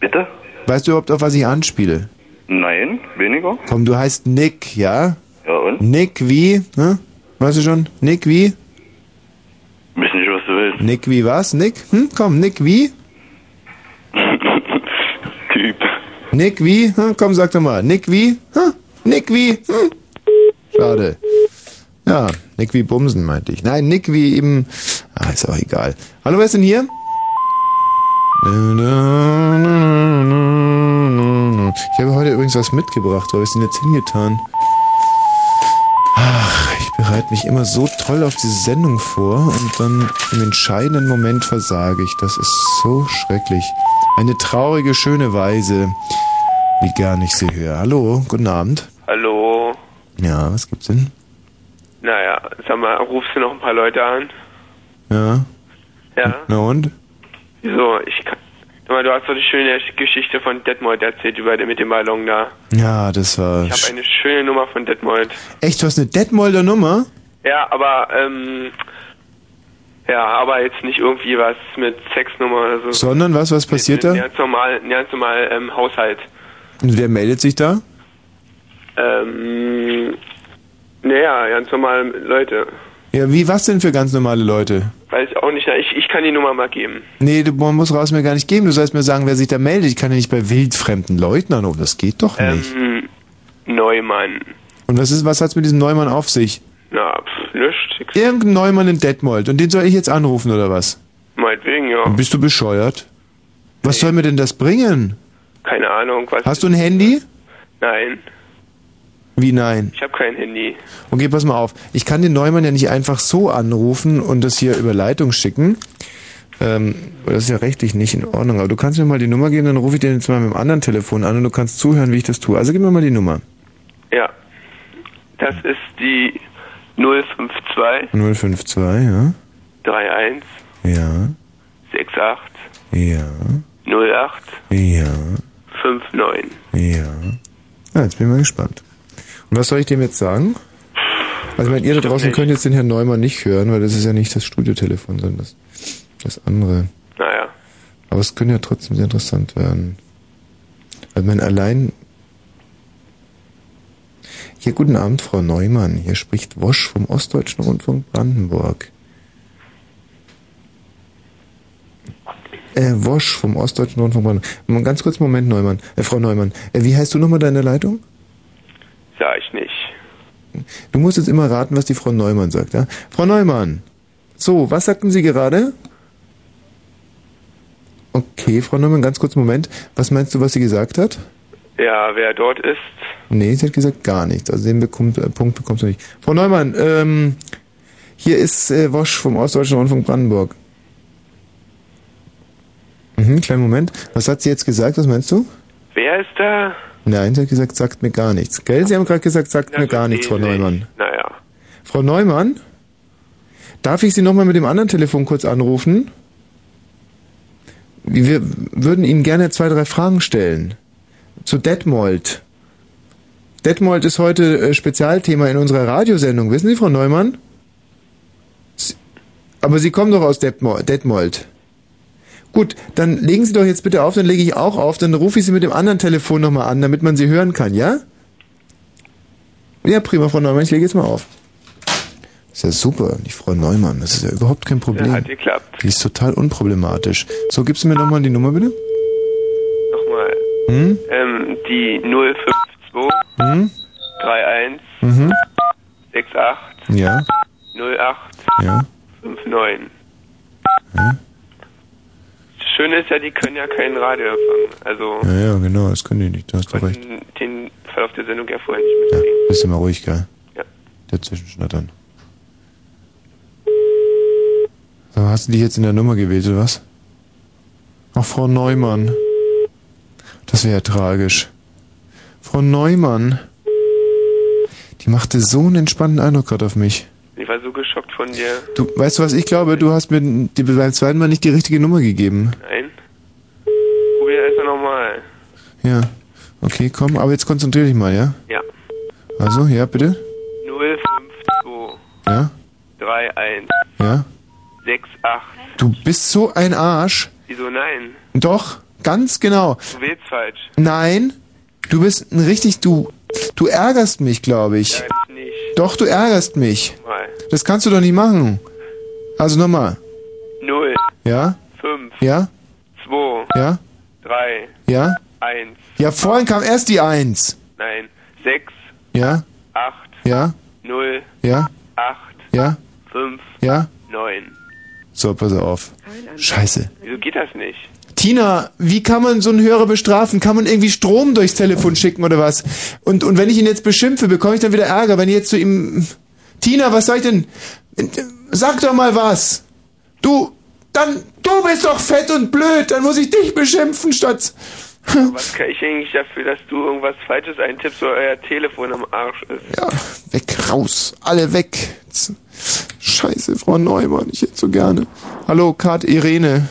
L: Bitte?
A: Weißt du überhaupt, auf was ich anspiele?
L: Nein, weniger.
A: Komm, du heißt Nick, ja?
L: Ja und?
A: Nick wie? Ne? Weißt du schon? Nick wie?
L: Wissen nicht, was du willst.
A: Nick wie was? Nick? Hm? Komm, Nick wie?
L: Typ.
A: Nick wie? Hm? Komm, sag doch mal. Nick wie? Hm? Nick wie? Hm? Schade. Ja, Nick wie Bumsen meinte ich. Nein, Nick wie eben. Ah, ist auch egal. Hallo, wer ist denn hier? Ich habe heute übrigens was mitgebracht. Wo habe ich denn jetzt hingetan? Ach, ich bereite mich immer so toll auf diese Sendung vor und dann im entscheidenden Moment versage ich. Das ist so schrecklich. Eine traurige, schöne Weise, wie gern ich sie höre. Hallo, guten Abend.
J: Hallo.
A: Ja, was gibt's denn?
J: Naja, sag mal, rufst du noch ein paar Leute an?
A: Ja.
J: Ja.
A: Na und?
J: Wieso? Ich kann. Sag mal, du hast doch die schöne Geschichte von Detmold erzählt über den mit dem Ballon da.
A: Ja, das war.
J: Ich habe eine schöne Nummer von Detmold.
A: Echt, du hast eine Detmolder Nummer?
J: Ja, aber ähm. Ja, aber jetzt nicht irgendwie was mit Sexnummer oder so.
A: Sondern was, was passiert
J: Ein
A: da?
J: ganz normal, ein ganz normal ähm, Haushalt.
A: Und wer meldet sich da?
J: Ähm. Naja, ganz normal Leute.
A: Ja, wie was denn für ganz normale Leute?
J: Weiß auch nicht. Na, Ich, ich kann die Nummer mal geben.
A: Nee, du, man muss raus mir gar nicht geben. Du sollst mir sagen, wer sich da meldet. Ich kann ja nicht bei wildfremden Leuten anrufen. Das geht doch nicht.
J: Hm, Neumann.
A: Und was ist, was hat's mit diesem Neumann auf sich?
J: Na, pff, löscht.
A: Irgendein Neumann in Detmold. Und den soll ich jetzt anrufen, oder was?
J: Meinetwegen, ja.
A: Bist du bescheuert? Was soll mir denn das bringen?
J: Keine Ahnung, was.
A: Hast du ein Handy?
J: Nein,
A: Wie nein?
J: ich habe kein Handy.
A: Okay, pass mal auf. Ich kann den Neumann ja nicht einfach so anrufen und das hier über Leitung schicken. Ähm, das ist ja rechtlich nicht in Ordnung. Aber du kannst mir mal die Nummer geben, dann rufe ich den jetzt mal mit dem anderen Telefon an und du kannst zuhören, wie ich das tue. Also gib mir mal die Nummer.
J: Ja. Das ist die 052
A: 052, ja?
J: 31
A: Ja,
J: 68
A: ja,
J: 08
A: ja,
J: 59.
A: ja. Ah, jetzt bin ich mal gespannt. Und was soll ich dem jetzt sagen? Also, ich meine, ihr da draußen könnt jetzt den Herrn Neumann nicht hören, weil das ist ja nicht das Studiotelefon, sondern das, das andere.
J: Naja.
A: Aber es könnte ja trotzdem sehr interessant werden. Also man allein. Hier, guten Abend, Frau Neumann. Hier spricht Wosch vom Ostdeutschen Rundfunk Brandenburg. Äh, Wosch vom Ostdeutschen Rundfunk Brandenburg. Mal Ganz kurz, Moment, Neumann. Äh, Frau Neumann, äh, wie heißt du nochmal deine Leitung?
J: Sag ich nicht.
A: Du musst jetzt immer raten, was die Frau Neumann sagt, ja? Frau Neumann! So, was sagten Sie gerade? Okay, Frau Neumann, ganz kurz Moment. Was meinst du, was sie gesagt hat?
J: Ja, wer dort ist,
A: Nee, sie hat gesagt gar nichts. Also den bekommt, äh, Punkt bekommst du nicht. Frau Neumann, ähm, hier ist äh, Wosch vom Ostdeutschen Rundfunk Brandenburg. Mhm, kleinen Moment. Was hat sie jetzt gesagt? Was meinst du?
J: wer ist da?
A: Nein, sie hat gesagt, sagt mir gar nichts. Gell? Sie haben gerade gesagt, sagt mir gar nichts, Frau Neumann.
J: Naja.
A: Frau Neumann? Darf ich Sie nochmal mit dem anderen Telefon kurz anrufen? Wir würden Ihnen gerne zwei, drei Fragen stellen. Zu Detmold. Detmold ist heute äh, Spezialthema in unserer Radiosendung. Wissen Sie, Frau Neumann? Sie, aber Sie kommen doch aus Detmo- Detmold. Gut, dann legen Sie doch jetzt bitte auf, dann lege ich auch auf, dann rufe ich Sie mit dem anderen Telefon nochmal an, damit man Sie hören kann, ja? Ja, prima, Frau Neumann, ich lege jetzt mal auf. Ist ja super, die Frau Neumann, das ist ja überhaupt kein Problem.
J: Ja, hat geklappt.
A: Die ist total unproblematisch. So, gibst du mir nochmal die Nummer bitte?
J: Nochmal.
A: Hm?
J: Ähm, die 052
A: Hm?
J: 31
A: Mhm.
J: 68
A: Ja,
J: 08
A: ja.
J: 59.
A: Ja,
J: Das Schöne ist ja, die können ja keinen Radio empfangen. Also,
A: ja, ja genau, das können die nicht, da hast du recht.
J: den Verlauf der Sendung ja vorher nicht
A: Ja, bist du mal ruhig, gell?
J: Ja.
A: Dazwischen schnattern. So, hast du dich jetzt in der Nummer gewählt, oder was? Ach, Frau Neumann. Das wäre ja tragisch. Frau Neumann. Die machte so einen entspannten Eindruck gerade auf mich.
J: mit. Ich war so geschockt von dir.
A: Du, weißt du was, ich glaube, du hast mir die, beim zweiten Mal nicht die richtige Nummer gegeben.
J: Nein. Probier erstmal nochmal.
A: Ja. Okay, komm, aber jetzt konzentrier dich mal, ja?
J: Ja.
A: Also, ja, bitte?
J: 052
A: Ja?
J: 31
A: Ja?
J: 68.
A: Du bist so ein Arsch.
J: Wieso nein?
A: Doch, ganz genau.
J: Du wählst falsch.
A: Nein, du bist ein richtig, du, du ärgerst mich, glaube ich.
J: Nein, ich nicht.
A: Doch, du ärgerst mich.
J: Mal.
A: Das kannst du doch nicht machen. Also nochmal.
J: 0,
A: Ja?
J: 5,
A: Ja?
J: 2,
A: Ja?
J: 3,
A: Ja?
J: 1,
A: Ja, vorhin kam erst die Eins.
J: nein, 6,
A: Ja?
J: 8,
A: Ja?
J: 0,
A: Ja?
J: 8,
A: Ja?
J: 5,
A: Ja?
J: 9.
A: So, pass auf. Scheiße.
J: Wieso geht das nicht?
A: Tina, wie kann man so einen Hörer bestrafen? Kann man irgendwie Strom durchs Telefon schicken oder was? Und, und wenn ich ihn jetzt beschimpfe, bekomme ich dann wieder Ärger, wenn ich jetzt zu ihm... Tina, was soll ich denn... Sag doch mal was! Du, dann... Du bist doch fett und blöd, dann muss ich dich beschimpfen statt...
J: Was kann ich eigentlich dafür, dass du irgendwas Falsches eintippst oder euer Telefon am Arsch ist?
A: Ja, weg, raus, alle weg. Z- Scheiße, Frau Neumann, ich hätte so gerne. Hallo, Kat Irene.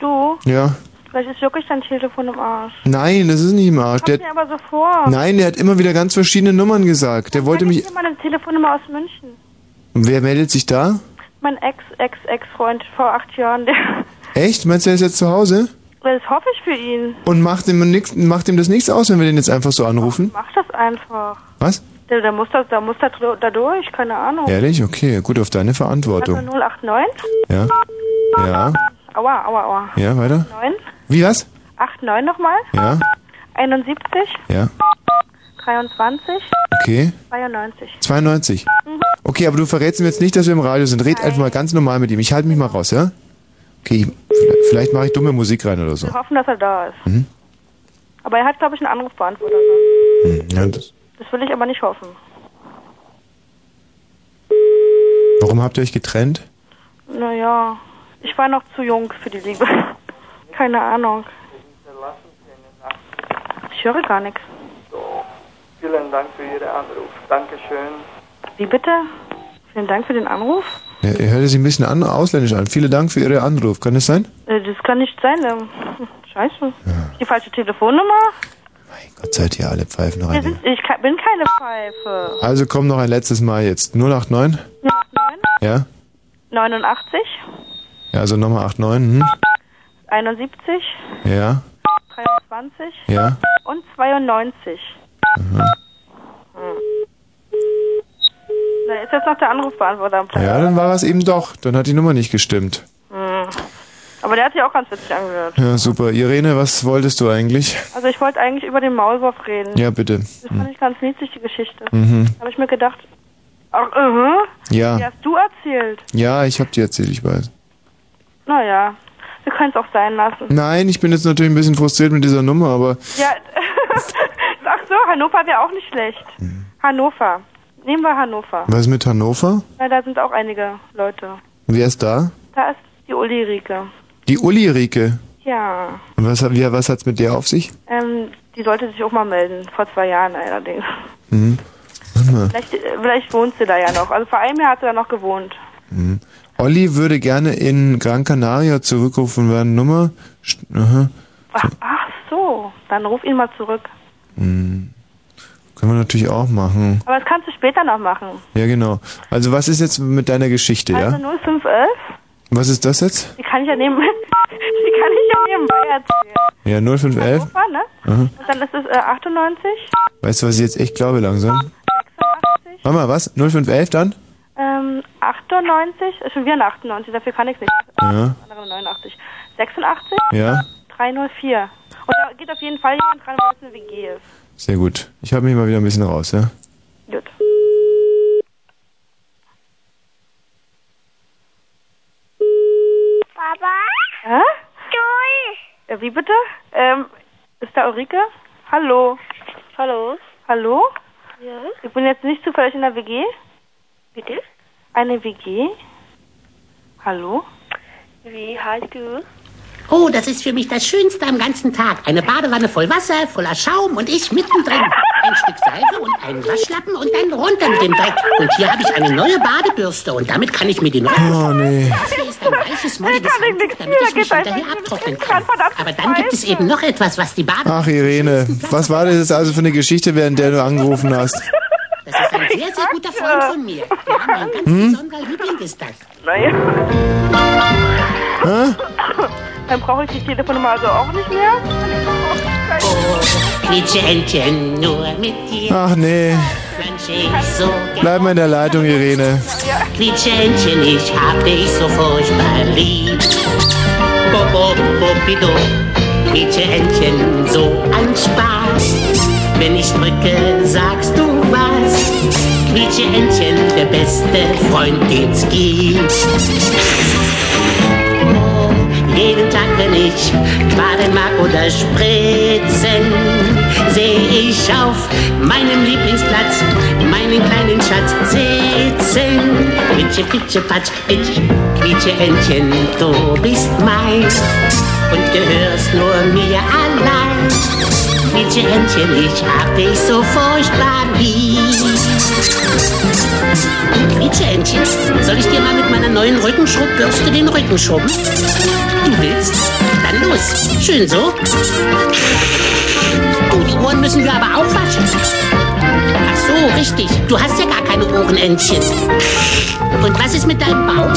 I: Du,
A: Ja.
I: vielleicht ist wirklich dein Telefon im Arsch.
A: Nein, das ist nicht im Arsch.
I: Kommt
A: Der,
I: mir aber so vor.
A: nein, der hat immer wieder ganz verschiedene Nummern gesagt. Der wollte mich...
I: Ich mal eine Telefonnummer aus München.
A: Wer meldet sich da?
I: Mein Ex-Ex-Ex-Freund vor acht Jahren, der,
A: Echt? Meinst du, er ist jetzt zu Hause?
I: das hoffe ich für ihn.
A: Und macht ihm, nix, macht ihm das nichts aus, wenn wir den jetzt einfach so anrufen?
I: Mach das einfach.
A: Was?
I: Da, da muss das, da muss das dr- da durch, keine Ahnung.
A: Ehrlich? Okay, gut, auf deine Verantwortung.
I: 089?
A: Ja. Ja.
I: Aua, aua, aua.
A: Ja, weiter.
I: 9?
A: Wie was?
I: 89 nochmal?
A: Ja.
I: 71?
A: Ja.
I: 23?
A: Okay.
I: 92.
A: 92.
I: Mhm.
A: Okay, aber du verrätst ihm jetzt nicht, dass wir im Radio sind. Red einfach mal ganz normal mit ihm. Ich halte mich mal raus, ja? Okay, ich- vielleicht mache ich dumme Musik rein oder so.
I: Wir hoffen, dass er da ist.
A: Mhm.
I: Aber er hat, glaube ich, einen Anruf beantwortet.
A: Hm, Ja, das,
I: Das will ich aber nicht hoffen.
A: warum habt ihr euch getrennt?
I: Naja, ich war noch zu jung für die Liebe. Keine Ahnung. Ich höre gar nichts.
M: Vielen Dank für Ihren Anruf. Dankeschön.
I: Wie bitte? Vielen Dank für den Anruf.
A: Ja, ihr hört sich ein bisschen an, ausländisch an. Vielen Dank für Ihren Anruf. Kann das sein?
I: Äh, Das kann nicht sein. ähm, Scheiße. Die falsche Telefonnummer?
A: Gott seid ihr alle Pfeifen
I: Wir
A: rein.
I: sind, ich ka- bin keine Pfeife.
A: Also komm noch ein letztes Mal jetzt. 089?
I: 09,
A: Ja?
I: 89,
A: Ja, also nochmal 89.
I: 71,
A: Hm? Ja?
I: 23
A: Ja? Mhm.
I: und 92.
A: Aha.
I: Hm. Da ist jetzt noch der Anrufbeantworter am Platz.
A: Ja, dann war es eben doch. Dann hat die Nummer nicht gestimmt.
I: Hm. Aber der hat sich auch ganz witzig angehört.
A: Ja, super. Irene, was wolltest du eigentlich?
I: Also ich wollte eigentlich über den Maulwurf reden.
A: Ja, bitte.
I: Das fand ich ganz niedlich, die Geschichte.
A: Hm. Mhm.
I: Habe ich mir gedacht, ach, uh
A: Ja.
I: die hast du erzählt.
A: Ja, ich hab dir erzählt, ich weiß.
I: Naja, wir können es auch sein lassen.
A: Nein, ich bin jetzt natürlich ein bisschen frustriert mit dieser Nummer, aber
I: Ja, ach so, Hannover wäre auch nicht schlecht. Hannover. Nehmen wir Hannover.
A: Hm. was ist mit Hannover?
I: Na, da sind auch einige Leute.
A: Wer ist da?
I: Da ist die Uli Rieke.
A: Die Uli Rike.
I: Ja,
A: Und was, hat- wie, was hat's mit der auf sich?
I: ähm, die sollte sich auch mal melden. Vor zwei Jahren allerdings.
A: Hm. Warte mal.
I: Vielleicht, äh, vielleicht wohnt sie da ja noch. Also vor einem Jahr hat sie da noch gewohnt.
A: Hm. Olli würde gerne in Gran Canaria zurückrufen werden. Nummer? St- Aha.
I: Ach, ach so, dann ruf ihn mal zurück.
A: Hm. Können wir natürlich auch machen.
I: Aber das kannst du später noch machen.
A: Ja, genau. Also was ist jetzt mit deiner Geschichte, ja?
I: Also 0511,
A: Was ist das jetzt?
I: die kann ich ja neben, die kann ich ja nebenbei erzählen.
A: Ja, 0511?
I: Hannover, ne?
A: Aha.
I: Und dann ist es äh, 98,
A: Weißt du, was ich jetzt echt glaube langsam? Mama, was? 0511 dann?
I: ähm, 98, ist schon wieder ein 98, dafür kann ich nicht.
A: Ja.
I: Andere 89. 86,
A: Ja,
I: 304. Und da geht auf jeden Fall jemand dran, weil es eine WG ist.
A: sehr gut. Ich habe mich mal wieder ein bisschen raus, ja?
I: Gut.
N: Papa?
I: Hä?
N: Joy!
I: Äh, wie bitte? Ähm, ist da Ulrike? Hallo. Hallo. Hallo?
N: Ja?
I: Ich bin jetzt nicht zufällig in der WG.
N: Bitte?
I: Eine WG? Hallo?
N: Wie heißt du?
O: Oh, das ist für mich das Schönste am ganzen Tag. Eine Badewanne voll Wasser, voller Schaum und ich mittendrin. Ein Stück Seife und einen Waschlappen und dann runter mit dem Dreck. Und hier habe ich eine neue Badebürste und damit kann ich mir den Rücken...
A: Oh, nee.
O: Hier ist ein weiches, molliges Handtuch, damit ich mich hinterher abtrocknen kann. Aber dann gibt es eben noch etwas, was die Badewanne...
A: Ach, Irene, was war das jetzt also für eine Geschichte, während der du angerufen hast?
O: Das ist ein sehr, sehr guter Freund von mir. Ja, mein ganz
A: Hm?
O: besonderer Liebling ist das.
I: Naja.
A: Hä?
I: Dann brauche ich die Telefonnummer also auch nicht mehr.
O: Quietscheentchen, nur mit dir
A: Ach, nee.
O: wünsche ich so
A: Bleib mal in der Leitung, Irene.
O: Quietschentchen, ich hab dich so furchtbar lieb. Bobo, Bobido, Quietscheentchen, so ein Spaß. Wenn ich drücke, sagst du was. Quietscheentchen, der beste Freund, den's gibt. Oh, Jeden Tag, wenn ich baden mag oder spritzen, sehe ich auf meinem Lieblingsplatz meinen kleinen Schatz sitzen. Pitsche, pitsche, patsch, pitsch, quietsche, Entchen, du bist meins und gehörst nur mir allein. Quietsche, Entchen, ich hab dich so furchtbar lieb. Quietsche, Entchen, soll ich dir mal mit meiner neuen Rückenschrubbürste den Rücken schrubben? Du willst? Dann los. Schön so. Oh, die Ohren müssen wir aber auch waschen. Ach so, richtig. Du hast ja gar keine Ohrenentchen. Und was ist mit deinem Bauch?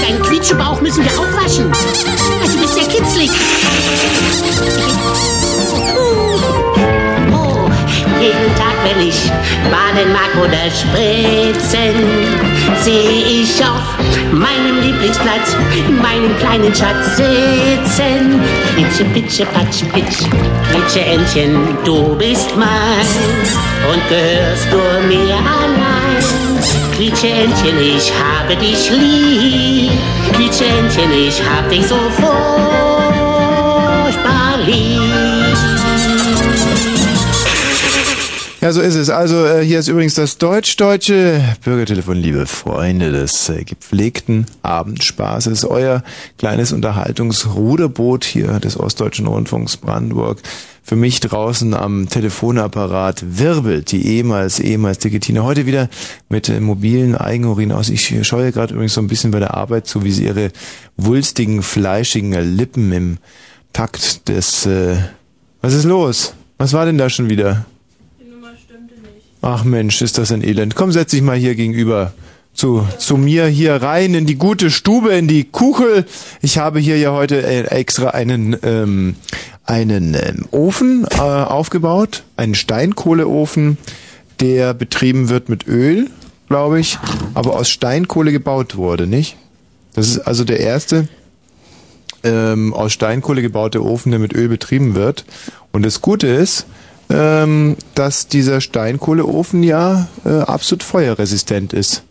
O: Deinen Quietschebauch müssen wir auch waschen. Ach, du bist ja kitzlig. Oh, jeden Tag, wenn ich bade oder Spritzen, sehe ich auf meinem Lieblingsplatz meinen kleinen Schatz sitzen. Pitsche, pitsche, patsch, pitsch, pitsche, Entchen, du bist mein und gehörst nur mir allein. Quietsche Entchen, ich habe dich lieb. Quietsche Entchen, ich hab dich so furchtbar lieb.
A: Ja, so ist es. Also äh, hier ist übrigens das deutsch-deutsche Bürgertelefon, liebe Freunde des äh, gepflegten Abendspaßes. Euer kleines Unterhaltungsruderboot hier des Ostdeutschen Rundfunks Brandenburg. Für mich draußen am Telefonapparat wirbelt die ehemals, ehemals Digitine. Heute wieder mit äh, mobilen Eigenurin aus. Ich scheue gerade übrigens so ein bisschen bei der Arbeit zu, wie sie ihre wulstigen, fleischigen Lippen im Takt des... Äh Was ist los? Was war denn da schon wieder? Ach Mensch, ist das ein Elend. Komm, setz dich mal hier gegenüber zu, zu mir hier rein in die gute Stube, in die Kuchel. Ich habe hier ja heute äh, extra einen, ähm, einen ähm, Ofen äh, aufgebaut, einen Steinkohleofen, der betrieben wird mit Öl, glaube ich, aber aus Steinkohle gebaut wurde, nicht? Das ist also der erste ähm, aus Steinkohle gebaute Ofen, der mit Öl betrieben wird. Und das Gute ist, ähm, dass dieser Steinkohleofen ja äh, absolut feuerresistent ist.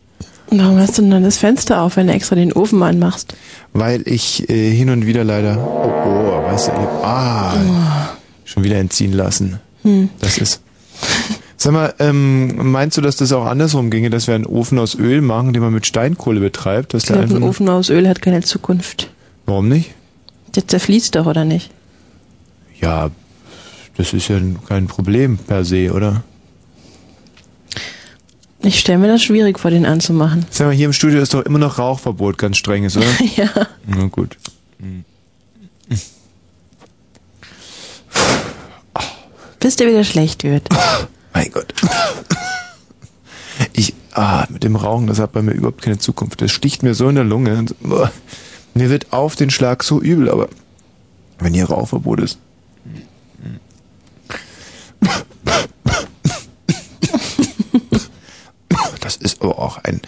B: Warum hast du denn dann das Fenster auf, wenn du extra den Ofen anmachst?
A: Weil ich äh, hin und wieder leider. Oh, oh weißt du, ich hab, ah, schon wieder entziehen lassen.
B: Hm.
A: Das ist. Sag mal, ähm, meinst du, dass das auch andersrum ginge, dass wir einen Ofen aus Öl machen, den man mit Steinkohle betreibt? Dass
B: Ich
A: der
B: glaube,
A: einfach
B: ein
A: nur-
B: Ofen aus Öl hat keine Zukunft.
A: Warum nicht?
B: Der zerfließt doch, oder nicht?
A: Ja, das ist ja kein Problem per se, oder?
B: Ich stelle mir das schwierig vor, den anzumachen.
A: Sag mal, hier im Studio ist doch immer noch Rauchverbot ganz strenges, oder?
B: ja.
A: Na gut.
B: Bis der wieder schlecht wird.
A: Mein Gott. Ich, ah, mit dem Rauchen, das hat bei mir überhaupt keine Zukunft. Das sticht mir so in der Lunge. Und, boah, mir wird auf den Schlag so übel, aber wenn hier Rauchverbot ist. Das ist aber auch ein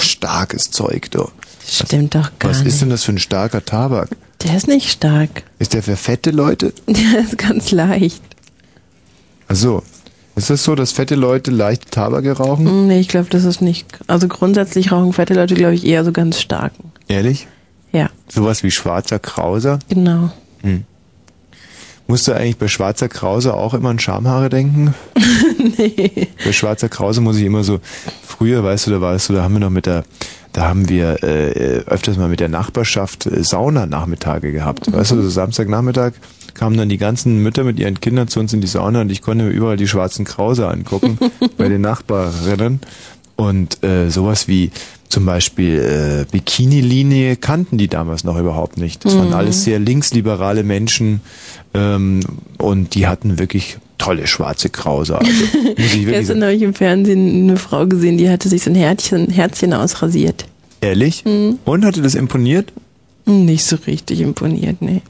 A: starkes Zeug, du.
B: Stimmt doch gar
A: Was
B: nicht.
A: ist denn das für ein starker Tabak?
B: Der ist nicht stark.
A: Ist der für fette Leute?
B: Der ist ganz leicht.
A: Also, ist das so, dass fette Leute leichte Tabake rauchen?
B: Hm, Nee, ich glaube, das ist nicht. Also grundsätzlich rauchen fette Leute, glaube ich, eher so ganz starken.
A: Ehrlich?
B: Ja,
A: Sowas wie schwarzer Krauser?
B: genau.
A: Hm. Musst du eigentlich bei schwarzer Krause auch immer an Schamhaare denken? nee. Bei schwarzer Krause muss ich immer so, früher, weißt du, da warst du, da haben wir noch mit der, da haben wir äh, öfters mal mit der Nachbarschaft äh, Saunanachmittage gehabt. Weißt du, so Samstagnachmittag kamen dann die ganzen Mütter mit ihren Kindern zu uns in die Sauna und ich konnte mir überall die schwarzen Krause angucken bei den Nachbarinnen. Und äh, sowas wie zum Beispiel äh, Bikini-Linie kannten die damals noch überhaupt nicht. Das waren
P: Mhm.
A: alles sehr linksliberale Menschen ähm, und die hatten wirklich tolle schwarze Krause. Also, muss ich wirklich
B: Gestern
A: sagen.
B: habe ich im Fernsehen eine Frau gesehen, die hatte sich so ein Herzchen, Herzchen ausrasiert.
A: Ehrlich?
B: Mhm.
A: Und hatte das imponiert?
B: Hm, Nicht so richtig imponiert, nee.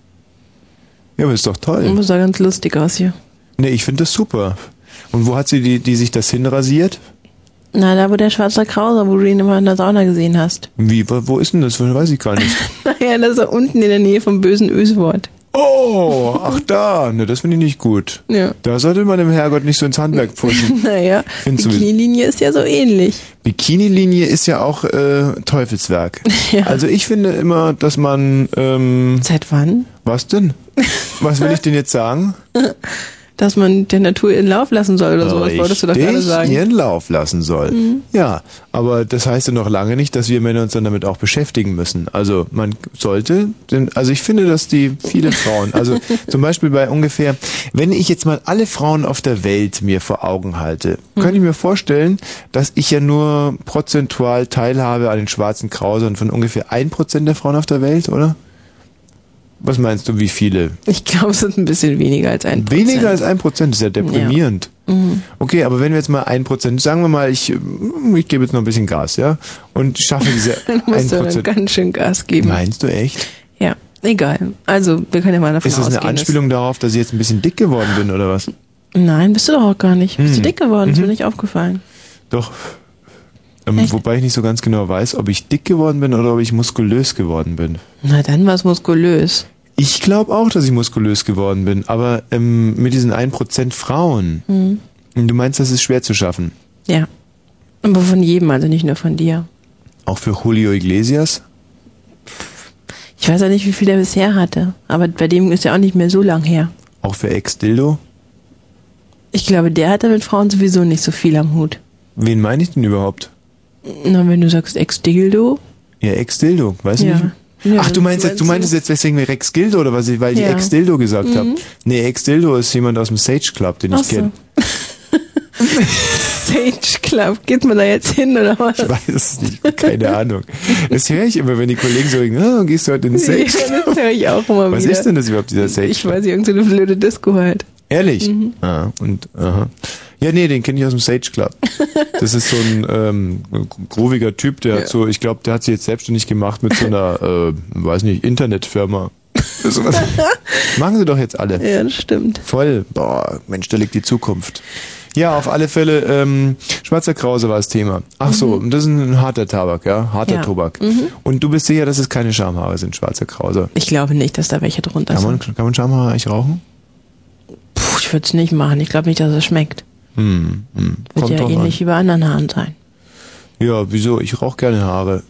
A: Ja, aber ist doch toll.
B: Das sah ganz lustig aus hier.
A: Nee, ich finde das super. Und wo hat sie die, die sich das hinrasiert?
B: Na, da wo der schwarze Krauser, wo du ihn immer in der Sauna gesehen hast.
A: Wie, wo wo ist denn das? Weiß ich gar nicht.
B: Naja, das ist da unten in der Nähe vom bösen Öswort.
A: Oh, ach da, ne, das finde ich nicht gut.
B: Ja.
A: Da sollte man dem Herrgott nicht so ins Handwerk pfuschen.
B: Naja,
A: Findest du-
B: die Kiellinie ist ja so ähnlich.
A: Bikini-Linie ist ja auch äh, Teufelswerk. Also ich finde immer, dass man... Ähm,
B: Seit wann?
A: Was denn? Was will ich denn jetzt sagen?
B: Dass man der Natur ihren Lauf lassen soll oder sowas, wolltest du doch gerade
A: Richtig
B: sagen.
A: ihren Lauf lassen soll.
B: Mhm.
A: Ja, aber das heißt ja noch lange nicht, dass wir Männer uns dann damit auch beschäftigen müssen. Also man sollte, denn, also ich finde, dass die viele Frauen, also zum Beispiel bei ungefähr, wenn ich jetzt mal alle Frauen auf der Welt mir vor Augen halte,
B: Mhm.
A: könnte ich mir vorstellen, dass ich ja nur prozentual teilhabe an den schwarzen Krausern von ungefähr 1% der Frauen auf der Welt, oder? Was meinst du, wie viele?
B: Ich glaube, es sind ein bisschen weniger als ein
A: Weniger als 1% ist ja deprimierend.
B: Mhm.
A: Okay, aber wenn wir jetzt mal 1%, sagen wir mal, ich, ich gebe jetzt noch ein bisschen Gas, ja? Und schaffe diese
B: Dann musst du dann
A: 1%.
B: ganz schön Gas geben.
A: Meinst du echt?
B: Ja, egal. Also, wir können ja mal davon
A: Ist das
B: ausgehen.
A: eine Anspielung darauf, dass ich jetzt ein bisschen dick geworden bin oder was?
B: Dass Nein, bist du doch auch gar nicht.
A: Hm.
B: Bist du dick geworden? Ist mir
A: Mhm.
B: nicht aufgefallen.
A: Doch. Ähm, wobei ich nicht so ganz genau weiß, ob ich dick geworden bin oder ob ich muskulös geworden bin.
B: Na dann war es muskulös.
A: Ich glaube auch, dass ich muskulös geworden bin, aber ähm, mit diesen 1% Frauen.
B: Mhm.
A: Du meinst, das ist schwer zu schaffen.
B: Ja. Aber von jedem, also nicht nur von dir.
A: Auch für Julio Iglesias?
B: Ich weiß ja nicht, wie viel der bisher hatte, aber bei dem ist ja auch nicht mehr so lang her.
A: Auch für Ex-Dildo?
B: Ich glaube, der hatte mit Frauen sowieso nicht so viel am Hut.
A: Wen meine ich denn überhaupt?
B: Na, wenn du sagst Ex-Dildo,
A: Ja, Ex-Dildo, weißt
B: Ja.
A: du nicht?
B: Ja,
A: Ach, du meinst
B: du
A: jetzt, du
B: meinst
A: meintest jetzt deswegen Rex Gildo oder was ich, weil
B: Ja.
A: ich Ex-Dildo gesagt
B: Mhm.
A: habe. Nee, Ex-Dildo ist jemand aus dem Sage Club, den
B: Ach
A: ich kenne.
B: Sage Club, geht man da jetzt hin oder was?
A: Ich weiß es nicht, keine Ahnung. Das höre ich immer, wenn die Kollegen so reden, ah, gehst du heute in den Sage Club?
B: Ja, das höre ich auch immer
A: Was
B: wieder.
A: ist denn das überhaupt, dieser Sage
B: Ich weiß, irgendeine blöde Disco halt.
A: Ehrlich?
B: Mhm.
A: Ah, und, aha. Ja, nee, den kenne ich aus dem Sage Club. Das ist so ein ähm, grooviger Typ, der hat so, ich glaube, der hat sich jetzt selbstständig gemacht mit so einer, äh, weiß nicht, Internetfirma. So was. Machen sie doch jetzt alle.
B: Ja, das stimmt.
A: Voll. Boah, Mensch, da liegt die Zukunft. Ja, auf alle Fälle, ähm, Schwarzer Krause war das Thema. Ach so, und das ist ein harter Tabak, ja? Harter
B: Mhm. Ja.
A: Tobak.
B: Mhm.
A: Und du bist sicher, dass es keine Schamhaare sind, Schwarzer Krause?
B: Ich glaube nicht, dass da welche drunter
A: Kann man,
B: sind.
A: kann man Schamhaare eigentlich rauchen?
B: Puh, ich würde es nicht machen. Ich glaube nicht, dass es schmeckt.
A: Hm, hm.
B: Wird ja eh
A: drauf
B: ähnlich wie bei anderen Haaren sein.
A: an. Ja, wieso? Ich rauche gerne Haare.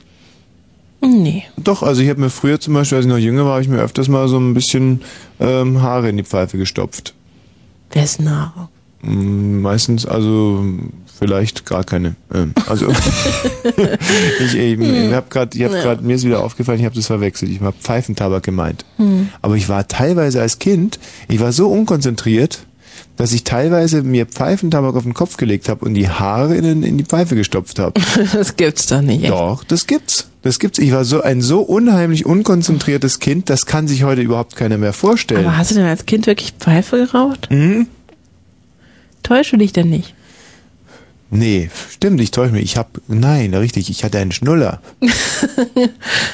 B: Nee.
A: Doch, also ich habe mir früher zum Beispiel, als ich noch jünger war, habe ich mir öfters mal so ein bisschen ähm, Haare in die Pfeife gestopft.
B: Wessen Haare?
A: Mm, Meistens, also vielleicht gar keine. Ähm, also ich, eben, ich habe gerade, ich hab
B: Hm. Ja.
A: grad, mir ist wieder aufgefallen, ich habe das verwechselt. Ich habe Pfeifentabak gemeint.
B: Hm.
A: Aber ich war teilweise als Kind, ich war so unkonzentriert, dass ich teilweise mir Pfeifentabak auf den Kopf gelegt habe und die Haare in, den- in die Pfeife gestopft habe.
B: Das gibt's doch nicht. echt.
A: Doch, das gibt's. Das gibt's. Ich war so ein so unheimlich unkonzentriertes Kind, das kann sich heute überhaupt keiner mehr vorstellen.
B: Aber hast du denn als Kind wirklich Pfeife geraucht?
A: Mhm.
B: Täusche dich denn nicht?
A: Nee, stimmt, ich täusche mich. Ich hab, nein, richtig, ich hatte einen Schnuller.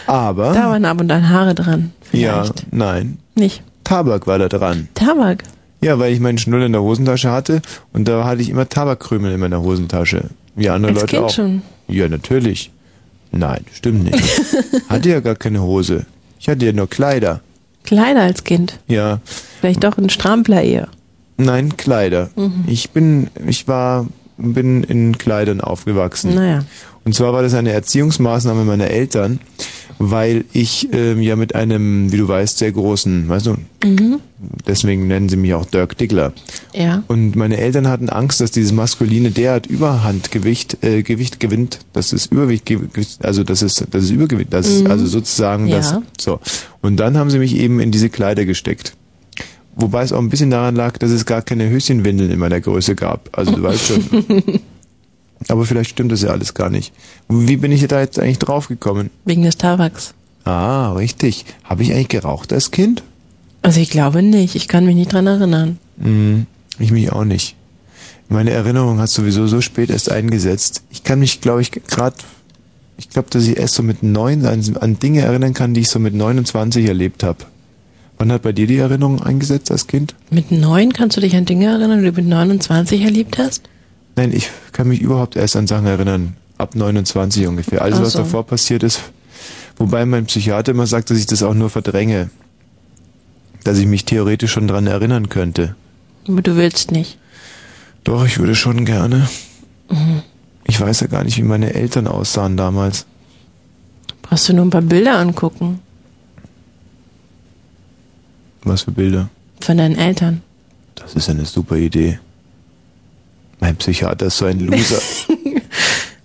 A: Aber,
B: Da waren ab und an Haare dran.
A: ja, nein.
B: Nicht?
A: Tabak war da dran.
B: Tabak.
A: Ja, weil ich meinen Schnuller in der Hosentasche hatte und da hatte ich immer Tabakkrümel in meiner Hosentasche. Wie andere
B: Als
A: Leute
B: Kind
A: auch.
B: schon?
A: Ja, natürlich. Nein, stimmt nicht. hatte ja gar keine Hose. Ich hatte ja nur Kleider.
B: Kleider als Kind.
A: Ja,
B: Vielleicht doch ein Strampler eher.
A: nein, Kleider.
B: Mhm.
A: Ich bin, ich war, bin in Kleidern aufgewachsen.
B: Naja.
A: Und zwar war das eine Erziehungsmaßnahme meiner Eltern, weil ich ähm, ja mit einem, wie du weißt, sehr großen, weißt du,
B: Mhm.
A: deswegen nennen sie mich auch Dirk Diggler.
B: Ja.
A: Und meine Eltern hatten Angst, dass dieses maskuline derart Überhandgewicht äh, Gewicht gewinnt, dass es Übergewicht, ge- ge- also dass es, dass es Übergewicht, dass es
B: Mhm.
A: also sozusagen das
B: Ja.
A: so. Und dann haben sie mich eben in diese Kleider gesteckt. Wobei es auch ein bisschen daran lag, dass es gar keine Höschenwindeln in meiner Größe gab. Also du weißt schon. Aber vielleicht stimmt das ja alles gar nicht. Wie bin ich da jetzt eigentlich draufgekommen?
B: Wegen des Tabaks.
A: Ah, richtig. Habe ich eigentlich geraucht als Kind?
B: Also ich glaube nicht. Ich kann mich nicht dran erinnern.
A: Hm, ich mich auch nicht. Meine Erinnerung hat sowieso so spät erst eingesetzt. Ich kann mich, glaube ich, gerade, ich glaube, dass ich erst so mit neun an, an Dinge erinnern kann, die ich so mit 29 erlebt habe. Wann hat bei dir die Erinnerung eingesetzt als Kind?
B: Mit neun kannst du dich an Dinge erinnern, die du mit 29 erlebt hast?
A: Nein, ich kann mich überhaupt erst an Sachen erinnern. Ab 29 ungefähr. Alles,
B: Ach
A: was
B: so.
A: davor passiert ist. Wobei mein Psychiater immer sagt, dass ich das auch nur verdränge. Dass ich mich theoretisch schon dran erinnern könnte.
B: Aber du willst nicht.
A: Doch, ich würde schon gerne.
B: Mhm.
A: Ich weiß ja gar nicht, wie meine Eltern aussahen damals.
B: Brauchst du nur ein paar Bilder angucken
A: Was für Bilder.
B: von deinen Eltern.
A: Das ist eine super Idee. Mein Psychiater ist so ein Loser.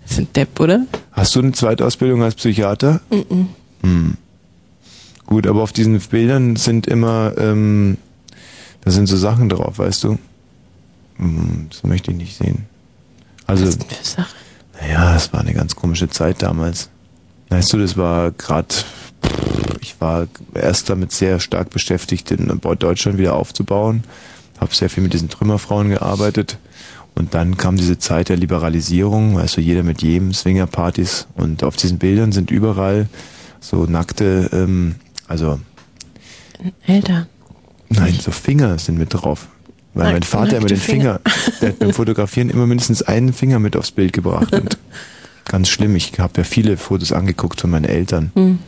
B: Das ist ein Depp, oder?
A: Hast du eine Zweitausbildung als Psychiater?
B: Mhm.
A: Hm. Gut, aber auf diesen Bildern sind immer, ähm, da sind so Sachen drauf, weißt du? Hm, das möchte ich nicht sehen. Also, naja, es war eine ganz komische Zeit damals. Weißt du, das war gerade, ich war erst damit sehr stark beschäftigt, den Bau Deutschland wieder aufzubauen, habe sehr viel mit diesen Trümmerfrauen gearbeitet und dann kam diese Zeit der Liberalisierung, weißt du, jeder mit jedem, Swingerpartys und auf diesen Bildern sind überall so nackte, ähm, also
B: Eltern.
A: nein, so Finger sind mit drauf. Weil mein Vater immer den Finger, der hat beim Fotografieren immer mindestens einen Finger mit aufs Bild gebracht. Und ganz schlimm, ich habe ja viele Fotos angeguckt von meinen Eltern.
B: Hm.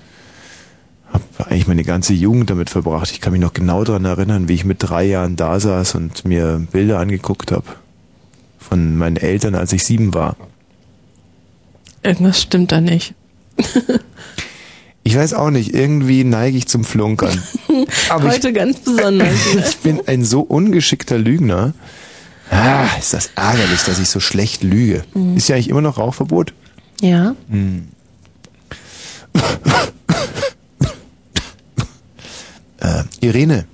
A: Habe eigentlich meine ganze Jugend damit verbracht. Ich kann mich noch genau daran erinnern, wie ich mit drei Jahren da saß und mir Bilder angeguckt habe. Von meinen Eltern, als ich sieben war.
B: Irgendwas stimmt da nicht.
A: Ich weiß auch nicht, irgendwie neige ich zum Flunkern. Aber ich-
B: Heute ganz besonders. ne?
A: Ich bin ein so ungeschickter Lügner. Ah, ist das ärgerlich, dass ich so schlecht lüge.
B: Mhm.
A: Ist ja eigentlich immer noch Rauchverbot?
B: ja.
A: Hm. äh, Irene.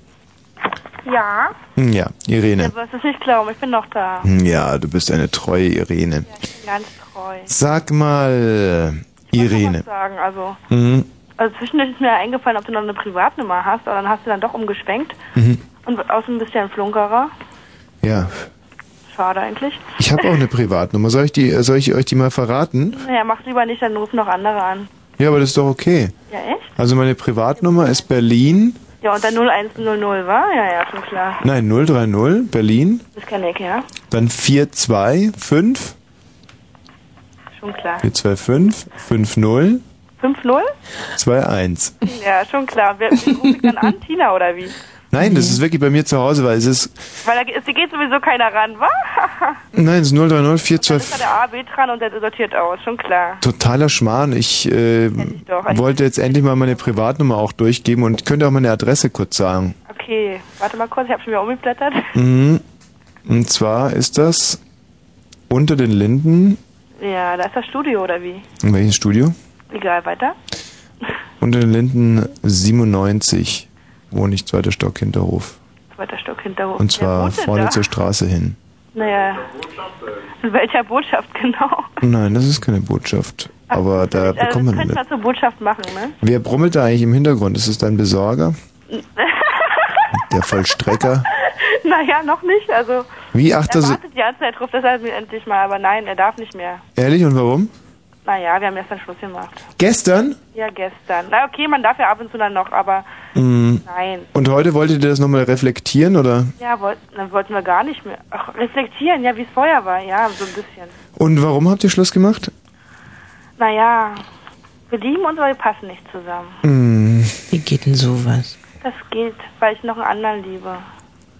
I: Ja.
A: Hm, Ja,
I: Ja,
A: Irene.
I: was ist nicht glauben, ich bin noch da.
A: Hm, Ja, du bist eine treue Irene.
I: Ich bin ganz treu.
A: Sag mal, äh, Irene.
I: Sagen, also,
A: Hm,
I: also zwischendurch ist mir ja eingefallen, ob du noch eine Privatnummer hast, aber dann hast du dann doch umgeschwenkt
A: Mhm.
I: und außerdem bist du ja ein Flunkerer.
A: Ja,
I: Schade eigentlich.
A: ich habe auch eine Privatnummer. Soll ich, die, soll ich euch die mal verraten?
I: Naja, mach's lieber nicht, dann rufen noch andere an.
A: Ja, aber das ist doch okay.
I: Ja, echt?
A: Also meine Privatnummer ist Berlin.
I: Ja, und dann 0100, war? Ja, ja, schon klar.
A: Nein, 030 Berlin.
I: Das kenne ich, ja.
A: Dann 425.
I: Schon klar.
A: 425. 50.
I: 5-0?
A: 21.
I: Ja, schon klar. Wer, wen rufe ich dann an? Tina oder wie?
A: Nein, das ist wirklich bei mir zu Hause, weil es ist.
I: Weil da, ist- da geht sowieso keiner ran, wa?
A: Nein, es ist 030
I: Dann ist da
A: 425.
I: der AB dran und der sortiert aus, schon klar.
A: Totaler Schmarrn. Ich äh,
I: doch. Also
A: wollte jetzt endlich mal meine Privatnummer auch durchgeben und könnte auch meine Adresse kurz sagen.
I: Okay, warte mal kurz, ich habe schon wieder umgeblättert.
A: Mhm. Und zwar ist das unter den Linden.
I: Ja, da ist das Studio oder wie?
A: In welchem Studio?
I: Egal, weiter.
A: Unter den Linden 97 wohne ich, zweiter Stock, Hinterhof.
I: Zweiter Stock hinter
A: Und zwar vorne zur Straße hin.
I: Naja. In welcher Botschaft genau?
A: Nein, das ist keine Botschaft. Aber da
I: Also,
A: bekommt
I: das
A: man
I: könnte
A: nicht.
I: man zur Botschaft machen, ne?
A: Wer brummelt da eigentlich im Hintergrund? Ist es dein Besorger? Der Vollstrecker?
I: naja, noch nicht. Also,
A: Wie, ach, das-
I: er wartet die ganze Zeit drauf, dass er mir endlich mal, aber nein, er darf nicht mehr.
A: Ehrlich und warum?
I: Naja, wir haben gestern Schluss gemacht.
A: Gestern?
I: Ja, gestern. Na, okay, man darf ja ab und zu dann noch, aber
A: Mhm.
I: nein.
A: Und heute wolltet ihr das nochmal reflektieren oder?
I: Ja, wollt, dann wollten wir gar nicht mehr. Ach, reflektieren, ja, wie es vorher war, ja, so ein bisschen.
A: Und warum habt ihr Schluss gemacht?
I: Naja, wir lieben uns, aber wir passen nicht zusammen.
A: Mhm.
B: Wie geht denn sowas?
I: Das geht, weil ich noch einen anderen liebe.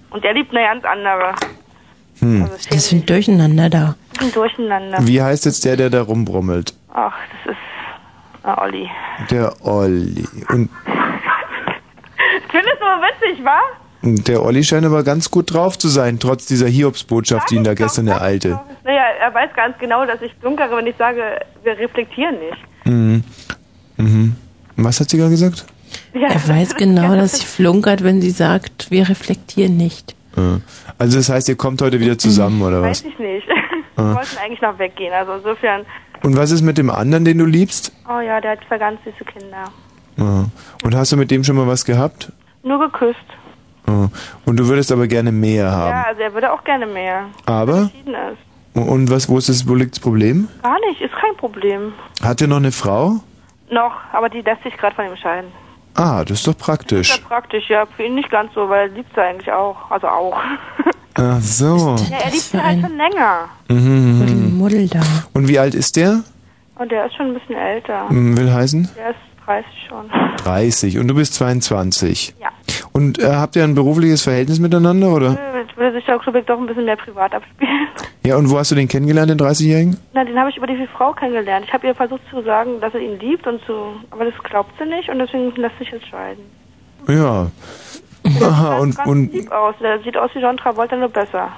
I: Und er liebt eine ganz andere.
A: Hm.
B: Das sind Durcheinander da.
I: Ein Durcheinander.
A: Wie heißt jetzt der, der da rumbrummelt?
I: Ach, das ist. Na, Olli.
A: Der Olli. Und
I: Findest du mal witzig, wa?
A: der Olli scheint aber ganz gut drauf zu sein, trotz dieser Hiobsbotschaft, die ihn da gestern ereilte.
I: Naja, er weiß ganz genau, dass ich dunkere, wenn ich sage, wir reflektieren nicht.
A: Mhm. Mhm. Was hat sie gerade gesagt?
B: Er weiß genau, dass sie flunkert, wenn sie sagt, wir reflektieren nicht.
A: Äh, Also das heißt, ihr kommt heute wieder zusammen, oder was?
I: Weiß ich nicht. Wir
A: Ah.
I: wollten eigentlich noch weggehen, also insofern.
A: Und was ist mit dem anderen, den du liebst?
I: Oh ja, der hat zwei ganz süße Kinder.
A: Ja. Und hast du mit dem schon mal was gehabt?
I: Nur geküsst.
A: Ja. Äh, Und du würdest aber gerne mehr
I: Ja,
A: haben.
I: also er würde auch gerne mehr.
A: Aber?
I: Entschieden ist.
A: Und was, wo ist das, wo liegt das Problem?
I: Gar nicht, ist kein Problem.
A: Hat er noch eine Frau?
I: Noch, aber die lässt sich gerade von ihm scheiden.
A: Ah, das ist doch
I: Ist
A: praktisch.
I: ja praktisch, ja, für ihn nicht ganz so, weil er liebt sie eigentlich auch. Also auch.
A: Hm. Ach so.
I: Ja, er liebt sie halt schon länger.
A: Mhm.
B: Muddel da.
A: Und wie alt ist der?
I: Und er ist schon ein bisschen älter.
A: Hm, Will heißen?
I: Er ist 30 schon.
A: 30. Und du bist 22.
I: Ja.
A: Und äh, habt ihr ein berufliches Verhältnis miteinander, oder?
I: Äh, Würde sich der Klubik doch ein bisschen mehr privat abspielen.
A: Ja, und wo hast du den kennengelernt, den 30-Jährigen?
I: Na, den habe ich über die Frau kennengelernt. Ich habe ihr versucht zu sagen, dass er ihn liebt und so. Aber das glaubt sie nicht und deswegen lässt sich entscheiden.
A: Ja. Aha, und,
I: Ganz
A: und,
I: lieb aus. Der sieht aus wie John Travolta, nur besser.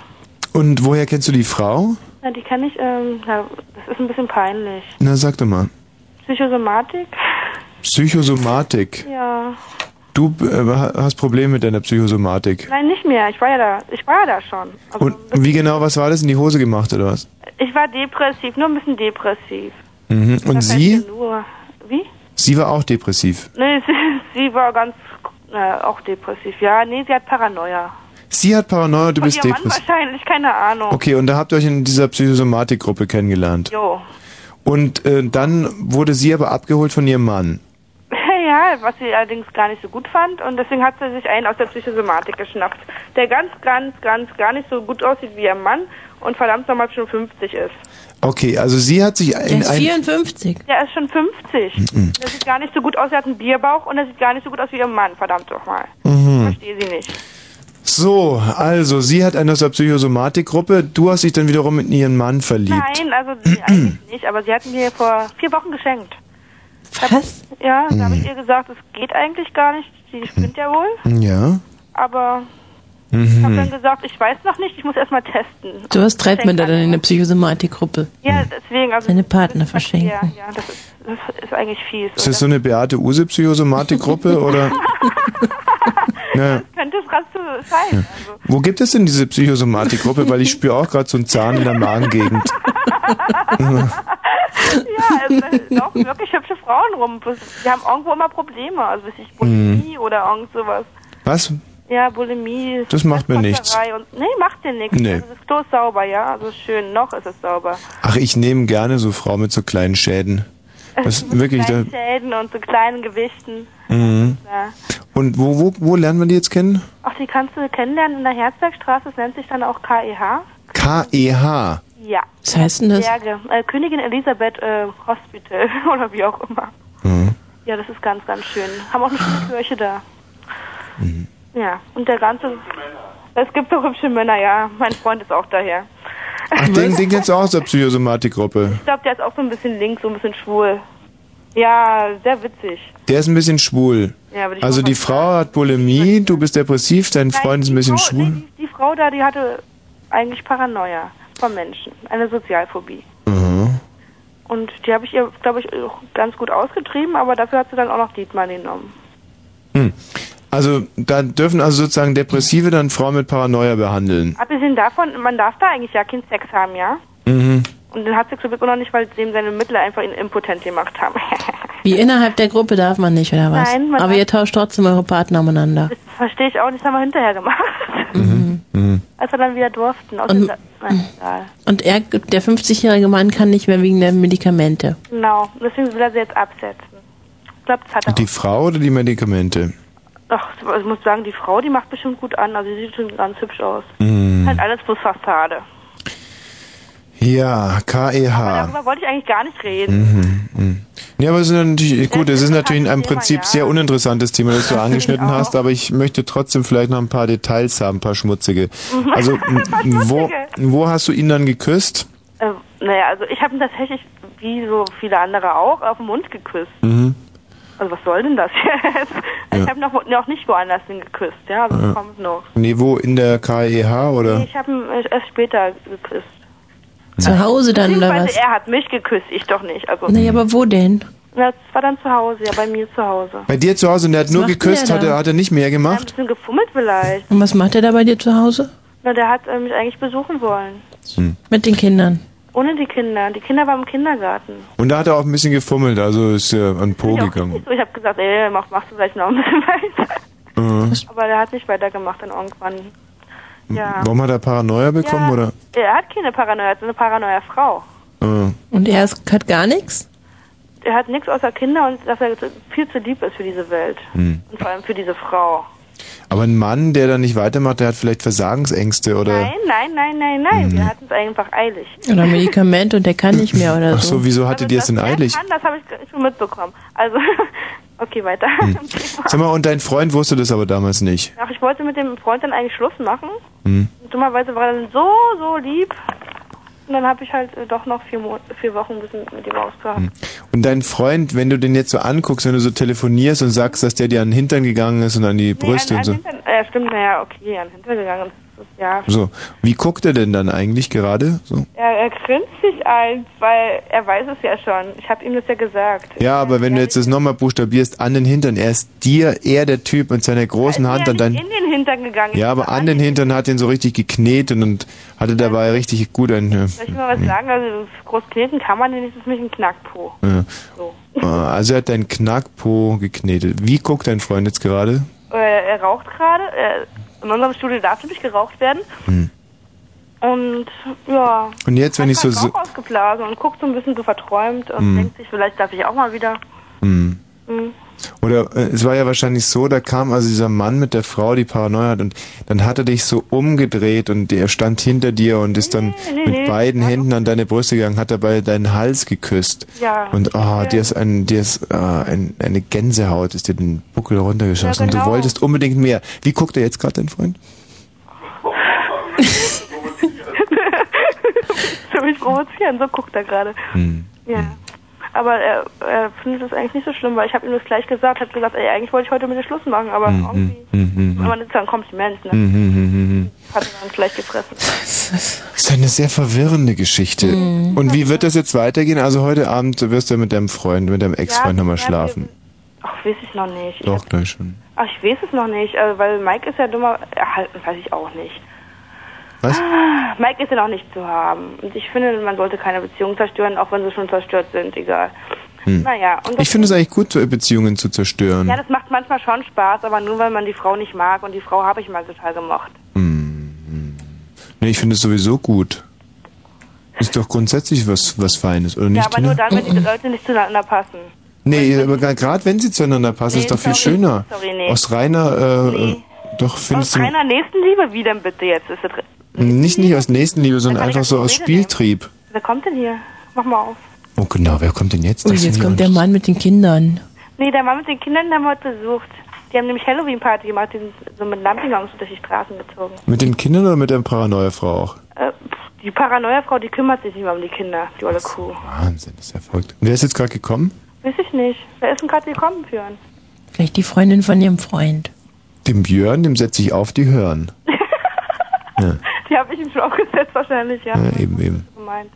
A: und woher kennst du die Frau?
I: Na, die kann ich, ähm, na, das ist ein bisschen peinlich.
A: Na, sag doch mal.
I: Psychosomatik?
A: Psychosomatik.
I: Ja.
A: Du äh, ha- hast Probleme mit deiner Psychosomatik.
I: Nein, nicht mehr. Ich war ja da. Ich war ja da schon. Also,
A: Und wie genau, was war das in die Hose gemacht, oder was?
I: ich war depressiv, nur ein bisschen depressiv.
A: Mhm. Und
I: Das heißt
A: sie?
I: ja Nur. Wie?
A: Sie war auch depressiv.
I: Nee, sie, sie war ganz äh, auch depressiv. Ja, nee, sie hat Paranoia.
A: Sie hat Paranoia, du
I: Von
A: bist
I: ihrem Mann
A: depressiv.
I: wahrscheinlich, keine Ahnung.
A: Okay, und da habt ihr euch in dieser Psychosomatikgruppe kennengelernt.
I: Jo.
A: Und äh, dann wurde sie aber abgeholt von ihrem Mann.
I: Ja, egal, was sie allerdings gar nicht so gut fand. Und deswegen hat sie sich einen aus der Psychosomatik geschnappt, der ganz, ganz, ganz, gar nicht so gut aussieht wie ihr Mann und verdammt nochmal schon 50 ist.
A: Okay, also sie hat sich
B: Der
A: in
B: ist
A: ein,
B: 54.
I: Der ist schon 50.
A: Mhm.
I: Der sieht gar nicht so gut aus, er hat einen Bierbauch und er sieht gar nicht so gut aus wie ihr Mann, verdammt doch mal.
A: Mhm.
I: Verstehe sie nicht.
A: So, also sie hat einen aus der Psychosomatikgruppe, du hast dich dann wiederum in ihren Mann verliebt.
I: Nein, also sie eigentlich nicht, aber sie hat mir vor vier Wochen geschenkt.
B: Was?
I: Ja, da habe ich
A: Mhm.
I: ihr gesagt, es geht eigentlich gar nicht, sie spinnt ja wohl,
A: Ja.
I: aber ich habe dann
B: Mhm.
I: gesagt, ich weiß noch nicht, ich muss erstmal testen.
B: Sowas treibt man da dann in der Psychosomatikgruppe.
I: Ja, deswegen, also
B: Seine Partner verschenken.
I: ja, ja, das ist, das ist eigentlich fies.
A: Ist das so eine Beate Use Psychosomatikgruppe oder? Ne. naja.
I: Könnte es gerade so sein. Also,
A: Wo gibt es denn diese Psychosomatikgruppe? Weil ich spüre auch gerade so einen Zahn in der Magengegend.
I: ja, also, da laufen wirklich hübsche Frauen rum. Bloß Die haben irgendwo immer Probleme, also weiß ich
A: Mhm.
I: Bulimie oder irgend sowas.
A: Was?
I: Ja, Bulimie.
A: Das macht mir nichts.
I: Kotzerei Und, nee, macht dir nichts.
A: Nee.
I: Also, das Klo ist sauber, ja. Also schön, noch ist es sauber.
A: Ach, ich nehme gerne so Frauen mit so kleinen Schäden. Das
I: Mit
A: wirklich da,
I: kleinen Schäden und so kleinen Gewichten.
A: mhm.
I: Ja.
A: Und wo, wo, wo lernen wir die jetzt kennen?
I: Ach, die kannst du kennenlernen in der Herzbergstraße. Das nennt sich dann auch KEH.
A: E K-E-H.
I: Ja.
B: Was heißt denn das?
I: Berge. Äh, Königin Elisabeth äh, Hospital oder wie auch immer.
A: Mhm.
I: Ja, das ist ganz, ganz schön. Haben auch eine schöne Kirche da.
A: Mhm.
I: Ja, und der ganze... Es gibt doch hübsche Männer, ja. Mein Freund ist auch daher.
A: Ach, den, den kennst du auch aus der Psychosomatikgruppe.
I: Ich glaube, der ist auch so ein bisschen links, so ein bisschen schwul. Ja, sehr witzig.
A: Der ist ein bisschen schwul.
I: Ja, aber die
A: Also die Frau hat Bulimie, du bist depressiv, dein Freund ist ein bisschen schwul.
I: Die Frau da, die hatte eigentlich Paranoia von Menschen, eine Sozialphobie.
A: Mhm.
I: Und die habe ich ihr, glaube ich, auch ganz gut ausgetrieben, aber dafür hat sie dann auch noch Dietmar genommen.
A: Hm. Also da dürfen also sozusagen Depressive dann Frauen mit Paranoia behandeln.
I: Abgesehen davon, man darf da eigentlich ja keinen Sex haben, ja?
A: Mhm.
I: Und den hat sie zum Glück auch noch nicht, weil sie ihm seine Mittel einfach ihn impotent gemacht haben.
B: Wie innerhalb der Gruppe darf man nicht, oder was?
I: Nein, man
B: Aber
I: darf-
B: ihr tauscht trotzdem eure Partner umeinander.
I: Verstehe ich auch nicht, das haben wir hinterher gemacht.
A: Mhm.
I: Als wir dann wieder durften. Aus
B: Und-
I: dieser- Nein, egal.
B: Und er, der 50-jährige Mann kann nicht mehr wegen der Medikamente.
I: Genau, Und deswegen will er sie jetzt absetzen. Ich glaube, das hat er
A: Die Frau oder die Medikamente?
I: Ach, ich muss sagen, die Frau, die macht bestimmt gut an. Also, sie sieht schon ganz hübsch aus.
A: Mhm.
I: Halt alles bloß Fassade.
A: Ja, KEH.
I: Darüber wollte ich eigentlich gar nicht reden.
A: Ah. Mhm. mhm. Ja, aber es ist natürlich, gut, es ist natürlich ein im Prinzip sehr uninteressantes Thema, das du angeschnitten hast, aber ich möchte trotzdem vielleicht noch ein paar Details haben, ein paar schmutzige. Also, m- wo, wo hast du ihn dann geküsst?
I: Äh, naja, also, ich habe ihn tatsächlich, wie so viele andere auch, auf den Mund geküsst.
A: Mhm.
I: Also, was soll denn das jetzt?
A: Ja.
I: Ich habe noch, noch nicht woanders hin geküsst, ja. Also,
A: Ja.
I: kommt noch.
A: Nee, wo, in der KEH oder?
I: Ich habe ihn äh, erst später geküsst.
B: Zu Hause dann, oder
I: Beziehungsweise
B: was?
I: er hat mich geküsst, ich doch nicht. Also,
B: Naja, aber wo denn?
I: Na, das war dann zu Hause, ja, bei mir zu Hause.
A: Bei dir zu Hause und der hat
B: Was
A: nur
B: macht
A: geküsst,
B: der
A: hat
B: da?
A: er, hat er nicht mehr
I: Ein
A: gemacht?
I: bisschen gefummelt vielleicht.
B: Und was macht er da bei dir zu Hause?
I: Na, der hat äh, mich eigentlich besuchen wollen.
B: Mit den Kindern.
I: Ohne die Kinder. Die Kinder waren im Kindergarten.
A: Und da hat er auch ein bisschen gefummelt, also ist Ähm. er an den Po gegangen.
I: So, ich habe gesagt, ey, mach, machst du gleich noch ein bisschen weiter.
A: Mhm.
I: Aber der hat nicht weitergemacht dann irgendwann. Ja.
A: Warum hat er Paranoia bekommen
I: ja,
A: oder?
I: Er hat keine Paranoia, er ist eine paranoia Frau.
A: Äh.
B: Und er ist, hat gar nichts?
I: Er hat nichts außer Kinder und dass er zu- viel zu lieb ist für diese Welt.
A: Hm.
I: Und vor allem für diese Frau.
A: Aber ein Mann, der dann nicht weitermacht, der hat vielleicht Versagensängste oder.
I: Nein, nein, nein, nein, nein.
A: Hm.
I: Wir hatten es einfach eilig.
B: Oder Medikament und der kann nicht mehr oder so.
A: Ach so, wieso hattet ihr es denn eilig?
I: Mann, Also das habe ich schon mitbekommen. Also, okay, weiter.
A: Hm. Sag mal, und dein Freund wusste das aber damals nicht.
I: Ach, ich wollte mit dem Freund dann eigentlich Schluss machen.
A: Hm.
I: Und dummerweise war er dann so, so lieb. Und dann habe ich halt äh, doch noch vier, Mo vier Wochen ein bisschen mit ihm ausgehabt.
A: Hm. Und dein Freund, wenn du den jetzt so anguckst, wenn du so telefonierst und sagst, dass der dir an den Hintern gegangen ist und an die Brüste
I: an,
A: und so.
I: an Hintern, äh, stimmt, naja, okay, an den Hintern gegangen. Das ist, ja.
A: So, wie guckt er denn dann eigentlich gerade? So.
I: Er, er grinst sich ein, weil er weiß es ja schon. Ich habe ihm das ja gesagt.
A: Ja, aber wenn du jetzt das nochmal buchstabierst, an den Hintern, er ist dir, er der Typ mit seiner großen Hand an dein.
I: In den Hintern gegangen.
A: Ja, aber an den Hintern hat ihn so richtig geknetet und hatte dabei richtig gut ein. äh,
I: Soll ich mal was sagen? Also, groß kneten kann man nicht, das ist nämlich ein Knackpo.
A: äh,
I: So.
A: äh, Also er hat deinen Knackpo geknetet. Wie guckt dein Freund jetzt gerade?
I: Äh, er raucht gerade. Äh, in unserem Studio darf nämlich geraucht werden.
A: Hm.
I: Und ja,
A: Und jetzt, wenn ich so. so
I: auch ausgeblasen und guckt so ein bisschen so verträumt und
A: Hm.
I: denkt sich, vielleicht darf ich auch mal wieder.
A: hm.
I: Hm.
A: Oder äh, es war ja wahrscheinlich so, da kam also dieser Mann mit der Frau, die Paranoia hat, und dann hat er dich so umgedreht und er stand hinter dir und ist dann
I: nee,
A: mit
I: nee.
A: beiden Händen an deine Brüste gegangen, hat dabei deinen Hals geküsst.
I: Ja.
A: Und ah, dir ist, ein, dir ist äh, ein, eine Gänsehaut, ist dir den Buckel runtergeschossen.
I: Ja, genau.
A: Und du wolltest unbedingt mehr. Wie guckt er jetzt gerade dein Freund?
I: Für mich provozieren, so guckt er gerade.
A: Mm.
I: Ja. Aber er, er findet es eigentlich nicht so schlimm, weil ich habe ihm das gleich gesagt, habe gesagt, ey, eigentlich wollte ich heute mit dir Schluss machen, aber
A: Mhm,
I: irgendwie,
A: mhm, mhm.
I: aber das ist ja ein Kompliment, ne?
A: Mhm, mhm, mhm.
I: Hat er dann gleich gefressen.
A: Das ist eine sehr verwirrende Geschichte.
I: Mhm.
A: Und wie wird das jetzt weitergehen? Also heute Abend wirst du mit deinem Freund, mit deinem Ex-Freund
I: Ja,
A: nochmal
I: ja,
A: schlafen.
I: Ach, weiß ich noch nicht.
A: Doch, gleich schon.
I: Ach, ich weiß es noch nicht, äh, weil Mike ist ja dummer, erhalten weiß ich auch nicht.
A: Was?
I: Ah, Mike ist ja noch nicht zu haben. Und ich finde, man sollte keine Beziehung zerstören, auch wenn sie schon zerstört sind, egal.
A: Hm.
I: Naja, und das-
A: Ich finde es eigentlich gut, so Beziehungen zu zerstören.
I: Ja, das macht manchmal schon Spaß, aber nur weil man die Frau nicht mag und die Frau habe ich mal total gemocht.
A: Nee, ich finde es sowieso gut. Ist doch grundsätzlich was, was Feines, oder
I: ja,
A: Also nicht? Oh.
I: aber nur
A: Tina?
I: dann, wenn die Leute nicht zueinander passen.
A: nee, aber gerade wenn sie zueinander passen,
I: Nee,
A: ist doch viel
I: sorry,
A: schöner.
I: sorry, nee.
A: Aus reiner, äh, doch findest
I: Aus
A: du.
I: reiner Nächstenliebe, wie denn bitte jetzt? Ist das,
A: Nicht nicht aus Nächstenliebe, sondern
I: Dann kann ich
A: einfach so
I: auch
A: aus
I: Rede nehmen.
A: Spieltrieb.
I: wer kommt denn hier? Mach mal auf.
A: Oh genau, wer kommt denn jetzt?
B: Ui,
A: Das
B: Oh, jetzt
A: finde
B: kommt
A: ich
B: der Mann mit den Kindern.
I: Nee, der Mann mit den Kindern, der haben wir heute besucht. Die haben nämlich Halloween-Party gemacht, die sind so mit Lampengangs durch die Straßen gezogen.
A: Mit den Kindern oder mit der Paranoia-Frau auch?
I: Äh, pff, die Paranoia-Frau, die kümmert sich nicht mehr um die Kinder, die olle Kuh.
A: Wahnsinn, das ist ja verrückt. Wer ist jetzt gerade gekommen?
I: Weiß ich nicht. Wer ist denn gerade gekommen für ihn?
B: Vielleicht die Freundin von ihrem Freund.
A: Dem Björn, dem setze ich auf die Hören. ja,
I: Die habe ich ihm schon aufgesetzt wahrscheinlich, ja.
A: ja, eben, eben.
I: Gemeint.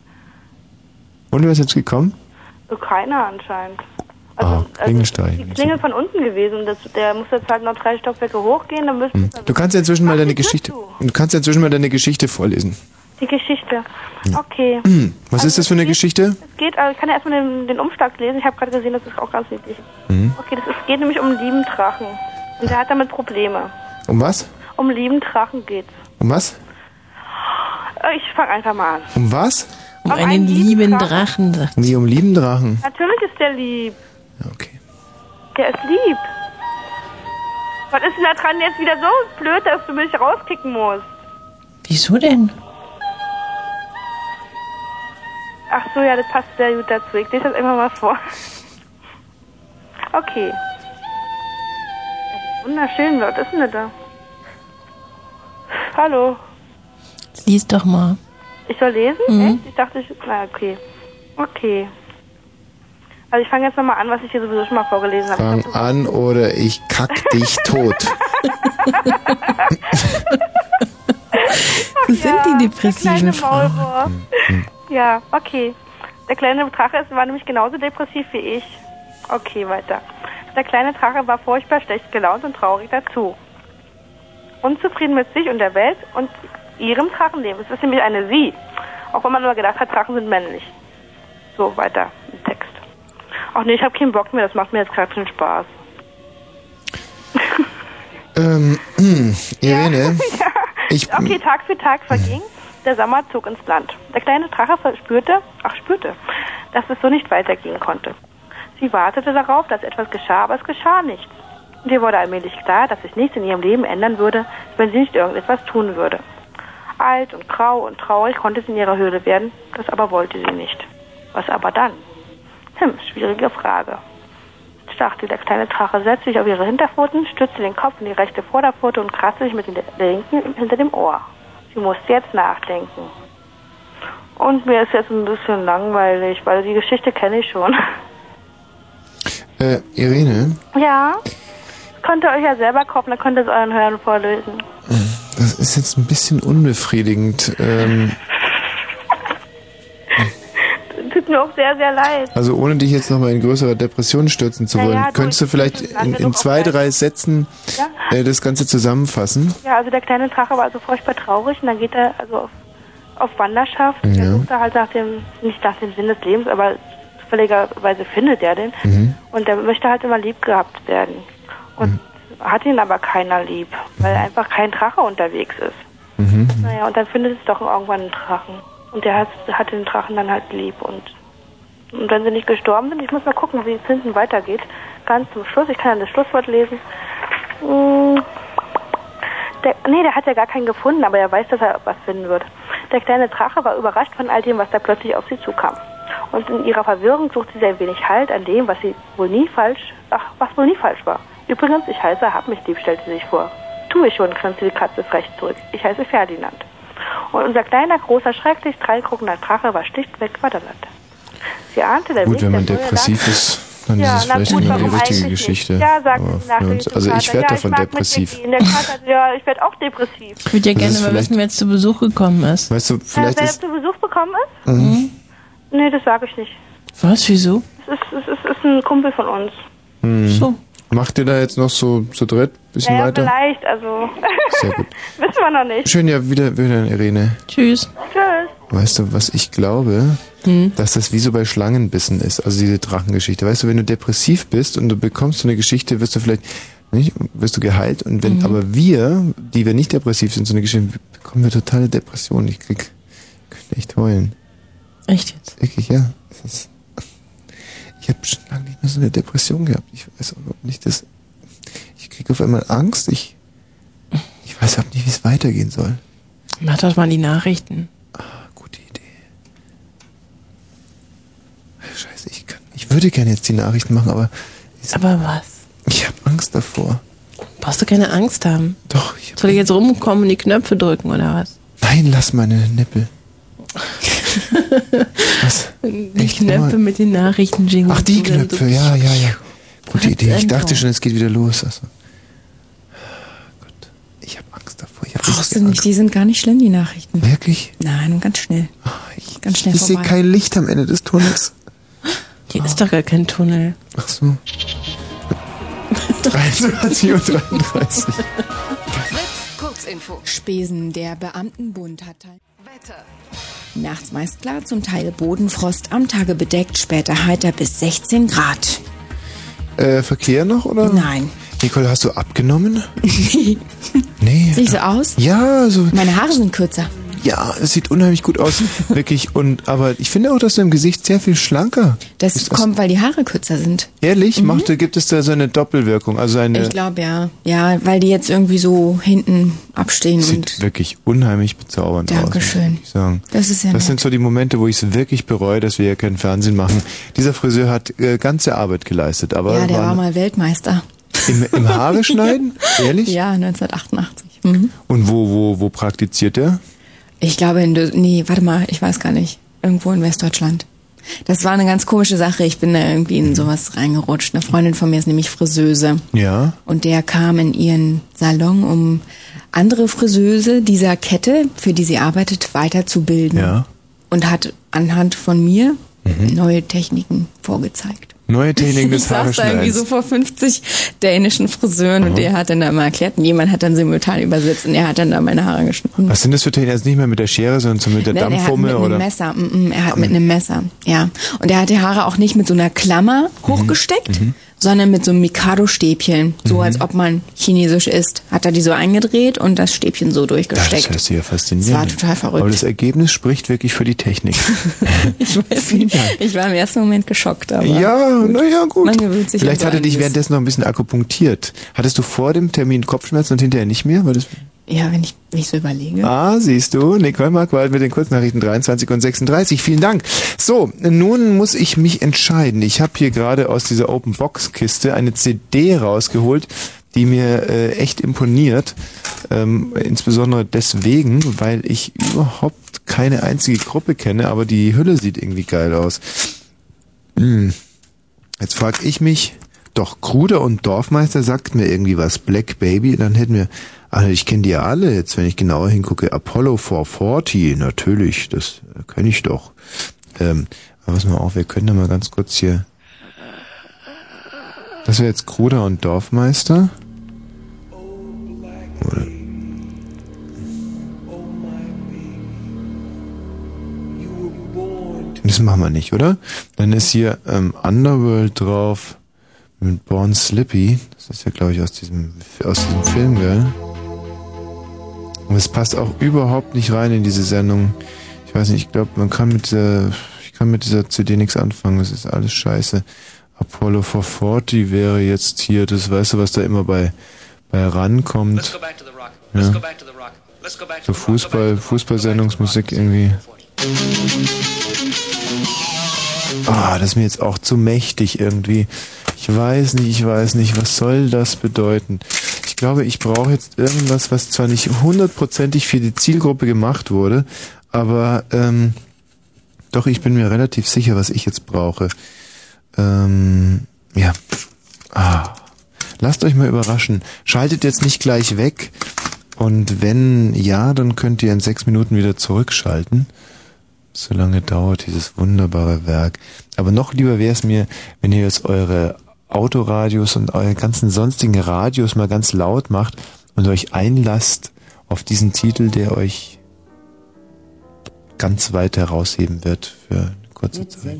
A: Und wer ist jetzt gekommen?
I: So keiner anscheinend.
A: Ah, Klingelstein.
I: Die Klingel von unten gewesen. Das, der muss jetzt halt noch drei Stockwerke hochgehen, dann müssen
A: Du kannst ja inzwischen mal deine Geschichte. Du kannst ja inzwischen mal deine Geschichte vorlesen. Hm,
I: die Geschichte. Okay.
A: Was ist das für eine Geschichte?
I: Es geht, also ich kann ja erstmal den, den Umschlag lesen. Ich habe gerade gesehen, das ist auch ganz niedlich.
A: Hm,
I: Okay, das ist, geht nämlich um einen lieben Drachen. Und der hat damit Probleme.
A: Um was?
I: Um einen lieben Drachen geht's.
A: Um was?
I: Äh, Ich fange einfach mal an.
A: Um was?
B: Um einen lieben Drachen, sagt
A: Nee, um lieben Drachen.
I: Natürlich ist der lieb. Okay. Der ist lieb. Was ist denn da dran jetzt wieder so blöd, dass du mich rauskicken musst?
B: Wieso denn?
I: Ach so, ja, das passt sehr gut dazu. Ich lese das einfach mal vor. Okay. Wunderschön, was ist denn das da? Hallo,
B: Lies doch mal.
I: ich soll lesen?
B: Mhm.
I: Echt? Ich dachte, ich. Na, okay. Okay. Also, ich fange jetzt nochmal an, was ich hier sowieso schon mal vorgelesen habe.
A: Fang an oder ich kack dich tot.
B: Sind die depressiven
I: Kleine
B: Frauen?
I: Maulwurf. Ja, okay. Der kleine Drache ist- war nämlich genauso depressiv wie ich. Okay, weiter. Der kleine Drache war furchtbar schlecht gelaunt und traurig dazu. Unzufrieden mit sich und der Welt und ihrem Drachenleben. Es ist nämlich eine Sie. Auch wenn man immer gedacht hat, Drachen sind männlich. So, weiter im Text. Ach nee, ich habe keinen Bock mehr. Das macht mir jetzt gerade schon Spaß.
A: ähm, Irene, ich,
I: Okay, Tag für Tag verging. Der Sommer zog ins Land. Der kleine Drache verspürte, ach spürte, dass es so nicht weitergehen konnte. Sie wartete darauf, dass etwas geschah, aber es geschah nichts. Und ihr wurde allmählich klar, dass sich nichts in ihrem Leben ändern würde, wenn sie nicht irgendetwas tun würde. Alt und grau und traurig konnte sie in ihrer Höhle werden, das aber wollte sie nicht. Was aber dann? Hm, schwierige Frage. Stachte der kleine Drache, setzte sich auf ihre Hinterpfoten, stützte den Kopf in die rechte Vorderpfote und kratzte sich mit den- der linken hinter dem Ohr. Sie musste jetzt nachdenken. Und mir ist jetzt ein bisschen langweilig, weil die Geschichte kenne ich schon.
A: äh, Irene,
I: Ja, das könnt ihr euch ja selber kaufen, dann könnt ihr es euren Hörern vorlesen.
A: hm, das ist jetzt ein bisschen unbefriedigend. Ähm,
I: Tut mir auch sehr, sehr leid.
A: also ohne dich jetzt nochmal in größere Depressionen stürzen zu
I: Naja,
A: wollen,
I: du,
A: könntest du
I: ich-
A: vielleicht
I: ich lande
A: in, in
I: doch
A: zwei, drei Sätzen
I: Ja?
A: äh, das Ganze zusammenfassen?
I: Ja, also der kleine Drache war also furchtbar traurig und dann geht er also auf, auf Wanderschaft.
A: Ja.
I: Er sucht da halt nach dem, nicht nach dem Sinn des Lebens, aber zufälligerweise findet er den.
A: Mhm.
I: Und er möchte halt immer lieb gehabt werden. Und hat ihn aber keiner lieb, weil einfach kein Drache unterwegs ist.
A: Mhm.
I: Naja, und dann findet es doch irgendwann einen Drachen. Und der hat, hat den Drachen dann halt lieb. Und, und wenn sie nicht gestorben sind, ich muss mal gucken, wie es hinten weitergeht, ganz zum Schluss, ich kann ja das Schlusswort lesen. Mm, Der, nee, der hat ja gar keinen gefunden, aber er weiß, dass er was finden wird. Der kleine Drache war überrascht von all dem, was da plötzlich auf sie zukam. Und in ihrer Verwirrung sucht sie sehr wenig Halt an dem, was sie wohl nie falsch, ach, was wohl nie falsch war. Übrigens, ich heiße Hab mich lieb, stellte sie sich vor. Tu ich schon, grinste die Katze frech zurück. Ich heiße Ferdinand. Und unser kleiner, großer, schrecklich dreikrogener Drache war schlichtweg Vaterland. Sie ahnte, der
A: Gut,
I: Weg
A: wenn
I: der
A: man
I: Brüder
A: depressiv ist, dann
I: Ja,
A: ist es
I: na
A: vielleicht
I: gut,
A: nicht mehr die
I: warum
A: richtige
I: eigentlich
A: Geschichte.
I: nicht? Ja, sagt
A: Aber
I: sie nach
A: für uns, also ich werde davon depressiv.
I: In der Karte, ja, ich werde auch depressiv.
B: Ich würde ja
A: Das
B: gerne
A: ist
B: mal
A: vielleicht-
B: wissen, wer jetzt zu Besuch gekommen ist.
A: Weißt du,
I: Vielleicht wer zu Besuch bekommen ist?
A: Mhm.
I: Nee, das sage ich nicht.
B: Was, wieso?
I: Es ist, es, ist, es ist ein Kumpel von uns.
A: Hm.
B: So.
A: Macht ihr da jetzt noch so zu dritt ein bisschen
I: naja,
A: weiter?
I: vielleicht, also.
A: Sehr gut.
I: Wissen wir noch nicht.
A: Schön, ja, wieder, wieder, Irene.
B: Tschüss.
I: Tschüss.
A: Weißt du, was ich glaube?
B: Hm.
A: Dass das wie so bei Schlangenbissen ist, also diese Drachengeschichte. Weißt du, wenn du depressiv bist und du bekommst so eine Geschichte, wirst du vielleicht, nicht, wirst du geheilt. Und wenn,
B: Mhm.
A: aber wir, die wir nicht depressiv sind, so eine Geschichte, bekommen wir totale Depression. Ich krieg, könnte echt heulen.
B: Echt jetzt?
A: Wirklich, ja. Das ist, ich habe schon lange nicht mehr so eine Depression gehabt. Ich weiß überhaupt nicht, dass, ich krieg auf einmal Angst. Ich, ich weiß überhaupt nicht, wie es weitergehen soll.
B: Mach doch mal die Nachrichten.
A: Scheiße, Also ich kann. Ich würde gerne jetzt die Nachrichten machen, aber
B: Aber was?
A: ich habe Angst davor.
B: Brauchst du keine Angst haben.
A: Doch.
B: Soll ich jetzt rumkommen und die Knöpfe drücken oder was?
A: Nein, lass meine Nippel.
B: Die
A: Echt,
B: Knöpfe
A: immer?
B: mit den Nachrichten Ach,
A: Die Knöpfe, ja, ja, ja. Gute Idee. Ich
B: Einfach.
A: dachte schon, es geht wieder los. Also. Gott, ich habe Angst davor. Ich hab
K: Brauchst du nicht, die sind gar nicht schlimm, die Nachrichten.
A: Wirklich? Ah,
K: Nein, und ganz schnell. ganz schnell
A: ich sehe
K: vorbei.
A: kein Licht am Ende des Tunnels.
B: Hier ist doch gar kein Tunnel.
A: Ach so. 23 und 33.
K: Kurzinfo. Spesen. Der Beamtenbund hat teil. Wetter. Nachts meist klar, zum Teil Bodenfrost, am Tage bedeckt, später heiter bis 16 Grad.
A: Äh, Verkehr noch, oder?
K: Nein.
A: Nicole, hast du abgenommen?
K: nee. Sehe ich so aus?
A: Ja, so.
K: Meine Haare sind kürzer.
A: Ja, es sieht unheimlich gut aus. Wirklich. Und, aber ich finde auch, dass du im Gesicht sehr viel schlanker
K: Das kommt, weil die Haare kürzer sind.
A: Ehrlich, macht, gibt es da so eine Doppelwirkung? Also eine
K: Ich glaube ja. Ja, weil die jetzt irgendwie so hinten abstehen und
A: sieht wirklich unheimlich bezaubernd aus. ne?
K: Dankeschön.
A: muss ich Sagen.
K: Das ist ja
A: Das
K: nett.
A: sind so die Momente, wo ich es wirklich bereue, dass wir hier keinen Fernsehen machen. Dieser Friseur hat äh, ganze Arbeit geleistet, aber
K: ja, der war
A: waren-
K: mal Weltmeister.
A: im, im Haare schneiden? Ehrlich?
K: Ja, 1988. Mhm.
A: Und wo, wo, wo praktiziert er?
K: Ich glaube in Dö- nee, warte mal, ich weiß gar nicht. Irgendwo in Westdeutschland. Das war eine ganz komische Sache. Ich bin da irgendwie in sowas reingerutscht. Eine Freundin von mir ist nämlich Friseuse.
A: Ja.
K: Und der kam in ihren Salon, um andere Friseuse dieser Kette, für die sie arbeitet, weiterzubilden.
A: Ja. Mhm.
K: Und hat anhand von mir neue Techniken vorgezeigt.
A: Neue Technik
K: Ich
A: des
K: saß da irgendwie
A: Haareschneidens.
K: so vor 50 dänischen Friseuren und
A: Mhm.
K: der hat dann da mal erklärt und jemand hat dann simultan übersetzt und er hat dann da meine Haare geschnitten.
A: Was sind das für Techniken? Also nicht mehr mit der Schere, sondern so mit der
K: Nein, er Ne, hat mit
A: Dampfhummel
K: einem
A: oder?
K: Messer, mm, mm, er hat mit einem Messer, ja. Und er hat die Haare auch nicht mit so einer Klammer
A: Mhm.
K: hochgesteckt, sondern mit so einem Mikado-Stäbchen,
A: Mhm.
K: so als ob man chinesisch isst. Hat er die so eingedreht und das Stäbchen so
A: Ja, das
K: durchgesteckt.
A: hört sich ja faszinierend.
K: Das war total verrückt.
A: Aber das Ergebnis spricht wirklich für die Technik.
K: ich weiß nicht. Ich war im ersten Moment geschockt, aber.
A: Ja, naja, gut.
K: Man gewöhnt sich also
A: Vielleicht
K: an so
A: hatte dich
K: einiges.
A: währenddessen noch ein bisschen akupunktiert. Hattest du vor dem Termin Kopfschmerzen und hinterher nicht mehr? War das
K: Ja, wenn ich mich so überlege.
A: Ah, siehst du, Nicole Markwald mit den Kurznachrichten 23 und 36. Vielen Dank. So, nun muss ich mich entscheiden. Ich habe hier gerade aus dieser Open Box Kiste eine CD rausgeholt, die mir äh, echt imponiert. Ähm, insbesondere deswegen, weil ich überhaupt keine einzige Gruppe kenne, aber die Hülle sieht irgendwie geil aus. Hm. Jetzt frag ich mich, doch Kruder und Dorfmeister sagt mir irgendwie was. Black Baby, dann hätten wir, also ich kenne die ja alle jetzt, wenn ich genauer hingucke. Apollo 440, natürlich, das kenne ich doch. Ähm, aber pass mal auf, wir können da mal ganz kurz hier. Das wäre jetzt Kruder und Dorfmeister. Oder? Das machen wir nicht, oder? Dann ist hier ähm, Underworld drauf mit Born Slippy. Das ist ja, glaube ich, aus diesem, aus diesem Film, gell? Und es passt auch überhaupt nicht rein in diese Sendung. Ich weiß nicht, ich glaube, man kann mit dieser, ich kann mit dieser CD nichts anfangen. Das ist alles scheiße. Apollo 440 wäre jetzt hier, das weißt du, was da immer bei, bei rankommt. Ja. So Fußball, Fußballsendungsmusik irgendwie. Ah, das ist mir jetzt auch zu mächtig irgendwie. Ich weiß nicht, ich weiß nicht, was soll das bedeuten? Ich glaube, ich brauche jetzt irgendwas, was zwar nicht hundertprozentig für die Zielgruppe gemacht wurde, aber ähm, doch, ich bin mir relativ sicher, was ich jetzt brauche. Ähm, ja. Ah. Lasst euch mal überraschen. Schaltet jetzt nicht gleich weg. Und wenn ja, dann könnt ihr in sechs Minuten wieder zurückschalten. So lange dauert dieses wunderbare Werk. Aber noch lieber wäre es mir, wenn ihr jetzt eure Autoradios und eure ganzen sonstigen Radios mal ganz laut macht und euch einlasst auf diesen Titel, der euch ganz weit herausheben wird für eine kurze Zeit.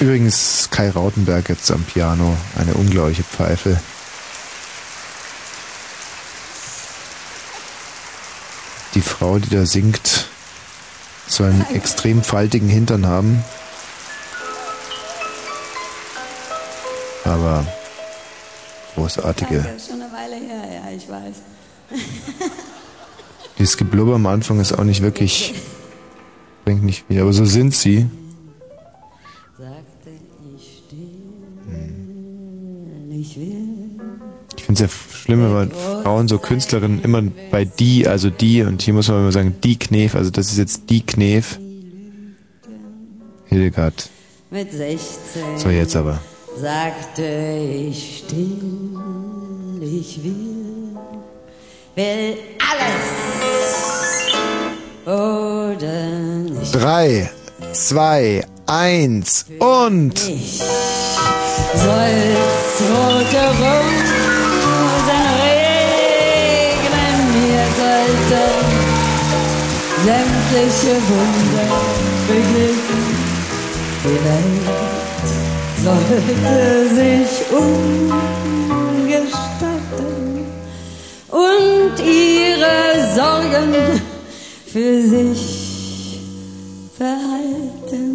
A: Übrigens Kai Rautenberg jetzt am Piano, eine unglaubliche Pfeife. Die Frau, die da singt, soll einen extrem faltigen Hintern haben. Aber großartige.
Q: Danke, schon eine Weile her, ja, ich weiß.
A: Dieses Geblubber am Anfang ist auch nicht wirklich. Bringt nicht viel, aber so sind sie. Hm.
Q: Ich will.
A: Ich finde es ja schlimm, wenn man Frauen so Künstlerinnen immer bei die, also die, und hier muss man immer sagen, die Knef, also das ist jetzt die Knef. Hildegard.
Q: Mit 16.
A: So, jetzt aber.
Q: Sagte ich still, ich will, will alles
A: Hm.
Q: oder nicht.
A: Drei, zwei, eins und.
Q: Soll's rote Rosen regnen, mir sollte sämtliche Wunder beglücken. Die Welt sollte sich umgestalten und ihre Sorgen für sich behalten.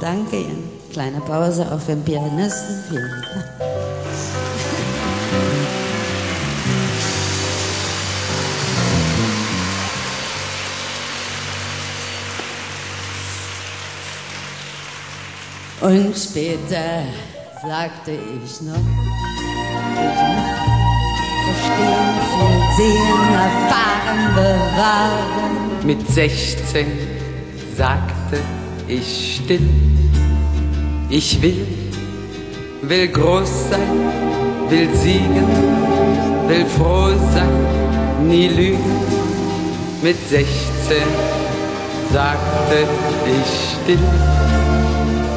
Q: Danke Ihnen. Kleine Pause auf den Pianisten. Vielen Dank. Und später sagte ich noch, verstehen, viel sehen, erfahren, bewahren.
R: Mit 16 sagte ich still, ich will, will groß sein, will siegen, will froh sein, nie lügen. Mit 16 sagte ich still,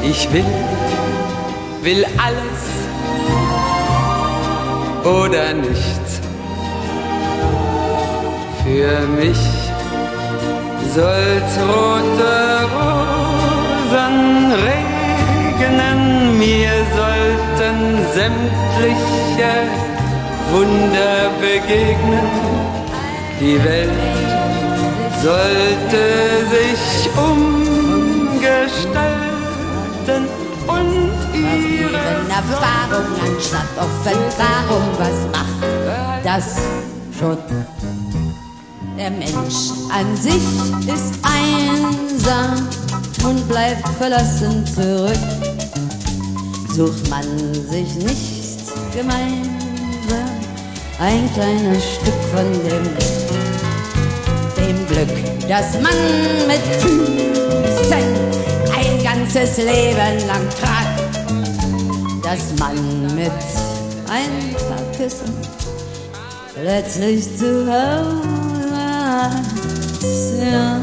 R: ich will, will alles oder nichts. Für mich soll's rote Rosen regnen, mir sollten sämtliche Wunder begegnen. Die Welt sollte sich umgestalten und ihre
Q: Wenn Erfahrung anstatt Offenbarung was macht, das schon. Der Mensch an sich ist einsam und bleibt verlassen zurück. Sucht man sich nicht gemeinsam ein kleines Stück von dem, dem Glück, das man mit Füßen ein ganzes Leben lang tragt. dass man mit ein paar Küssen letztlich zu Hause ist. Ja.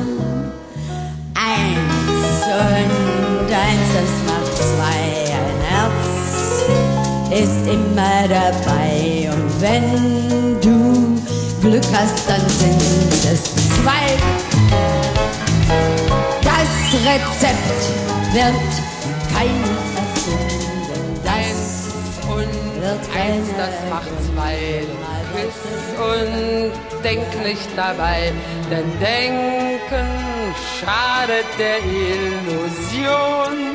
Q: Eins und eins, das macht zwei, ein Herz ist immer dabei. Und wenn du Glück hast, dann sind es zwei. Das Rezept wird keiner erfinden. Das
R: und
P: wird
Q: Eins, das macht zwei. Küss und denk nicht dabei, denn Denken schadet der Illusion.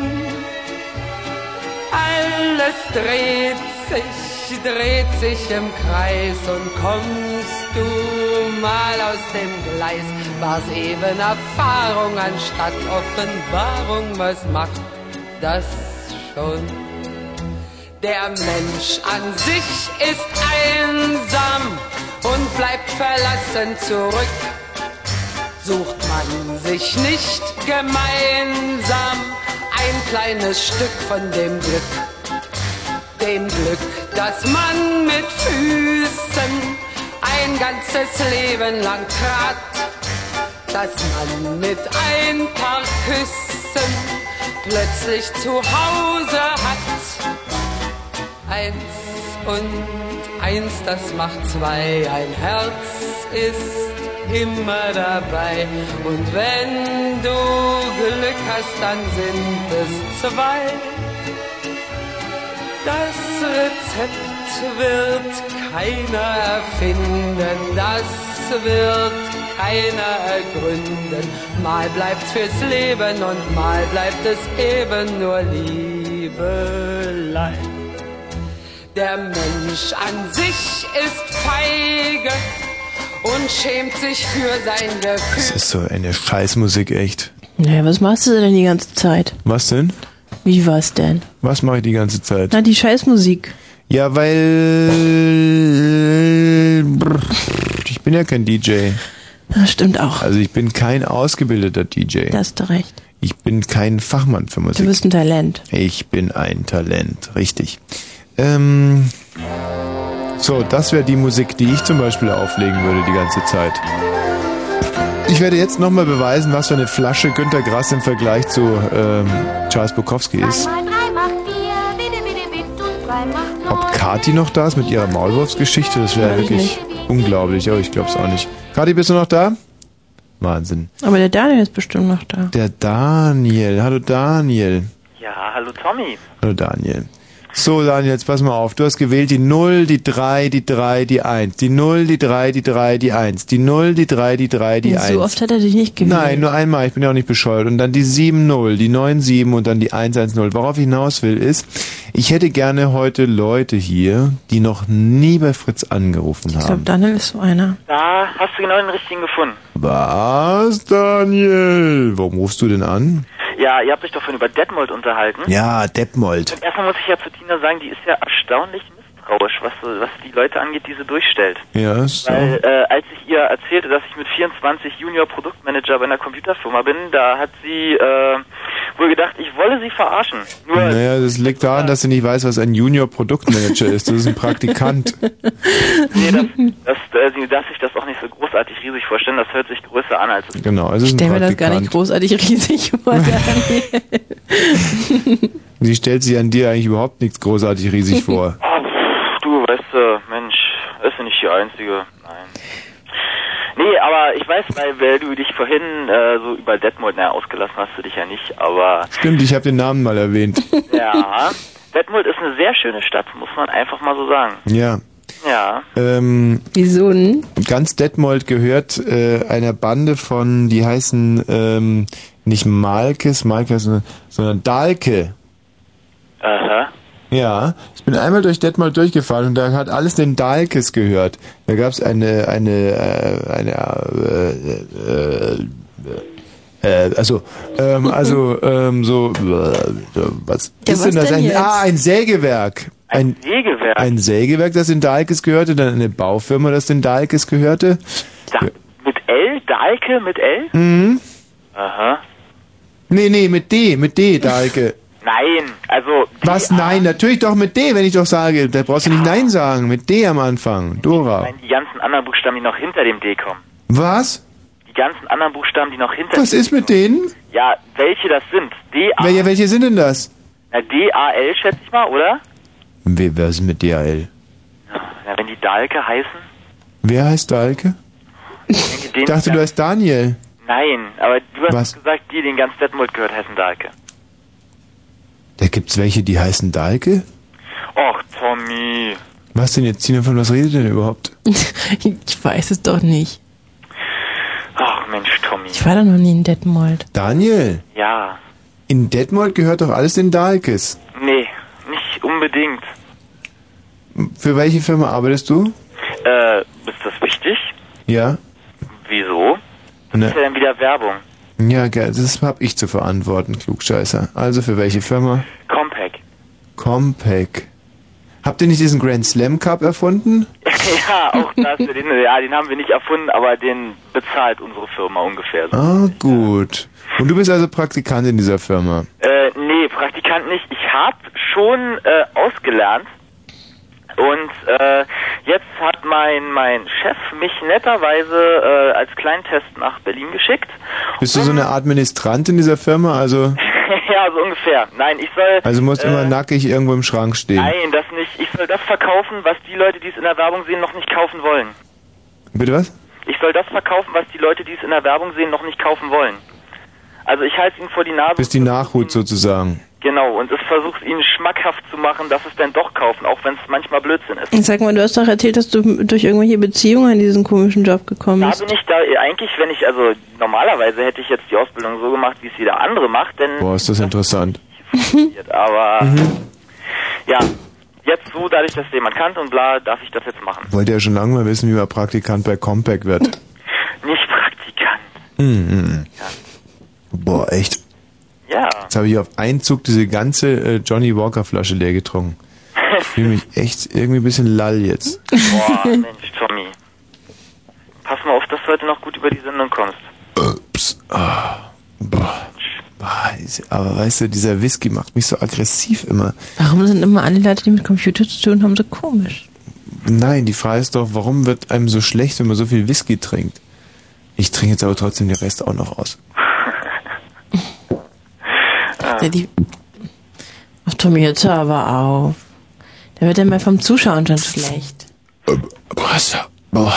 Q: Alles dreht sich, dreht sich im Kreis und kommst du mal aus dem Gleis. War's eben Erfahrung anstatt Offenbarung, was macht das schon? Der Mensch an sich ist einsam und bleibt verlassen zurück. Sucht man sich nicht gemeinsam ein kleines Stück von dem Glück, dem Glück, das man mit Füßen ein ganzes Leben lang trat, dass man mit ein paar Küssen plötzlich zu Hause hat. Eins und eins, das macht zwei. Ein Herz ist immer dabei. Und wenn du Glück hast, dann sind es zwei. Das Rezept wird keiner erfinden, das wird keiner ergründen. Mal bleibt's fürs Leben und mal bleibt es eben nur Liebelei. Der Mensch an sich ist feige und schämt sich für sein
A: Das
Q: Gefühl.
A: ist so eine Scheißmusik, echt.
B: Naja, was machst du denn die ganze Zeit?
A: Was denn?
B: Wie war's denn?
A: Was mache ich die ganze Zeit?
B: Na, die Scheißmusik.
A: Ja, weil. Brr, Ich bin ja kein DJ.
B: Das stimmt auch.
A: Also, ich bin kein ausgebildeter DJ.
B: Da hast du recht.
A: Ich bin kein Fachmann für Musik.
B: Du bist ein Talent.
A: Ich bin ein Talent, richtig. Ähm, so, das wäre die Musik, die ich zum Beispiel auflegen würde die ganze Zeit. Ich werde jetzt nochmal beweisen, was für eine Flasche Günter Grass im Vergleich zu ähm, Charles Bukowski ist.
O: Mal drei macht vier, bitte, bitte, bitte und drei macht neun.
A: Ob Kati noch da ist mit ihrer Maulwurfsgeschichte, das wäre
B: Weiß ich
A: wirklich unglaublich, aber ich glaube es auch nicht. Kati, bist du noch da? Wahnsinn.
B: Aber der Daniel ist bestimmt noch da.
A: Der Daniel, hallo Daniel.
E: Ja, hallo Tommy.
A: Hallo Daniel. So, Daniel, jetzt pass mal auf. Du hast gewählt die 0, die 3, die 3, die 1. Die 0, die 3, die 3, die 1. Die 0, die 3, die 3, die 1.
B: so oft hat er dich nicht gewählt.
A: Nein, nur einmal. Ich bin ja auch nicht bescheuert. Und dann die 7-0, die 9-7 und dann die 1-1-0. Worauf ich hinaus will, ist, ich hätte gerne heute Leute hier, die noch nie bei Fritz angerufen
B: Ich glaube,
A: haben.
B: Daniel ist so einer.
E: Da hast du genau den richtigen gefunden.
A: Was, Daniel? Warum rufst du denn an?
E: Ja, ihr habt euch doch vorhin über Detmold unterhalten.
A: Ja, halt. Detmold.
E: Und erstmal muss ich ja zu Tina sagen, die ist ja erstaunlich misstrauisch, was, so, was die Leute angeht, die sie durchstellt.
A: Ja, so.
E: Weil äh, als ich ihr erzählte, dass ich mit 24 Junior Produktmanager bei einer Computerfirma bin, da hat sie äh, wohl gedacht, ich wolle sie verarschen. Nur
A: Naja, das liegt daran, dass sie nicht weiß, was ein Junior-Produktmanager ist. Das ist ein Praktikant.
E: nee, das, das, äh, sie darf sich das auch nicht so großartig riesig vorstellen, das hört sich größer an als es
A: Genau, es ist
B: Ich
A: ein
B: stelle mir das gar
A: Praktikant.
B: nicht großartig riesig vor, Daniel.
A: Sie stellt sich an dir eigentlich überhaupt nichts großartig riesig vor.
E: Ah, pff, du weißt, äh, Mensch, ist ja nicht die Einzige. Nein. Nee, aber ich weiß, weil, weil du dich vorhin äh, so über Detmold, naja, ausgelassen hast du dich ja nicht, aber
A: Stimmt, ich habe den Namen mal erwähnt.
E: ja, Detmold ist eine sehr schöne Stadt, muss man einfach mal so sagen.
A: Ja.
E: Ja.
A: Ähm,
B: Wieso denn?
A: Ganz Detmold gehört äh, einer Bande von, die heißen ähm, nicht Malkes, Malkes, sondern- sondern Dalke.
E: Aha.
A: Ja, ich bin einmal durch Detmold durchgefahren und da hat alles den Dalkes gehört. Da gab's eine, eine, äh, eine, äh, äh, äh, äh, also, ähm, also, ähm, so, äh, was
E: Ja,
A: ist
E: was
A: denn das?
E: denn
A: Ein,
E: jetzt?
A: ah, ein Sägewerk. Ein,
E: Sägewerk?
A: Ein Sägewerk, das den Dalkes gehörte, dann eine Baufirma, das den Dalkes gehörte.
E: Mit L? Dalke mit L?
A: Mhm.
E: Aha.
A: Nee, nee, mit D, mit D, Dalke.
E: Nein, also
A: Was? Nein, natürlich doch mit D, wenn ich doch sage. Da brauchst du nicht Nein sagen. Mit D am Anfang. Dora.
E: die ganzen anderen Buchstaben, die noch hinter dem D kommen.
A: Was?
E: Die ganzen anderen Buchstaben, die noch hinter
A: Was
E: dem
A: ist mit denen?
E: Ja, welche das sind? D A
A: Welche, welche sind denn das?
E: na, D A L schätze ich mal, oder?
A: Wer, wer ist mit DAL?
E: Na, wenn die Dalke heißen?
A: Wer heißt Dalke?
E: Ich denke,
A: Ich
E: den-
A: dachte, du heißt Daniel.
E: Nein, aber du hast
A: Was?
E: gesagt, die, den ganz Detmold gehört, heißen Dalke.
A: Da gibt's welche, die heißen Dalke?
E: Och, Tom. Mami.
A: Was denn jetzt, Tina, von was redet ihr denn überhaupt?
B: ich weiß es doch nicht.
E: Ach Mensch, Tommy.
B: Ich war da noch nie in Detmold.
A: Daniel,
E: Ja.
A: in Detmold gehört doch alles den Dahlkes.
E: Nee, nicht unbedingt.
A: Für welche Firma arbeitest du?
E: Äh, ist das wichtig?
A: Ja?
E: Wieso? Das
A: Ne.
E: ist ja dann wieder Werbung.
A: Ja, geil, das hab ich zu verantworten, Klugscheißer. Also für welche Firma?
E: Compact.
A: Compaq. Habt ihr nicht diesen Grand Slam Cup erfunden?
E: ja, auch das. Den, ja, den haben wir nicht erfunden, aber den bezahlt unsere Firma ungefähr. So.
A: Ah, gut. Und du bist also Praktikant in dieser Firma.
E: Äh, nee, Praktikant nicht. Ich habe schon äh, ausgelernt. Und äh, jetzt hat mein mein Chef mich netterweise äh, als Kleintest nach Berlin geschickt.
A: Bist du so eine Art Ministrant in dieser Firma? Also,
E: ja, so ungefähr. Nein, ich soll.
A: also musst
E: äh,
A: immer nackig irgendwo im Schrank stehen.
E: Nein, das nicht. Ich soll das verkaufen, was die Leute, die es in der Werbung sehen, noch nicht kaufen wollen.
A: Bitte was?
E: Ich soll das verkaufen, was die Leute, die es in der Werbung sehen, noch nicht kaufen wollen. Also ich halte es ihnen vor die Nase.
A: Bist die Nachhut sozusagen.
E: Genau, und ich versuche es ihnen schmackhaft zu machen, dass es dann doch kaufen, auch wenn es manchmal Blödsinn ist.
B: Ich sag mal, du hast doch erzählt, dass du durch irgendwelche Beziehungen an diesen komischen Job gekommen
E: Da
B: bist.
E: bin ich da eigentlich, wenn ich, also normalerweise hätte ich jetzt die Ausbildung so gemacht, wie es jeder andere macht, denn
A: Boah, Mhm. ist das interessant.
E: aber ja, jetzt so, dadurch, dass es jemand kannte und bla, darf ich das jetzt machen.
A: Wollt ihr ja schon lange mal wissen, wie man Praktikant bei Compaq wird.
E: Nicht Praktikant.
A: Mhm. Boah, echt.
E: Ja.
A: Jetzt habe ich auf einen Zug diese ganze äh, Johnny Walker Flasche leer getrunken. Ich fühle mich echt irgendwie ein bisschen lall jetzt.
E: Boah, Mensch, Tommy. Pass mal auf, dass du heute noch gut über die Sendung kommst.
A: Ups. Ah. Boah. Boah, ist- Aber weißt du, dieser Whisky macht mich so aggressiv immer.
B: Warum sind immer alle Leute, die mit Computer zu tun haben, so komisch?
A: Nein, die Frage ist doch, warum wird einem so schlecht, wenn man so viel Whisky trinkt? Ich trinke jetzt aber trotzdem den Rest auch noch aus.
B: Ja, die Ach, Tommy, jetzt hör aber auf. Da wird er mal vom Zuschauen schon schlecht.
A: Wasser. Boah.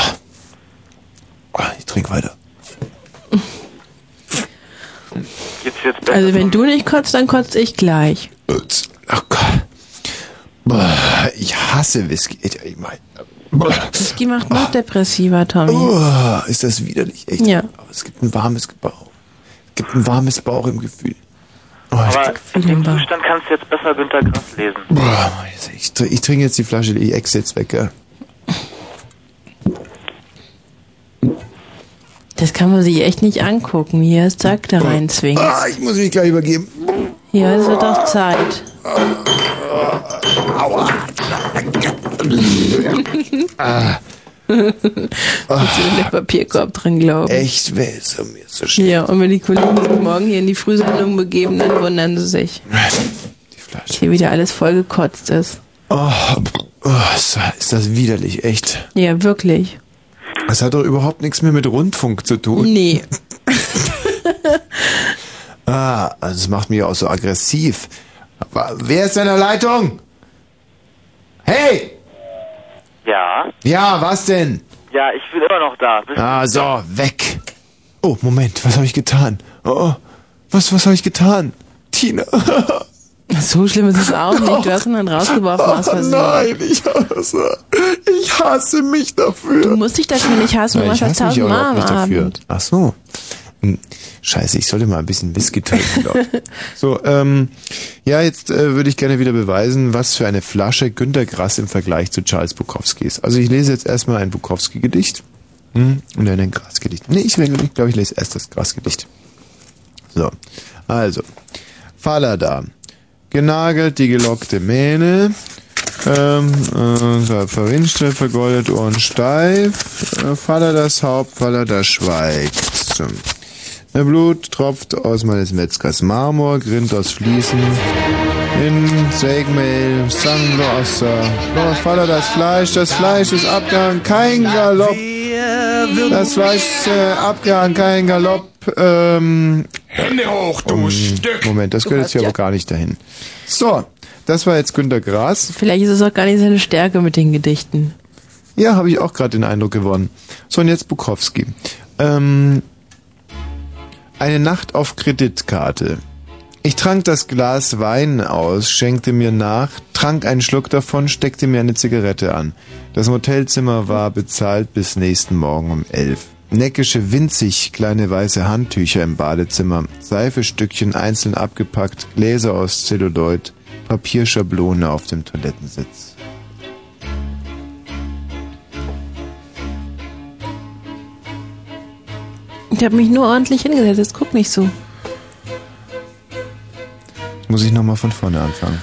A: Ah, Ich trinke weiter.
E: Geht's jetzt besser?
B: Also wenn du nicht kotzt, dann kotze ich gleich.
A: Ach Gott. Boah, Ich hasse Whisky. Ich ich mein, boah.
B: Whisky macht noch depressiver, Tommy.
A: Uah, oh, ist das widerlich, echt?
B: Oh Ja.
A: Aber es gibt ein warmes Bauch. Es gibt ein warmes Bauch im Gefühl. Oh,
E: Aber in dem Zustand kannst du jetzt besser Günter Grass lesen.
A: Boah, ich, tr- ich trinke jetzt die Flasche, ich ex jetzt weg, gell?
B: Das kann man sich echt nicht angucken, wie er das Zeug da reinzwingt.
A: Ah, ich muss mich gleich übergeben.
B: Ja, es wird auch Zeit.
A: Ah.
B: Willst du den Papierkorb dran glauben?
A: Echt, wer ist an mir so schlecht?
B: Ja, und wenn die Kollegen sich morgen hier in die Frühsendung begeben, dann wundern sie sich.
A: Dass
B: hier wieder alles vollgekotzt ist.
A: Oh, oh, ist das- ist das widerlich, echt.
B: Ja, wirklich.
A: Das hat doch überhaupt nichts mehr mit Rundfunk zu tun.
B: Nee.
A: Ah, also das macht mich auch so aggressiv. Aber wer ist in der Leitung? Hey!
E: Ja.
A: Ja, was denn?
E: Ja, ich bin immer noch da. Bist-
A: Ah, so, weg. Oh, Moment, was habe ich getan? Oh, was, was habe ich getan? Tina.
B: So schlimm ist es auch nicht. Du hast ihn dann rausgeworfen aus
A: Oh,
B: Versehen.
A: nein, ich hasse. Ich hasse mich dafür.
B: Du musst dich dafür nicht hassen, du
A: Nein,
B: machst das
A: hasse mich
B: tausendmal
A: überhaupt
B: am
A: nicht dafür.
B: Abend.
A: Ach so. Hm, Scheiße, ich sollte mal ein bisschen Whisky trinken, glaub ich. So, ähm, ja, jetzt äh, würde ich gerne wieder beweisen, was für eine Flasche Günter Grass im Vergleich zu Charles Bukowski ist. Also ich lese jetzt erstmal ein Bukowski-Gedicht hm, und dann ein Grass-Gedicht. Nee, ich, will- ich glaube, ich lese erst das Grass-Gedicht. So, also, Falada. Genagelt die gelockte Mähne, ähm, äh, verwinschte, vergoldet und steif, äh, faller das Haupt, faller das schweigt. Der Blut tropft aus meines Metzgers Marmor, grinnt aus Fließen, in Segmail, Sangossa, Los, faller das Fleisch, das Fleisch ist abgehangen, kein Galopp, das Fleisch ist äh, abgehangen, kein Galopp, ähm, Oh,
S: Hände hoch, du Stück!
A: Moment, das gehört jetzt hier aber gar nicht dahin. So, das war jetzt Günter Grass.
B: Vielleicht ist es auch gar nicht seine Stärke mit den Gedichten.
A: Ja, habe ich auch gerade den Eindruck gewonnen. So, und jetzt Bukowski. Ähm, eine Nacht auf Kreditkarte. Ich trank das Glas Wein aus, schenkte mir nach, trank einen Schluck davon, steckte mir eine Zigarette an. Das Motelzimmer war bezahlt bis nächsten Morgen um elf. Neckische, winzig kleine weiße Handtücher im Badezimmer, Seifestückchen einzeln abgepackt, Gläser aus Zelluloid, Papierschablone auf dem Toilettensitz.
B: Ich habe mich nur ordentlich hingesetzt, jetzt guck nicht so.
A: Muss ich nochmal von vorne anfangen.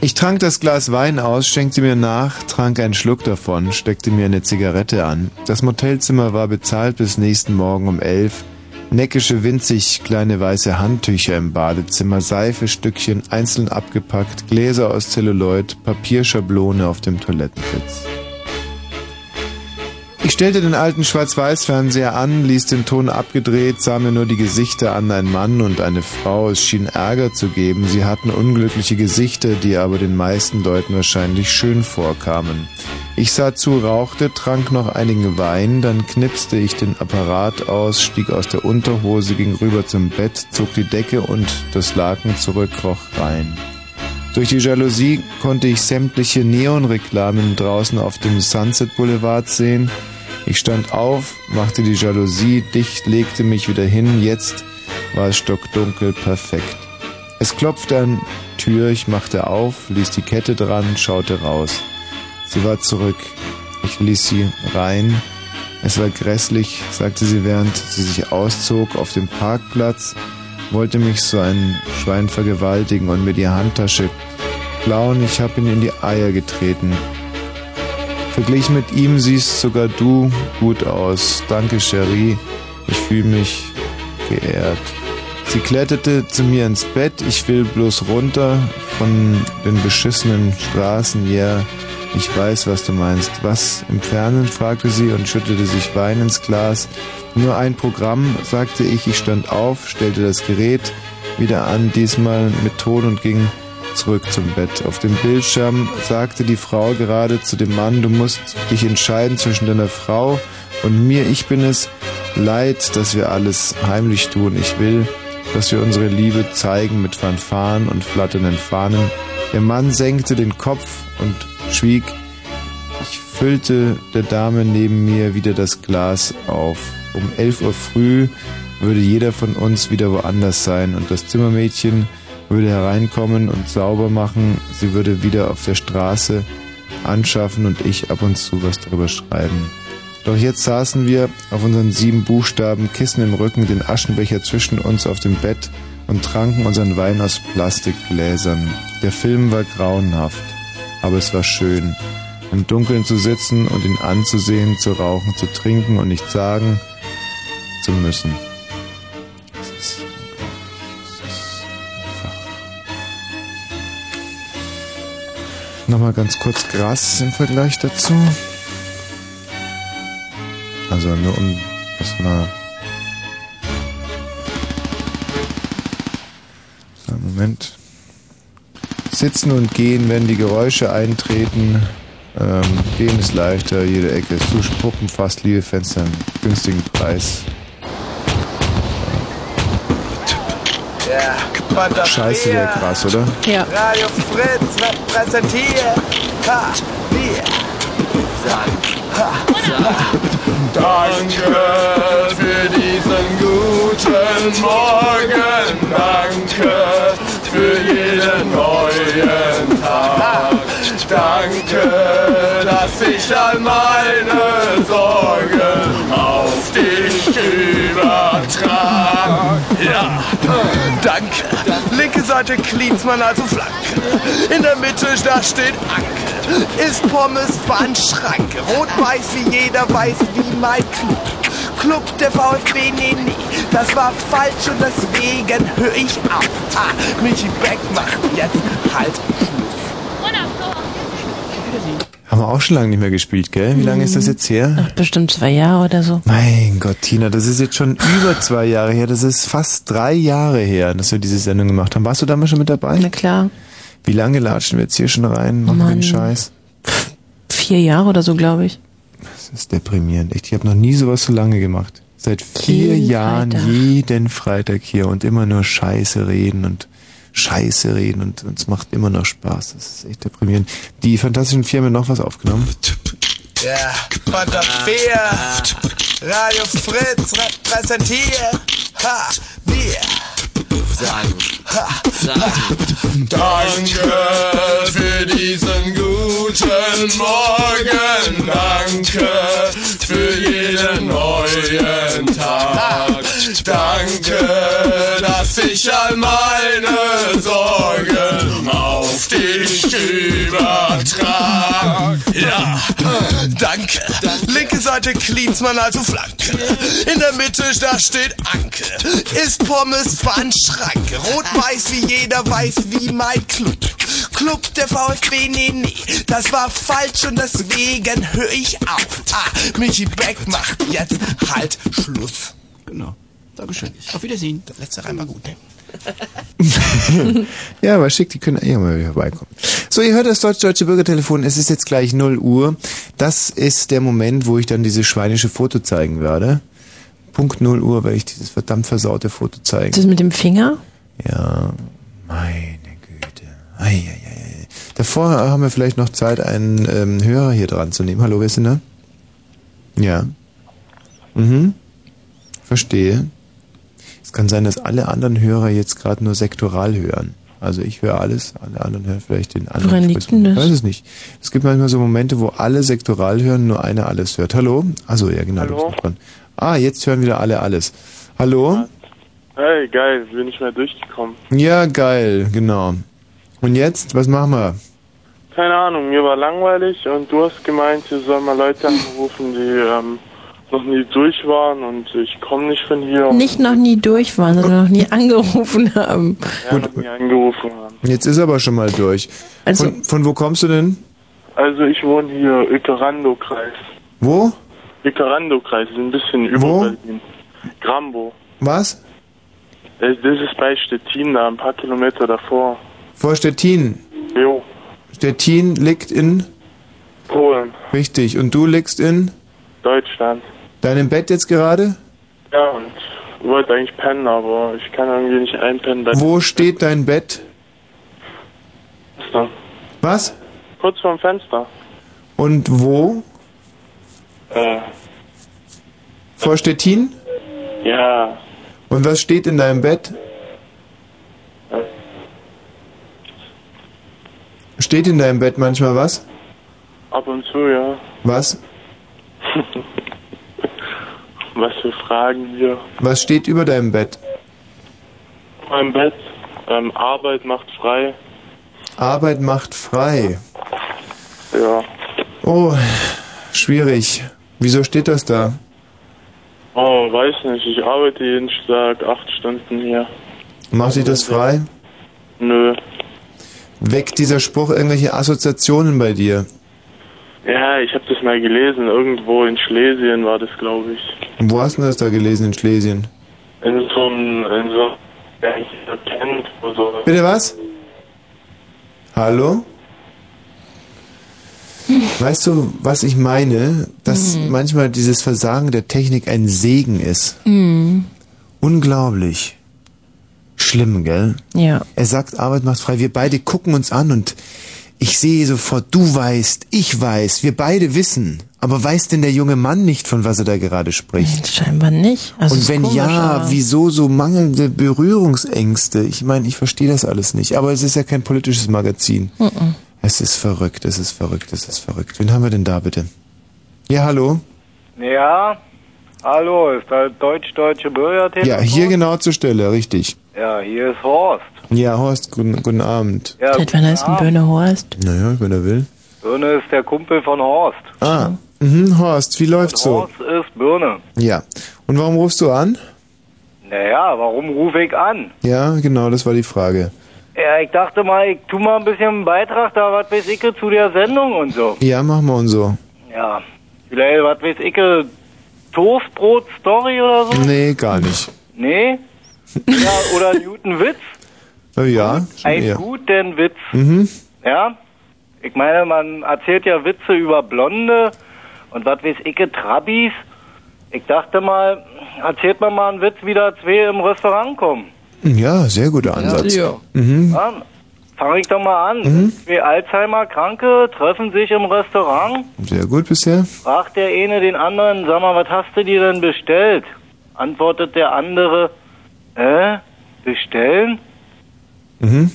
A: Ich trank das Glas Wein aus, schenkte mir nach, trank einen Schluck davon, steckte mir eine Zigarette an. Das Motelzimmer war bezahlt bis nächsten Morgen um elf. Neckische, winzig kleine weiße Handtücher im Badezimmer, Seifestückchen einzeln abgepackt, Gläser aus Zelluloid, Papierschablone auf dem Toilettensitz. Ich stellte den alten Schwarz-Weiß-Fernseher an, ließ den Ton abgedreht, sah mir nur die Gesichter an, ein Mann und eine Frau. Es schien Ärger zu geben. Sie hatten unglückliche Gesichter, die aber den meisten Leuten wahrscheinlich schön vorkamen. Ich sah zu, rauchte, trank noch einigen Wein, dann knipste ich den Apparat aus, stieg aus der Unterhose, ging rüber zum Bett, zog die Decke und das Laken zurück, kroch rein. Durch die Jalousie konnte ich sämtliche Neonreklamen draußen auf dem Sunset Boulevard sehen. Ich stand auf, machte die Jalousie dicht, legte mich wieder hin. Jetzt war es stockdunkel, perfekt. Es klopfte an Tür, ich machte auf, ließ die Kette dran, schaute raus. Sie war zurück. Ich ließ sie rein. Es war grässlich, sagte sie, während sie sich auszog auf dem Parkplatz wollte mich so ein Schwein vergewaltigen und mir die Handtasche klauen. Ich hab ihn in die Eier getreten. Verglichen mit ihm siehst sogar du gut aus. Danke, Cherie. Ich fühle mich geehrt. Sie kletterte zu mir ins Bett. Ich will bloß runter von den beschissenen Straßen. Ja, ich weiß, was du meinst. Was im Fernsehen? fragte sie und schüttete sich Wein ins Glas. Nur ein Programm, sagte ich. Ich stand auf, stellte das Gerät wieder an, diesmal mit Ton und ging zurück zum Bett. Auf dem Bildschirm sagte die Frau gerade zu dem Mann, du musst dich entscheiden zwischen deiner Frau und mir. Ich bin es. Leid, dass wir alles heimlich tun. Ich will, dass wir unsere Liebe zeigen mit Fanfaren und flatternden Fahnen. Der Mann senkte den Kopf und schwieg. Ich füllte der Dame neben mir wieder das Glas auf. Um 11 Uhr früh würde jeder von uns wieder woanders sein und das Zimmermädchen würde hereinkommen und sauber machen. Sie würde wieder auf der Straße anschaffen und ich ab und zu was darüber schreiben. Doch jetzt saßen wir auf unseren sieben Buchstaben, Kissen im Rücken, den Aschenbecher zwischen uns auf dem Bett und tranken unseren Wein aus Plastikgläsern. Der Film war grauenhaft, aber es war schön. Im Dunkeln zu sitzen und ihn anzusehen, zu rauchen, zu trinken und nicht sagen zu müssen. Es ist unglaublich, es ist einfach. Nochmal ganz kurz Gras im Vergleich dazu. Also nur um das mal. So, Moment. Sitzen und gehen, wenn die Geräusche eintreten. Ähm, gehen ist leichter, jede Ecke ist zu spucken, fast liebe Fenster, günstigen Preis.
S: Ja, Batteria.
A: Scheiße, der Gras, oder?
B: Ja.
S: Radio Fritz repräsentiert Ha, wir sagen Ha, sagen Danke für diesen guten Morgen Danke für jeden neuen Tag Danke, dass ich all meine Sorgen auf dich übertrag Ja, danke Linke Seite Klinsmann, also Flanke In der Mitte, da steht Anke ist Pommes Bahnschranke. Rot-weiß wie jeder weiß, wie mein Club. Club der VfB, nee, nee. Das war falsch und deswegen höre ich auf. Ah, Michi Beck macht jetzt halt
A: Haben wir auch schon lange nicht mehr gespielt, gell? Wie lange ist das jetzt her?
B: Hm. Bestimmt zwei Jahre oder so.
A: Mein Gott, Tina, das ist jetzt schon über zwei Jahre her. Das ist fast drei Jahre her, dass wir diese Sendung gemacht haben. Warst du damals schon mit dabei? Na
B: klar.
A: Wie lange latschen wir jetzt hier schon rein? Machen wir
B: Mann.
A: den Scheiß.
B: Vier Jahre oder so, glaube ich.
A: Das ist deprimierend. Echt, ich habe noch nie sowas so lange gemacht. Seit vier
B: Jeden
A: Jahren jeden Freitag hier und immer nur Scheiße reden und Scheiße reden und uns macht immer noch Spaß. Das ist echt deprimierend. Die Fantastischen Vier haben ja noch was aufgenommen.
S: Ja, Pantafair, Radio Fritz repräsentiert. Ha, wir sagen, ha, sagen. Danke für diesen guten Morgen. Danke für jeden neuen Tag. Danke, dass ich all meine Sorgen auf dich übertrag. Ja, danke. Linke Seite Klinsmann, also Flanke. In der Mitte, da steht Anke. Ist Pommes Pfannschranke. Rot-weiß wie jeder weiß, wie mein Club. Club der VfB, nee, nee. Das war falsch und deswegen höre ich auf. Ah, Michi Beck macht jetzt halt Schluss. Genau. Dankeschön. Auf Wiedersehen. Der letzte Reim war gut, ne?
A: ja, aber schick, die können eh mal wieder vorbeikommen. So, ihr hört das deutsch-deutsche Bürgertelefon. Es ist jetzt gleich 0 Uhr. Das ist der Moment, wo ich dann dieses schweinische Foto zeigen werde. Punkt 0 Uhr werde ich dieses verdammt versaute Foto zeigen.
B: Ist das mit dem Finger?
A: Ja, meine Güte. Eieiei. Davor haben wir vielleicht noch Zeit, einen ähm, Hörer hier dran zu nehmen. Hallo, wer ist denn da? Ja. Mhm. Verstehe. Es kann sein, dass alle anderen Hörer jetzt gerade nur sektoral hören. Also ich höre alles, alle anderen hören vielleicht den anderen.
B: Woran liegt denn das?
A: Ich weiß es nicht. Es gibt manchmal so Momente, wo alle sektoral hören, nur einer alles hört. Hallo? Also ja, genau. du
T: Hallo?
A: bist noch dran. Ah, jetzt hören wieder alle alles. Hallo?
T: Hey, geil, bin nicht mehr durchgekommen.
A: Ja, geil, genau. Und jetzt, was machen wir?
T: Keine Ahnung, mir war langweilig und du hast gemeint, hier sollen mal Leute anrufen, die ähm, noch nie durch waren und ich komme nicht von hier. und-
B: Nicht noch nie durch waren, sondern noch nie angerufen haben.
T: Ja, noch nie angerufen haben.
A: Jetzt ist aber schon mal durch.
B: Also-
A: von, von wo kommst du denn?
T: Also ich wohne hier Ikerando-Kreis.
A: Wo?
T: Ikerando-Kreis ist ein bisschen über Berlin. Grambo.
A: Was?
T: Äh, Das ist bei Stettin da, ein paar Kilometer davor.
A: Vor Stettin.
T: Jo,
A: Stettin liegt in?
T: Polen,
A: Richtig. Und du liegst in
T: Deutschland.
A: deinem Bett jetzt gerade?
T: Ja, und wollte eigentlich pennen, aber ich kann irgendwie nicht einpennen. Dann
A: Wo steht dein Bett?
T: Fenster.
A: Was?
T: Kurz vorm Fenster.
A: Und wo?
T: Äh,
A: Vor Stettin?
T: ja,
A: Und was steht in deinem Bett? Steht in deinem Bett manchmal was?
T: ab und zu, ja.
A: Was?
T: Was für Fragen hier.
A: Was steht über deinem Bett?
T: Mein Bett, ähm, Arbeit macht frei.
A: Arbeit macht frei.
T: Ja.
A: Oh, schwierig. Wieso steht das da?
T: Oh, weiß nicht, ich arbeite jeden Tag acht Stunden hier.
A: Macht dich das frei?
T: Nö.
A: Weckt dieser Spruch irgendwelche Assoziationen bei dir?
T: Ja, ich habe das mal gelesen, irgendwo in Schlesien war das, glaube ich.
A: Wo hast du das da gelesen in Schlesien?
T: In so einem, in so ja, ich erkennt, wo so.
A: Bitte was? Hallo? Weißt du, was ich meine? Dass manchmal dieses Versagen der Technik ein Segen ist.
B: Hm.
A: Unglaublich. Schlimm, gell?
B: Ja.
A: Er sagt, Arbeit macht frei. Wir beide gucken uns an und ich sehe sofort, du weißt, ich weiß, wir beide wissen. Aber weiß denn der junge Mann nicht, von was er da gerade spricht?
B: Scheinbar nicht. Also
A: und
B: ist
A: wenn
B: komisch,
A: ja,
B: aber-
A: wieso so mangelnde Berührungsängste? Ich meine, ich verstehe das alles nicht. Aber es ist ja kein politisches Magazin.
B: Mhm.
A: Es ist verrückt, es ist verrückt, es ist verrückt. Wen haben wir denn da bitte? Ja, hallo?
U: Ja, hallo, ist das deutsch-deutsche Bürgertelefon?
A: Ja, hier genau zur Stelle, richtig.
U: Ja, hier ist Horst.
A: Ja, Horst, guten, guten Abend.
U: Ja, Seit wann guten heißt denn Abend.
B: Böhne Horst?
A: Naja, wenn er will.
U: Birne ist der Kumpel von Horst.
A: Ah, mhm, Horst, wie läuft's so?
U: Horst ist Birne.
A: Ja. Und warum rufst du an?
U: Naja, warum rufe ich an?
A: Ja, genau, das war die Frage.
U: Ja, ich dachte mal, ich tu mal ein bisschen einen Beitrag da, was weiß ich, zu der Sendung und so.
A: Ja, machen wir und so.
U: Ja, vielleicht, was weiß ich, Toastbrot-Story oder so?
A: Nee, gar nicht.
U: Nee? Ja, oder Newton Witz?
A: Na Ja, schon
U: Ein
A: eher.
U: gut, denn Witz.
A: Mhm.
U: Ja? Ich meine, man erzählt ja Witze über Blonde und was weiß ich, Trabis. Ich dachte mal, erzählt man mal einen Witz, wie da zwei im Restaurant kommen.
A: Ja, sehr guter Ansatz.
U: Ja.
A: Mhm.
U: Ja, Fange ich doch mal an. Zwei Alzheimer-Kranke treffen sich im Restaurant.
A: Sehr gut bisher.
U: Fragt der eine den anderen, sag mal, was hast du dir denn bestellt? Antwortet der andere, äh, bestellen?
A: Mhm.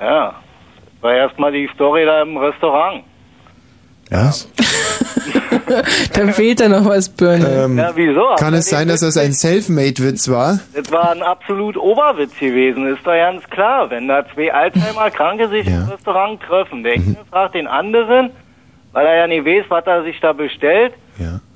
U: Ja, das war erstmal die Story da im Restaurant.
A: Ja.
B: Dann fehlt da noch was, Birne.
U: ja, wieso?
A: Ähm, Kann es sein, dass das ein Selfmade-Witz war?
U: Das war ein absolut Oberwitz gewesen, ist doch ganz klar. Wenn da zwei Alzheimer-Kranke sich im Restaurant treffen, der
A: Mhm.
U: eine fragt den anderen, weil er ja nicht weiß, was er sich da bestellt,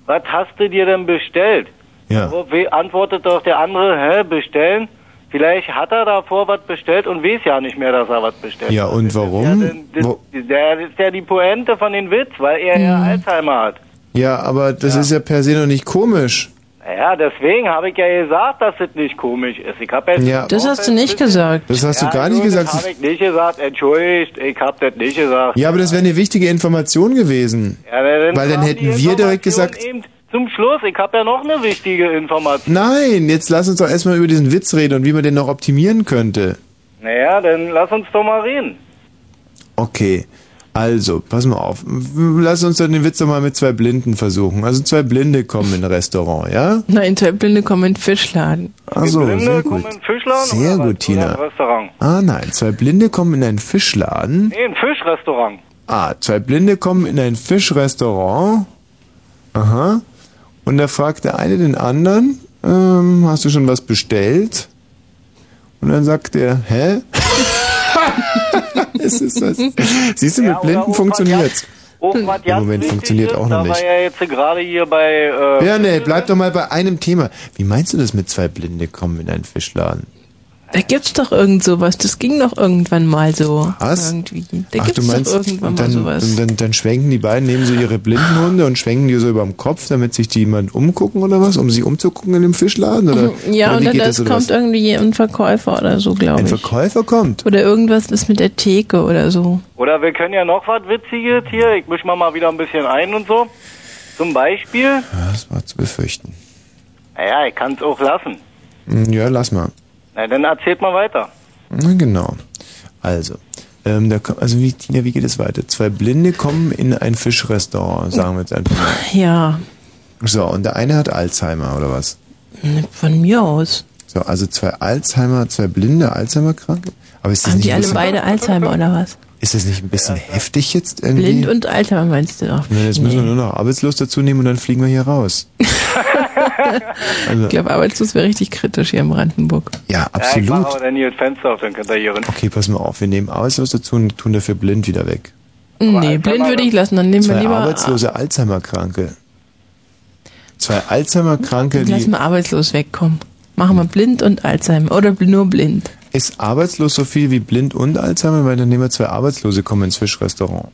U: was hast du dir denn bestellt?
A: Ja.
U: Worauf we- antwortet doch der andere, hä, bestellen? Vielleicht hat er davor was bestellt und weiß ja nicht mehr, dass er was bestellt
A: Ja,
U: hat.
A: und warum? Wo, Mhm.
U: Der ist ja die Pointe von dem Witz, weil er ja Alzheimer hat.
A: ja, aber das ist ja per se noch nicht komisch.
U: Naja, deswegen habe ich ja gesagt, dass es nicht komisch ist. Ich habe jetzt
A: Ja.
B: Das hast du nicht gesagt.
A: Das hast du gar nicht gesagt.
U: Das habe ich nicht gesagt. Entschuldigt, ich habe das nicht gesagt.
A: Ja, aber das wäre eine wichtige Information gewesen.
U: Ja, aber
A: Weil dann
U: kam
A: hätten
U: die
A: wir direkt
U: Information
A: gesagt-
U: Eben zum Schluss, ich habe ja noch eine wichtige Information.
A: Nein, jetzt lass uns doch erstmal über diesen Witz reden und wie man den noch optimieren könnte.
U: Naja, dann lass uns doch mal reden.
A: Okay. Also, pass mal auf. Lass uns doch den Witz doch mal mit zwei Blinden versuchen. Also zwei Blinde kommen in ein Restaurant, ja?
B: Nein, zwei Blinde kommen in den Fischladen.
A: Achso, sehr gut. Sehr gut, Tina.
U: Restaurant.
A: Ah nein, zwei Blinde kommen in einen Fischladen.
U: Nee, ein Fischrestaurant.
A: Ah, zwei Blinde kommen in ein Fischrestaurant. Aha. Und da fragt der eine den anderen, ähm, hast du schon was bestellt? Und dann sagt der, hä? es ist das. Siehst du, mit Blinden funktioniert's.
U: Oh, was
A: Im Moment funktioniert auch noch
U: da war
A: nicht.
U: ja jetzt gerade hier bei... Äh,
A: Birne, bleib doch mal bei einem Thema. Wie meinst du das mit zwei Blinde kommen in einen Fischladen?
B: Da gibt's doch irgend sowas. Das ging doch irgendwann mal so.
A: Was?
B: Irgendwie. Da gibt's doch irgendwann mal
A: dann,
B: sowas.
A: Dann, dann, dann schwenken die beiden, nehmen so ihre Blindenhunde und schwenken die so über dem Kopf, damit sich die jemand umgucken oder was, um sie umzugucken in dem Fischladen? Oder,
B: Mhm, Ja,
A: oder
B: und
A: wie
B: dann
A: geht
B: das
A: oder
B: kommt
A: was?
B: irgendwie ein Verkäufer oder so, glaube
A: Ein
B: ich.
A: Verkäufer kommt.
B: Oder irgendwas ist mit der Theke oder so.
U: Oder wir können ja noch was Witziges hier. Ich mische mal mal wieder ein bisschen ein und so. Zum Beispiel...
A: Ja, das war zu befürchten.
U: Naja, ich kann es auch lassen.
A: Hm, Ja, lass mal.
U: Na, dann erzählt mal weiter.
A: Na, genau. Also, ähm, da, ko- also wie, Tina, wie geht es weiter? Zwei Blinde kommen in ein Fischrestaurant, sagen wir jetzt einfach mal.
B: Ja,
A: So, und der eine hat Alzheimer oder was?
B: von mir aus.
A: So, also zwei Alzheimer, zwei blinde Alzheimer-Kranke? Aber ist das
B: Haben
A: nicht
B: die
A: ein
B: alle
A: bisschen,
B: beide Alzheimer oder was?
A: Ist das nicht ein bisschen heftig jetzt irgendwie?
B: Blind und Alzheimer meinst du doch.
A: Na, jetzt müssen wir nur noch arbeitslos dazu nehmen und dann fliegen wir hier raus. also,
B: Ich glaube, arbeitslos wäre richtig kritisch hier in Brandenburg.
A: ja,
U: Ja, ich
A: absolut.
U: mache aber dann hier das Fenster auf, dann könnt ihr hier rein.
A: Okay, pass mal auf, wir nehmen arbeitslos dazu und tun dafür blind wieder weg.
B: nee, blind würde ich lassen. Dann nehmen wir
A: Zwei
B: lieber.
A: arbeitslose Alzheimer-Kranke. Zwei Alzheimer-Kranke,
B: Lassen
A: die...
B: wir arbeitslos wegkommen. Machen wir blind und Alzheimer. Oder bl- nur blind.
A: Ist arbeitslos so viel wie blind und Alzheimer? Weil dann nehmen wir zwei Arbeitslose, kommen ins Fischrestaurant.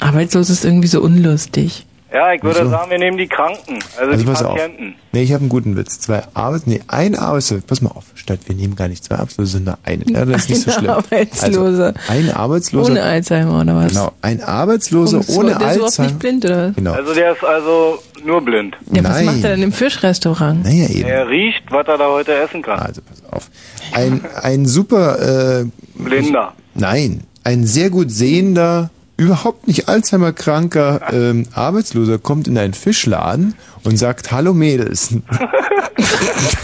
B: Arbeitslos ist irgendwie so unlustig.
U: Ja, ich würde
A: Wieso?
U: sagen, wir nehmen die Kranken, also,
A: Also
U: die
A: pass auf.
U: Patienten.
A: Nee, ich habe einen guten Witz. Zwei Arbeits... Nee, ein Arbeitslose. Pass mal auf. Statt wir nehmen gar nicht zwei Arbeitslose, sondern einen. Ja, das ist nicht so
B: Ein
A: schlimm.
B: Arbeitsloser.
A: Also, ein Arbeitsloser.
B: Ohne Alzheimer oder was?
A: Genau. Ein Arbeitsloser
B: Und so,
A: ohne
B: der ist überhaupt
A: Alzheimer.
B: nicht blind oder was?
A: Genau.
U: Also der ist also nur blind.
B: Ja, was macht er denn im Fischrestaurant?
A: Naja, eben.
U: Er riecht, was er da heute essen kann.
A: Also pass auf. Ein, ein super... Äh,
U: Blinder.
A: Nein. Ein sehr gut sehender, überhaupt nicht Alzheimer-kranker ähm, Arbeitsloser kommt in einen Fischladen und sagt, hallo Mädels.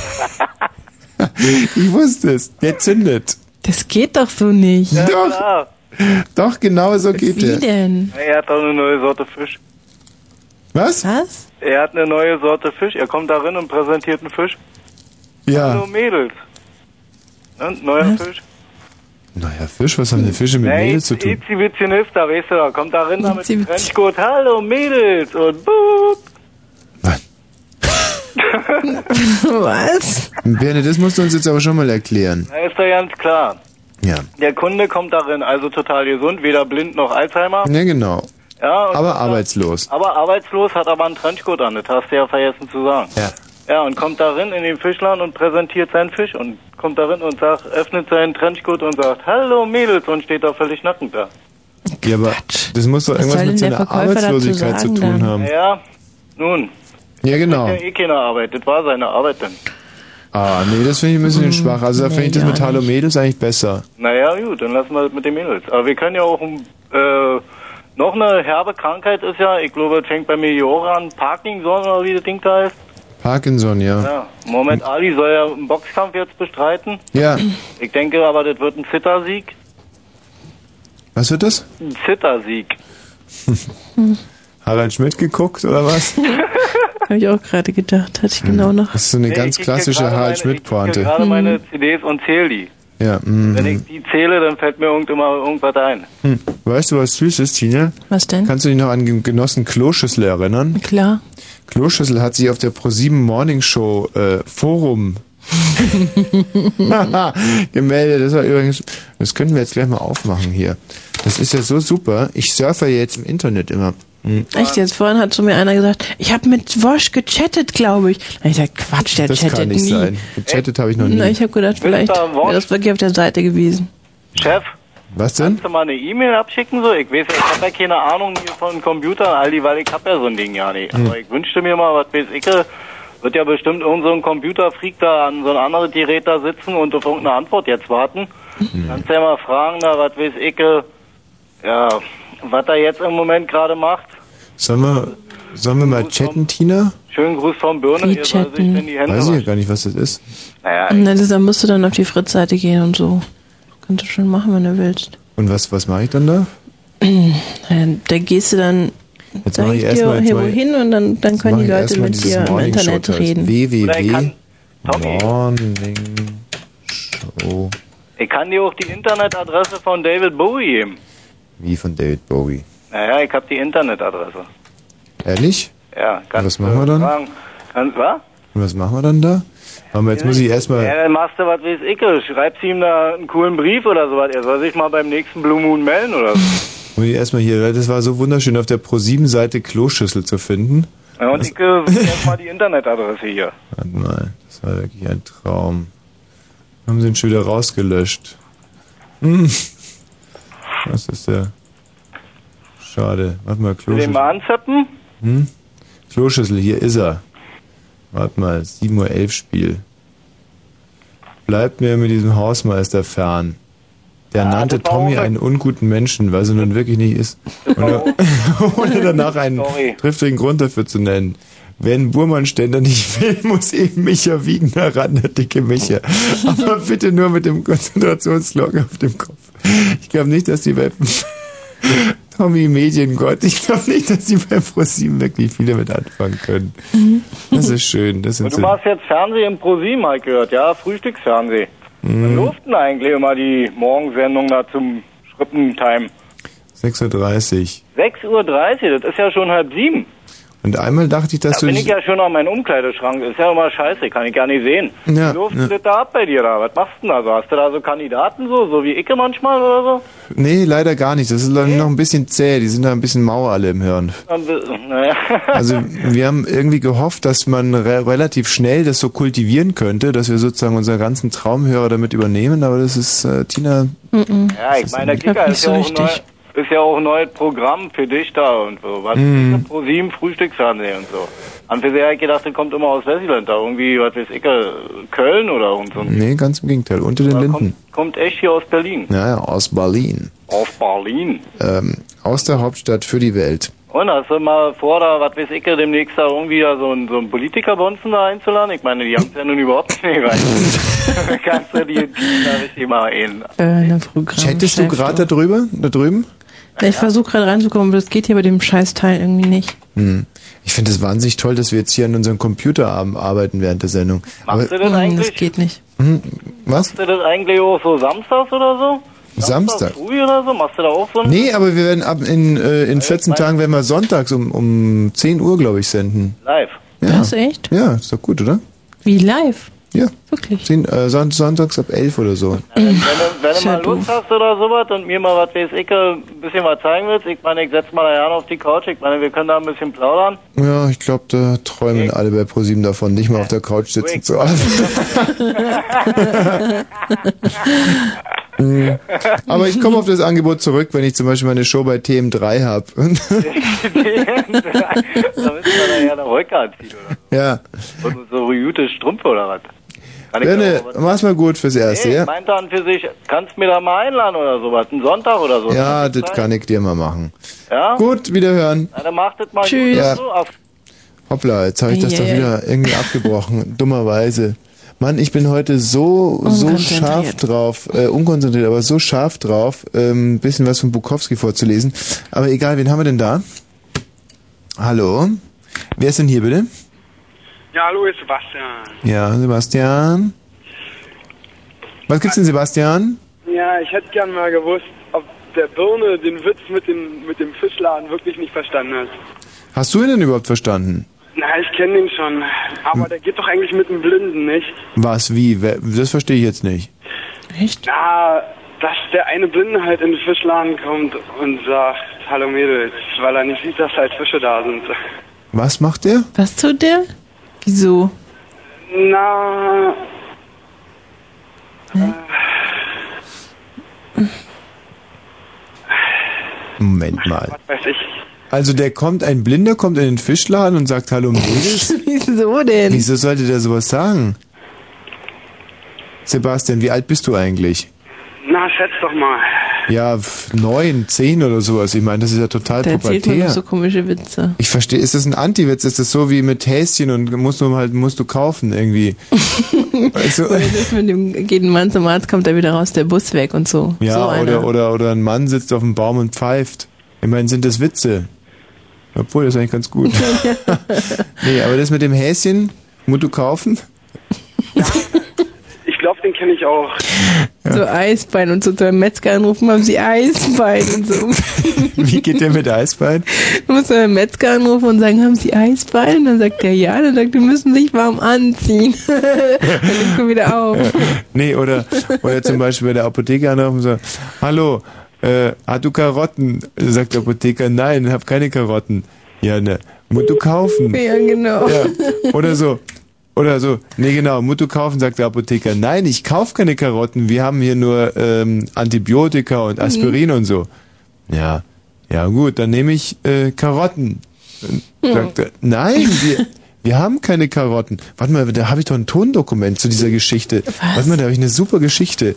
A: ich wusste es. Der zündet.
B: Das geht doch so nicht.
A: Doch, doch genau so geht
B: Wie
A: der.
B: denn?
U: Er hat doch eine neue Sorte Fisch.
A: Was?
B: Was?
U: Er hat eine neue Sorte Fisch. Er kommt da rein und präsentiert einen Fisch.
A: Ja.
U: Hallo Mädels. Ne? Neuer Fisch.
A: Neuer Fisch, was haben denn Fische mit
U: Ja,
A: Mädels zu tun?
U: Exhibitionist, da weißt du, da kommt da rein da mit dem Trenchcoat. Hallo Mädels und boop.
B: Was?
A: Berne, das musst du uns jetzt aber schon mal erklären.
U: Da ist doch ganz klar.
A: Ja.
U: Der Kunde kommt darin, also total gesund, weder blind noch Alzheimer.
A: Ja, genau.
U: Ja, und-
A: Aber arbeitslos.
U: aber arbeitslos, hat aber einen Trenchcoat an, das hast du ja vergessen zu sagen.
A: Ja.
U: Ja, und kommt darin in den Fischladen und präsentiert seinen Fisch und kommt darin und sagt, öffnet seinen Trenchcoat und sagt, hallo Mädels und steht da völlig nackend da.
A: Ja, aber das muss doch
U: Was
A: irgendwas
U: soll
A: mit
U: denn
A: seiner
U: der Verkäufer dazu
A: Arbeitslosigkeit zu
U: sagen
A: tun haben.
U: Ja, nun,
A: Ja, genau.
U: ja eh keine Arbeit, das war seine Arbeit dann.
A: Ah, nee, das finde ich ein bisschen
U: Hm,
A: schwach. Also da finde ich das mit Hallo Mädels eigentlich besser.
U: Naja, gut, dann lassen wir das mit den Mädels. Aber wir können ja auch äh, noch eine herbe Krankheit ist ja, ich glaube, es fängt bei Meliora an, Parkinson oder wie das Ding da heißt.
A: Parkinson, ja.
U: Ja, Mohamed Ali soll ja einen Boxkampf jetzt bestreiten.
A: Ja.
U: Ich denke aber, das wird ein fitter Sieg.
A: Was wird das?
U: Ein fitter Sieg.
A: Harald Schmidt geguckt oder was?
B: Habe ich auch gerade gedacht,
A: Hm.
B: hatte ich genau noch.
A: Das ist so eine
U: Nee,
A: ganz
U: ich krieg hier
A: klassische
U: gerade
A: Harald
U: meine- ich krieg hier
A: Schmidt-Pointe. Hm.
U: gerade meine CDs und zähle die.
A: Ja, mhm.
U: Wenn ich die zähle, dann fällt mir irgendwann mal irgendwas ein.
A: Hm. Weißt du, was süß ist, Tina?
B: Was denn?
A: Kannst du dich noch an den Genossen Kloschüssel erinnern?
B: Klar.
A: Kloschüssel hat sich auf der ProSieben Morning Show äh, Forum gemeldet. Das war übrigens, das könnten wir jetzt gleich mal aufmachen hier. Das ist ja so super. Ich surfe ja jetzt im Internet immer. Hm.
B: Echt jetzt? Vorhin hat zu mir einer gesagt, ich habe mit Wosch gechattet, glaube ich. Da hab ich gesagt, Quatsch, der
A: Das
B: chattet
A: kann nicht
B: nie.
A: sein. Gechattet habe ich noch nie.
B: Na, ich habe gedacht, vielleicht wäre das wirklich auf der Seite gewesen.
U: Chef,
A: Was denn?
U: kannst du mal eine E-Mail abschicken? So, ich weiß ja, ich habe ja keine Ahnung hier von Computern, Aldi, weil ich habe ja so ein Ding ja nicht.
A: Hm.
U: Aber ich wünschte mir mal, was weiß ich, äh, wird ja bestimmt irgend so ein Computerfreak da an so ein anderes Gerät da sitzen und auf irgendeine Antwort jetzt warten.
A: Hm.
U: Kannst ja mal fragen, na, was weiß ich, äh, ja, was er jetzt im Moment gerade macht.
A: Sollen wir, sollen wir mal chatten, Tina?
U: Schönen Gruß vom Birne,
B: Wie
U: ihr soll sich
B: chatten?
U: in die Hände
A: Weiß ich ja gar nicht, was das ist.
U: Naja,
B: Na, das, dann musst du dann auf die Fritz-Seite gehen und so. Kannst du schon machen, wenn du willst.
A: Und was, was mache ich dann da?
B: Äh, Da gehst du dann
A: Jetzt
B: sag
A: mach ich
B: ich
A: erst
B: dir
A: mal- jetzt
B: hier
A: mach ich-
B: wohin und dann, dann können die Leute mit dir im Internet reden.
A: www. Morning Show.
U: Ich kann dir auch die Internetadresse von David Bowie geben.
A: Wie von David Bowie.
U: Naja, ich habe die Internetadresse.
A: Ehrlich?
U: Ja,
A: Und was machen wir dann?
U: Fragen. Kann, was?
A: Und was machen wir dann da? Aber jetzt muss ich
U: Ja,
A: erstmal.
U: dann machst du was weiß ich. Schreibst ihm da einen coolen Brief oder sowas. Er soll sich mal beim nächsten Blue Moon melden oder so.
A: Muss ich erstmal hier, das war so wunderschön, auf der Pro7-Seite Kloschüssel zu finden.
U: Ja, und ich äh, such jetzt mal die Internetadresse hier.
A: Warte mal, das war wirklich ein Traum. Haben sie ihn schon wieder rausgelöscht. Hm. Was ist der? Schade. Warte mal,
U: Will den
A: Kloschüssel.
U: mal anzappen?
A: Hm? Kloschüssel, hier ist er. Warte mal, 7.11 Uhr Spiel. Bleibt mir mit diesem Hausmeister fern. Der nannte Tommy einen unguten Menschen, was er nun wirklich nicht ist. Und er, ohne danach einen triftigen Grund dafür zu nennen. Wenn Burmann Ständer nicht will, muss eben Micha Wiegner ran, der dicke Micha. Aber bitte nur mit dem Konzentrationsglocken auf dem Kopf. Ich glaube nicht, dass die Welpen Tommy Mediengott. Ich glaube nicht, dass die bei ProSieben wirklich viele mit anfangen können. Das ist schön. Das sind
U: Mhm. Und du
A: so,
U: machst jetzt Fernsehen im ProSieben, hab ich gehört, ja?
A: Hm.
U: Frühstücksfernsehen. Wir
A: mh,
U: durften eigentlich immer die Morgensendung da zum Schrippentime.
A: 6.30 Uhr.
U: 6.30 Uhr, das ist ja schon halb sieben.
A: Und einmal dachte ich, dass
U: da
A: du
U: bin ich
A: dich,
U: ja schon an meinem Umkleideschrank. Ist ja immer scheiße, kann ich gar nicht sehen.
A: Ja,
U: Wie läuft
A: ja.
U: das da ab bei dir da? Was machst du denn da so? Hast du da so Kandidaten so, so wie Icke manchmal oder so?
A: Nee, leider gar nicht. Das ist leider noch ein bisschen zäh. Die sind da ein bisschen mau alle im Hirn.
U: Dann be- Naja.
A: Also wir haben irgendwie gehofft, dass man re relativ schnell das so kultivieren könnte, dass wir sozusagen unseren ganzen Traumhörer damit übernehmen. Aber das ist, äh, Tina,
B: Mhm.
U: ja, ich meine, der Kicker ist, ja auch ein neu, ist ja auch ein neues Programm für dich da und so. Was
A: Mhm.
U: ist pro sieben Frühstücksfernsehen und so. An für sehr gedacht, das kommt immer aus Westland da. Irgendwie, was weiß ich, äh, Köln oder irgend so.
A: nee, ganz im Gegenteil. Unter den Linden.
U: Kommt echt hier aus Berlin.
A: Ja, ja, aus Berlin.
U: Aus Berlin.
A: Ähm, aus der Hauptstadt für die Welt.
U: Und hast du mal vor, da, was weiß ich, demnächst da irgendwie da so einen, so einen Politikerbonzen da einzuladen? Ich meine, die haben's ja nun überhaupt nicht rein. Kannst du die da richtig mal ein.
A: Chattest du gerade da drüber? Da drüben?
B: Na, Äh, Ich versuche gerade reinzukommen, aber das geht hier bei dem Scheißteil irgendwie nicht.
A: Hm. Ich finde es wahnsinnig toll, dass wir jetzt hier an unserem Computer am- arbeiten während der Sendung. Aber,
U: Machst du das eigentlich? Das
B: geht nicht.
A: hm, was?
U: Machst du das eigentlich auch so samstags oder so?
A: Samstag?
U: Früh oder so? Machst du da auch so ein...
A: Nee, aber wir werden ab in, äh, in 14 Tagen werden wir sonntags um, um 10 Uhr, glaube ich, senden.
U: Live.
A: Ja.
B: Was, echt?
A: Ja, ist doch gut, oder?
B: Wie live?
A: Ja.
B: Wirklich?
A: Zehn, äh, son sonntags ab 11 oder so.
U: Äh, Wenn du, wenn du mal Lust hast oder sowas und mir mal, was weiß ich, äh, ein bisschen was zeigen willst, ich meine, ich setz mal da Jan auf die Couch, ich meine, wir können da ein bisschen plaudern.
A: Ja, ich glaube, da träumen alle bei ProSieben davon, nicht mal auf der Couch sitzen zu arbeiten. Hm. Aber ich komme auf das Angebot zurück, wenn ich zum Beispiel meine Show bei TM3 habe.
U: da müssen wir da ja eine Röcke anziehen
A: ja.
U: oder und so jute Strümpfe oder was. Kann ich
A: Birne, mach's mal gut fürs Erste,
U: Nee,
A: ja?
U: Ich meinte an für sich, kannst mir da mal einladen oder sowas, einen Sonntag oder so.
A: Ja,
U: Hast du
A: das
U: Zeit?
A: kann ich dir mal machen.
U: Ja?
A: Gut, wiederhören.
U: Na, dann mach das mal.
A: Tschüss.
U: gut.
A: Ja.
U: So, auf
A: Hoppla, jetzt habe ich das doch
U: Eieiei.
A: wieder irgendwie abgebrochen. Dummerweise. Mann, ich bin heute so, so
U: Unkonzentriert.
A: scharf drauf, äh, unkonzentriert, aber so scharf drauf, ein ähm, bisschen was von Bukowski vorzulesen. Aber egal, wen haben wir denn da? Hallo? Wer ist denn hier bitte?
V: Ja, hallo, ist Sebastian.
A: Ja, Sebastian. Was gibt's denn, Sebastian?
V: Ja, ich hätte gern mal gewusst, ob der Birne den Witz mit dem, mit dem Fischladen wirklich nicht verstanden hat.
A: Hast du ihn denn überhaupt verstanden?
V: Na, ich kenne den schon. Aber der geht doch eigentlich mit dem Blinden, nicht?
A: Was, wie? Wer- Das verstehe ich jetzt nicht.
V: Echt? Na, dass der eine Blinde halt in den Fischladen kommt und sagt, hallo Mädels, weil er nicht sieht, dass halt Fische da sind.
A: Was macht der?
B: Was tut der? Wieso?
V: Na,
A: Moment mal.
V: weiß ich.
A: Also der kommt, ein Blinder kommt in den Fischladen und sagt Hallo Mädels?
B: Wieso denn?
A: Wieso sollte der sowas sagen? Sebastian, wie alt bist du eigentlich?
V: Na, schätz doch mal.
A: Ja, f- neun, zehn oder sowas. Ich meine, das ist ja total
B: Da erzählt man
A: pubertär.
B: doch so komische Witze.
A: Ich verstehe, ist das ein Antiwitz? Ist das so wie mit Häschen und musst du halt, musst du kaufen irgendwie? also,
B: Oder das mit dem geht ein Mann zum Arzt, kommt er wieder raus, der Bus weg und so. so
A: ja,
B: einer.
A: oder, oder, oder ein Mann sitzt auf einem Baum und pfeift. Ich meine, sind das Witze? Obwohl, das ist eigentlich ganz gut. nee, aber das mit dem Häschen, musst du kaufen?
V: Ich glaube, den kenne ich auch.
B: So Eisbein und so zu einem Metzger anrufen, haben sie Eisbein und so.
A: Wie geht der mit Eisbein?
B: Du musst einen Metzger anrufen und sagen, haben sie Eisbein? Und dann sagt er ja, dann sagt er, müssen sich warm anziehen. dann nimmst du wieder auf.
A: Nee, oder, oder zum Beispiel bei der Apotheke anrufen und sagen, hallo, äh, hast du Karotten? Sagt der Apotheker, nein, hab keine Karotten. Ja, ne, musst du kaufen.
B: Ja, genau.
A: Ja, oder so. Oder so, nee genau, musst du kaufen, sagt der Apotheker. Nein, ich kauf keine Karotten, wir haben hier nur ähm, Antibiotika und Aspirin und so. Ja, ja gut, dann nehme ich äh, Karotten.
S: Ja.
A: Sagt er, nein, wir, wir haben keine Karotten. Warte mal, da habe ich doch ein Tondokument zu dieser Geschichte. Warte mal, da habe ich eine super Geschichte.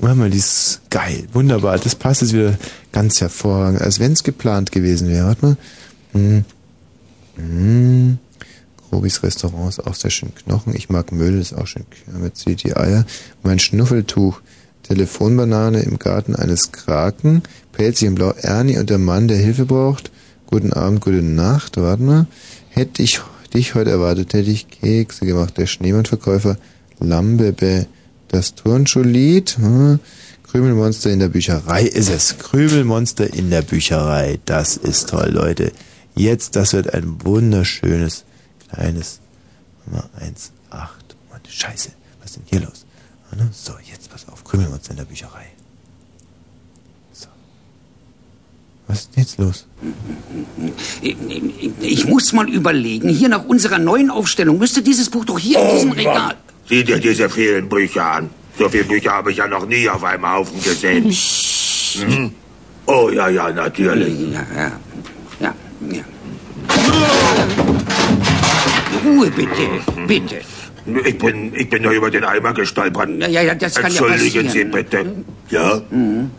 A: Warte mal, die ist geil, wunderbar. Das passt jetzt wieder ganz hervorragend, als wenn es geplant gewesen wäre. Warte mal. Hm. Hm. Grobis Restaurant ist auch sehr schön Knochen. Ich mag Mödel, ist auch schön Kürbis, sieht die Eier. Mein Schnuffeltuch. Telefonbanane im Garten eines Kraken. Pelzchen blau. Ernie und der Mann, der Hilfe braucht. Guten Abend, gute Nacht. Warte mal. Hätte ich dich heute erwartet, hätte ich Kekse gemacht. Der Schneemannverkäufer. Lambebe. Das Turnschuhlied. Hm. Krümelmonster in der Bücherei ist es. Krümelmonster in der Bücherei. Das ist toll, Leute. Jetzt, das wird ein wunderschönes, kleines Nummer 1, 8. Mann, Scheiße. Was ist denn hier los? Warte, So, jetzt pass auf. Krümelmonster in der Bücherei. So. Was ist denn jetzt los?
W: Ich, ich, ich muss mal überlegen. Hier nach unserer neuen Aufstellung müsste dieses Buch doch hier in
X: Oh,
W: diesem Regal.
X: Sieh dir diese vielen Bücher an. So viele Bücher habe ich ja noch nie auf einem Haufen gesehen. Mhm. Oh ja, ja, natürlich.
W: Hm. Ja, ja. Ja, ja. Ruhe bitte, bitte.
X: Ich bin, ich bin nur über den Eimer gestolpert.
W: Na ja, ja, das kann ja
X: Entschuldigen Sie
W: passieren. Mhm.
X: bitte. Ja?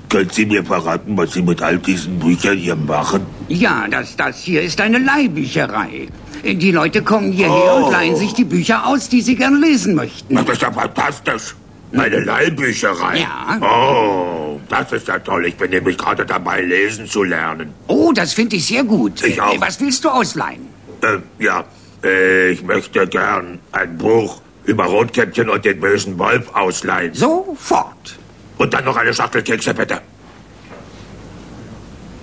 X: Können Sie mir verraten, was Sie mit all diesen Büchern hier machen?
W: Ja, das, das hier ist eine Leihbücherei. Die Leute kommen hierher
X: Oh.
W: und leihen sich die Bücher aus, die sie gern lesen möchten.
X: Na, das ist ja fantastisch. Eine Leihbücherei.
W: Ja.
X: Oh, das ist ja toll. Ich bin nämlich gerade dabei, lesen zu lernen.
W: Oh, das finde ich sehr gut.
X: Ich auch.
W: Was willst du ausleihen?
X: Ähm, ja, äh, ich möchte gern ein Buch über Rotkäppchen und den bösen Wolf ausleihen.
W: Sofort.
X: Und dann noch eine Schachtel Kekse, bitte.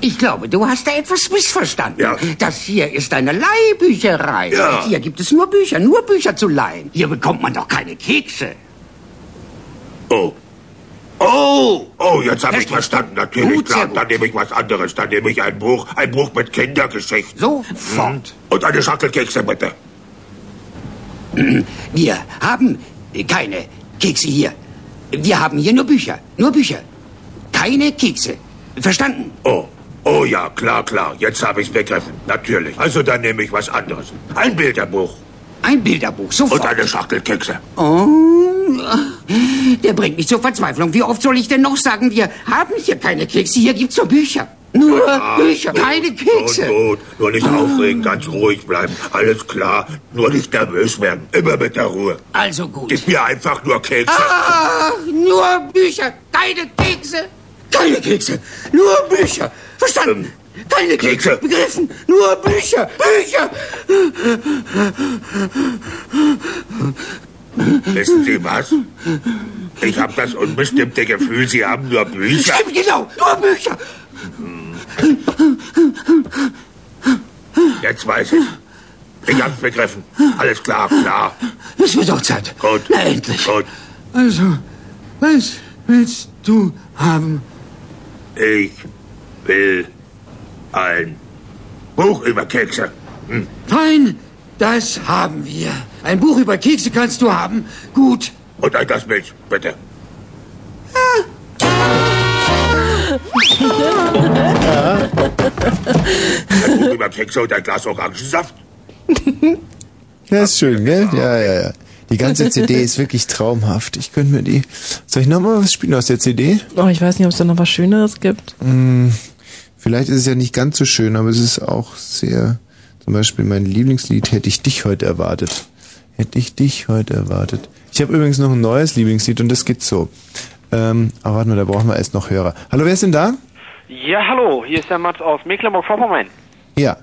W: Ich glaube, du hast da etwas missverstanden.
X: Ja.
W: Das hier ist eine Leihbücherei.
X: Ja.
W: Hier gibt es nur Bücher, nur Bücher zu leihen. Hier bekommt man doch keine Kekse.
X: Oh. Oh, oh, jetzt habe ich verstanden. Natürlich, klar. Dann nehme ich was anderes. Dann nehme ich ein Buch, ein Buch mit Kindergeschichten. Hm.
W: Sofort.
X: Und eine Schachtel Kekse, bitte.
W: Wir haben keine Kekse hier. Wir haben hier nur Bücher, nur Bücher. Keine Kekse. Verstanden?
X: Oh. Oh ja, klar, klar. Jetzt habe ich es begriffen. Natürlich. Also dann nehme ich was anderes. Ein Bilderbuch.
W: Ein Bilderbuch, sofort.
X: Und eine Schachtel Kekse.
W: Oh, Der bringt mich zur Verzweiflung. Wie oft soll ich denn noch sagen, wir haben hier keine Kekse, hier gibt's nur Bücher. Nur Bücher,
X: gut,
W: keine Kekse.
X: Gut, gut. Nur nicht aufregen, ganz ruhig bleiben. Alles klar. Nur nicht nervös werden. Immer mit der Ruhe.
W: Also gut.
X: Gib mir einfach nur Kekse.
W: Ah, nur Bücher, keine Kekse. Keine Kekse, nur Bücher. Verstanden? Keine Kekse.
X: Kekse.
W: Begriffen, nur Bücher, Bücher.
X: Wissen Sie was? Ich habe das unbestimmte Gefühl, Sie haben nur Bücher.
W: Stimmt, genau, nur Bücher.
X: Jetzt weiß ich. Ich hab's begriffen. Alles klar, klar.
W: Es wird auch Zeit.
X: Gut.
W: Na, endlich.
X: Gut.
W: Also, was willst du haben?
X: Ich will ein Buch über Kekse.
W: Fein, das haben wir. Ein Buch über Kekse kannst du haben. Gut.
X: Und ein Glas Milch, bitte. Ein Buch über Kekse und ein Glas Orangensaft.
A: Das ist schön, gell? Ja, ja, ja. Die ganze CD ist wirklich traumhaft. Ich könnte mir die. Soll ich nochmal was spielen aus der CD?
B: Oh, ich weiß nicht, ob es da noch was Schöneres gibt.
A: Hm, vielleicht ist es ja nicht ganz so schön, aber es ist auch sehr. Zum Beispiel mein Lieblingslied hätte ich dich heute erwartet. Hätte ich dich heute erwartet. Ich habe übrigens noch ein neues Lieblingslied und das geht so. Ähm, aber warte mal, da brauchen wir erst noch Hörer. Hallo, wer ist denn da?
C: Ja, hallo, hier ist der Mats aus Mecklenburg-Vorpommern.
A: Ja.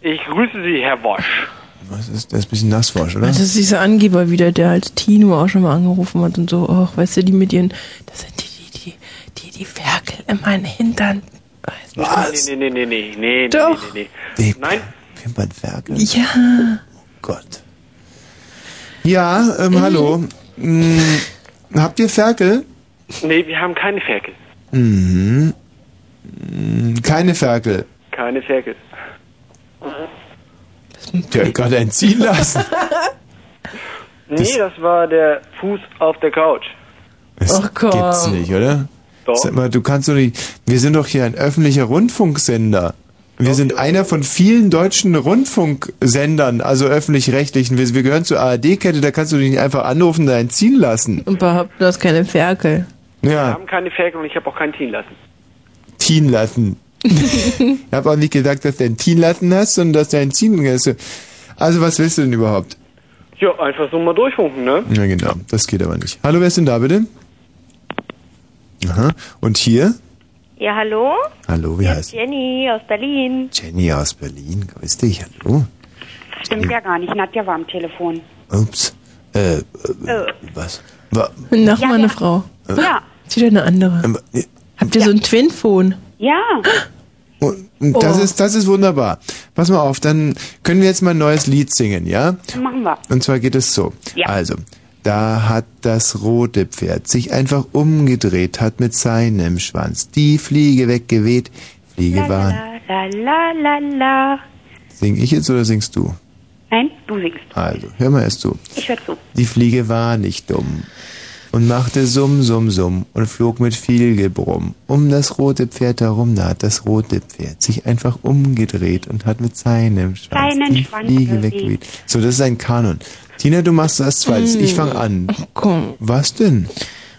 C: Ich grüße Sie, Herr Wosch.
A: Was ist, der ist ein bisschen nassforsch, oder?
B: Das Also ist dieser Angeber wieder, der als Tino auch schon mal angerufen hat und so. Och, weißt du, die mit ihren, das sind die, die, die, die, die Ferkel in meinen Hintern.
C: Was? Nee, nee, nee, nee, nee, nee,
B: Doch.
C: nee,
A: nee, nee.
C: Nein,
A: Pimpernwerke.
B: Ja.
A: Gott. Ja, ähm, hallo. Hm, habt ihr Ferkel?
C: nee, wir haben keine Ferkel.
A: Mhm. Hm, Keine Ferkel.
C: Keine Ferkel.
A: Der hat gerade entziehen lassen.
C: Nee, das war der Fuß auf der Couch.
A: Das
C: Ach komm.
A: gibt's nicht, oder?
C: Doch.
A: Sag mal, du kannst doch nicht. Wir sind doch hier ein öffentlicher Rundfunksender. Wir sind einer von vielen deutschen Rundfunksendern, also öffentlich-rechtlichen. Wir, wir gehören zur ARD-Kette, da kannst du dich nicht einfach anrufen und da entziehen lassen.
B: Und behaupten, du hast keine Ferkel.
A: Ja,
C: Wir haben keine Ferkel und ich habe auch keinen Teen lassen.
A: ziehen lassen. ich habe auch nicht gesagt, dass du entziehen lassen hast, sondern dass du entziehen hast. Also, was willst du denn überhaupt?
C: Ja, einfach so mal durchfunken, ne?
A: Ja, genau. Das geht aber nicht. Hallo, wer ist denn da bitte? Aha. Und hier?
D: Ja, hallo?
A: Hallo, wie heißt
D: Jenny aus Berlin.
A: Jenny aus Berlin. Grüß dich. Hallo.
D: Stimmt ja gar nicht, Nadja war am Telefon.
A: Ups. Äh, äh was? Wa
B: Noch mal eine Frau.
D: Ja.
B: Ist wieder eine andere.
A: ähm, äh,
B: Habt ihr so ein Twinphone?
D: Ja.
A: und das
B: Oh.
A: ist, das ist wunderbar. Pass mal auf, dann können wir jetzt mal ein neues Lied singen, ja?
D: Äh, Machen wir.
A: Und zwar geht es so.
D: Ja.
A: Also, da hat das rote Pferd sich einfach umgedreht, hat mit seinem Schwanz die Fliege weggeweht. Fliege war.
D: La la la la.
A: Sing ich jetzt oder singst du?
D: Nein, du singst.
A: Also, hör mal erst zu.
D: Ich hör zu.
A: Die Fliege war nicht dumm und machte Summ, Summ, Summ und flog mit viel Gebrumm um das rote Pferd herum. Da hat das rote Pferd sich einfach umgedreht und hat mit seinem Schwanz
D: Seinen
A: die
D: Schwanz
A: Fliege
D: bewegt.
A: weggeweht. So, das ist ein Kanon. Tina, du machst das zweites. Ich fange an.
B: Komm.
A: Was denn?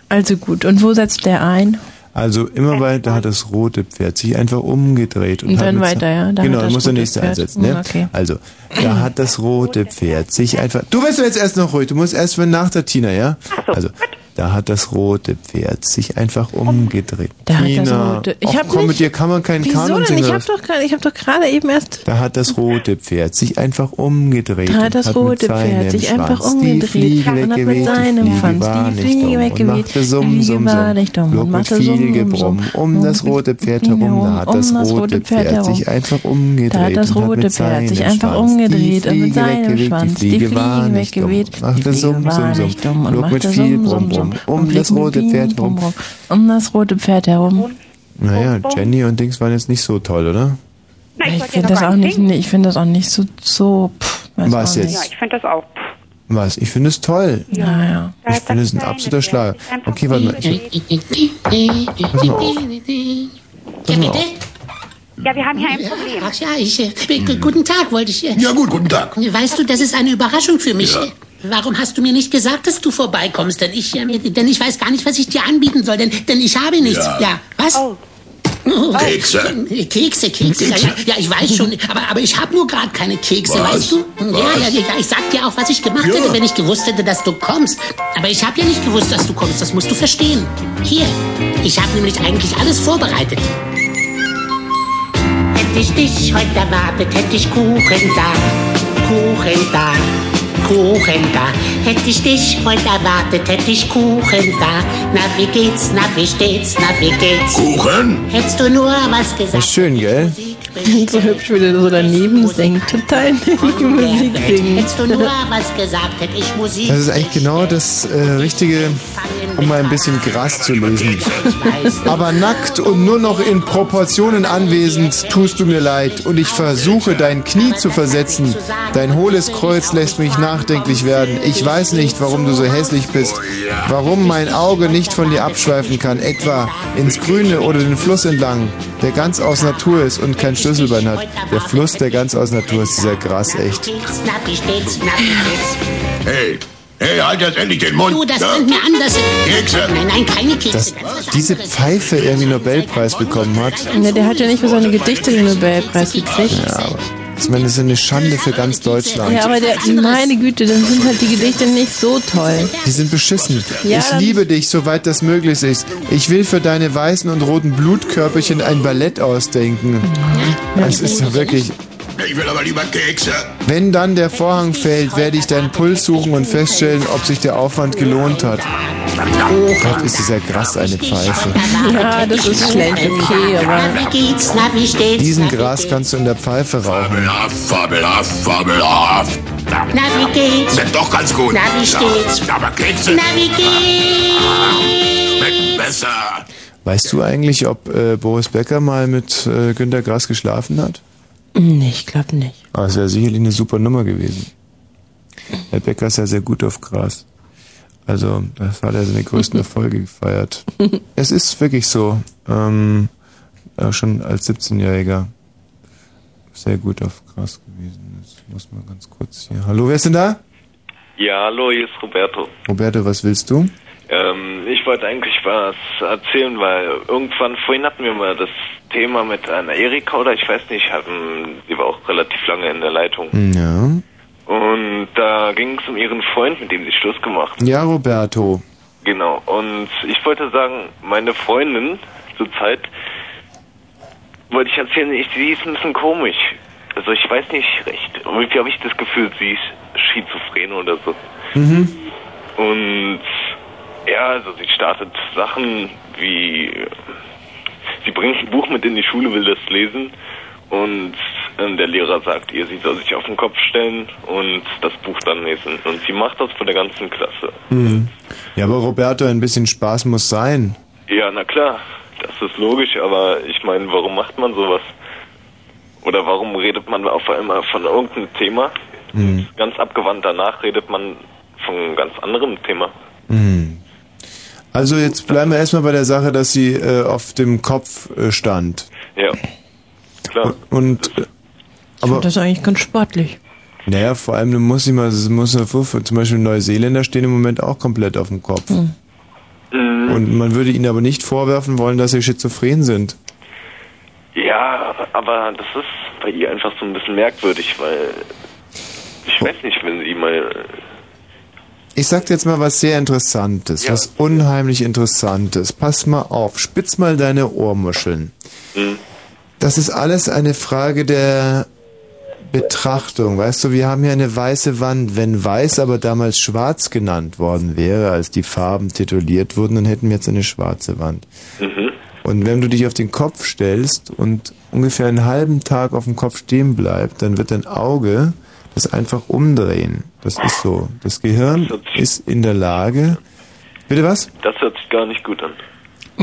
B: Also gut, und wo setzt der ein?
A: Also immer weiter hat das rote Pferd sich einfach umgedreht und,
B: Und
A: hat
B: dann
A: mit
B: weiter,
A: sein-
B: ja, dann
A: genau,
B: hat
A: dann
B: das
A: muss der
B: rote
A: nächste
B: Pferd.
A: einsetzen. Ne?
B: Mm, okay.
A: Also da hat das rote Pferd sich einfach. Du bist jetzt erst noch ruhig. Du musst erst mal nach der Tina, ja? Also da hat das rote Pferd sich einfach umgedreht.
B: Da hat das
A: Tina,
B: rote- Ich
A: ach,
B: hab
A: komm,
B: nicht-
A: mit dir kann man keinen
B: Wieso
A: Kanon
B: denn?
A: singen.
B: Ich
A: oder
B: habe
A: was?
B: doch, gerade- ich hab doch gerade eben erst
A: Da hat das rote Pferd sich einfach umgedreht.
B: Da hat
A: und
B: das rote
A: mit seinem
B: Pferd sich einfach
A: Schwanz
B: umgedreht
A: Die Fliege
B: und hat mit
A: weggeweht,
B: seinem
A: die Fliege
B: Schwanz
A: war
B: die
A: nicht
B: Fliege
A: dumm
B: weggeweht,
A: Und machte
B: die
A: Summ,
B: Fliege
A: Summ,
B: war
A: Summ.
B: nicht dumm und
A: Flog mit
B: machte
A: viel
B: Summ, Summ,
A: Gebrumm
B: Summ.
A: um das rote Pferd herum. Da hat
B: Genau. um
A: das
B: das
A: rote Pferd sich einfach umgedreht.
B: Da hat das
A: und
B: rote
A: mit
B: Pferd sich
A: seinem
B: einfach
A: Schwanz die
B: umgedreht und mit
A: Fliege
B: seinem
A: weggeweht,
B: Schwanz die Fliege
A: war nicht dumm.
B: weggeweht.
A: Machte
B: Die
A: Summ,
B: Fliege war
A: Summ, Summ.
B: nicht dumm und
A: Flog mit
B: machte
A: viel
B: Summ, Summ,
A: Brumm,
B: Summ.
A: Brumm. Um
B: Und
A: das
B: blicken
A: rote
B: Bienen
A: Pferd herum.
B: rum, rum. Um das rote Pferd herum.
A: Naja, Jenny und Dings waren jetzt nicht so toll, oder?
B: Ich finde das auch nicht, nee, ich finde das auch nicht so, so, pff, weiß
A: Was
B: auch
A: jetzt?
B: nicht.
A: Ja,
D: Ich finde das auch.
A: Was? Ich finde es toll.
B: Naja.
A: Ich finde es ein absoluter Schlag. Okay, warte mal. Ich, pass mal auf. Pass mal auf.
D: Ja, wir haben hier ein Problem.
H: Ach ja, ich, äh, guten Tag wollte ich. Ja,
X: gut, guten Tag.
H: Weißt du, das ist eine Überraschung für mich.
F: Warum hast du mir nicht gesagt, dass du vorbeikommst? Denn ich, ähm, denn ich weiß gar nicht, was ich dir anbieten soll, denn, denn ich habe nichts.
X: Ja.
F: Ja, was? Oh.
X: Kekse.
F: Kekse, Kekse. Ja, ja, ja, ich weiß schon, aber, aber ich habe nur gerade keine Kekse,
X: Was?
F: weißt du? Ja,
X: Was?
F: ja, ja, ja, ich sag dir auch, was ich gemacht
X: Ja.
F: hätte, wenn ich gewusst hätte, dass du kommst. Aber ich habe ja nicht gewusst, dass du kommst, das musst du verstehen. Hier, ich habe nämlich eigentlich alles vorbereitet. Hätte ich dich heute erwartet, hätte ich Kuchen da, Kuchen da, Kuchen da. Hätte ich dich heute erwartet, hätte ich Kuchen da. Na, wie geht's, na, wie steht's, na, wie geht's?
X: Kuchen?
F: Hättest du nur was gesagt.
A: Ist schön, gell?
B: so hübsch, wie der so daneben singt. Total nicht Musik
F: Hättest du nur
B: singen.
F: was gesagt, hätte ich Musik.
A: Das ist eigentlich genau das äh, Richtige, um mal ein bisschen Gras zu lösen. Aber nackt und nur noch in Proportionen anwesend, tust du mir leid und ich versuche, dein Knie zu versetzen. Dein hohles Kreuz lässt mich nachdenklich werden. Ich weiß nicht, warum du so hässlich bist, warum mein Auge nicht von dir abschweifen kann, etwa ins Grüne oder den Fluss entlang, der ganz aus Natur ist und kein Schlüsselbein hat. Der Fluss, der ganz aus Natur ist, dieser Gras echt.
F: Na, wie steht's, na, wie steht's.
X: Hey, hey, halt jetzt endlich den Mund. ne?
F: Du, das
X: ja?
F: bringt mir anders.
X: Kekse.
F: Nein, nein, keine Kekse.
A: Dass diese Pfeife irgendwie Nobelpreis bekommen hat.
B: Ne, der hat ja nicht für seine Gedichte den Nobelpreis gekriegt.
A: Ja, aber ich meine, das ist eine Schande für ganz Deutschland.
B: Ja, aber der, meine Güte, dann sind halt die Gedichte nicht so toll.
A: Die sind beschissen.
B: Ja,
A: ich
B: dann-
A: liebe dich, soweit das möglich ist. Ich will für deine weißen und roten Blutkörperchen ein Ballett ausdenken. Das ist doch wirklich.
X: Ich will aber lieber Kekse.
A: Wenn dann der Vorhang fällt, werde ich deinen Puls suchen und feststellen, ob sich der Aufwand gelohnt hat. Gott, ist dieser Gras eine Pfeife.
B: Ja, das ist schlecht, okay, aber.
F: Na, wie geht's, na, wie steht's.
A: Diesen Gras kannst du in der Pfeife rauchen.
X: Fabelhaft, fabelhaft.
F: Na, wie geht's.
X: Schmeckt doch ganz gut.
F: Na, wie steht's.
X: Ja, aber Kekse. Ah,
F: Na, wie geht's.
X: Schmeckt besser.
A: Weißt du eigentlich, ob äh, Boris Becker mal mit äh, Günter Grass geschlafen hat?
B: Nee, ich glaube nicht.
A: Ah, das wäre sicherlich eine super Nummer gewesen. Herr Becker ist ja sehr gut auf Gras. Also, das hat er seine größten Erfolge gefeiert. Es ist wirklich so. Ähm, äh, schon als 17-Jähriger sehr gut auf Gras gewesen. Jetzt muss man ganz kurz hier. Hallo, wer ist denn da?
G: Ja, hallo, hier ist Roberto.
A: Roberto, was willst du?
G: Ähm, ich wollte eigentlich was erzählen, weil irgendwann vorhin hatten wir mal das Thema mit einer Erika oder ich weiß nicht, hatten, die war auch relativ lange in der Leitung.
A: Ja.
G: Und da ging es um ihren Freund, mit dem sie Schluss gemacht.
A: Ja, Roberto.
G: Genau. Und ich wollte sagen, meine Freundin zurzeit wollte ich erzählen, ich, sie ist ein bisschen komisch. Also ich weiß nicht recht. Irgendwie habe ich das Gefühl, sie ist schizophren oder so.
A: Mhm.
G: Und ja, also sie startet Sachen wie sie bringt ein Buch mit in die Schule, will das lesen und ähm, der Lehrer sagt ihr, sie soll sich auf den Kopf stellen und das Buch dann lesen. Und sie macht das vor der ganzen Klasse.
A: Mhm. Ja, aber Roberto, ein bisschen Spaß muss sein.
G: Ja, na klar, das ist logisch, aber ich meine, warum macht man sowas? Oder warum redet man auf einmal von irgendeinem Thema?
A: Mhm.
G: Ganz abgewandt danach redet man von einem ganz anderem Thema.
A: Mhm. Also jetzt bleiben wir erstmal bei der Sache, dass sie äh, auf dem Kopf äh, stand.
G: Ja. Klar.
A: Und äh, aber
B: Das ist eigentlich ganz sportlich.
A: naja, vor allem du musst sie mal, sie muss mal vor, zum Beispiel Neuseeländer stehen im Moment auch komplett auf dem Kopf.
B: Hm.
A: Und man würde ihnen aber nicht vorwerfen wollen, dass sie schizophren sind.
G: Ja, aber das ist bei ihr einfach so ein bisschen merkwürdig, weil ich weiß nicht, wenn sie mal.
A: Ich sag dir jetzt mal was sehr Interessantes, was unheimlich Interessantes. Pass mal auf, spitz mal deine Ohrmuscheln.
G: Hm,
A: Das ist alles eine Frage der Betrachtung. Weißt du, wir haben hier eine weiße Wand. Wenn weiß aber damals schwarz genannt worden wäre, als die Farben tituliert wurden, dann hätten wir jetzt eine schwarze Wand. Und wenn du dich auf den Kopf stellst und ungefähr einen halben Tag auf dem Kopf stehen bleibst, dann wird dein Auge das einfach umdrehen. Das ist so. Das Gehirn ist in der Lage. Bitte was?
G: das hört sich gar nicht gut an.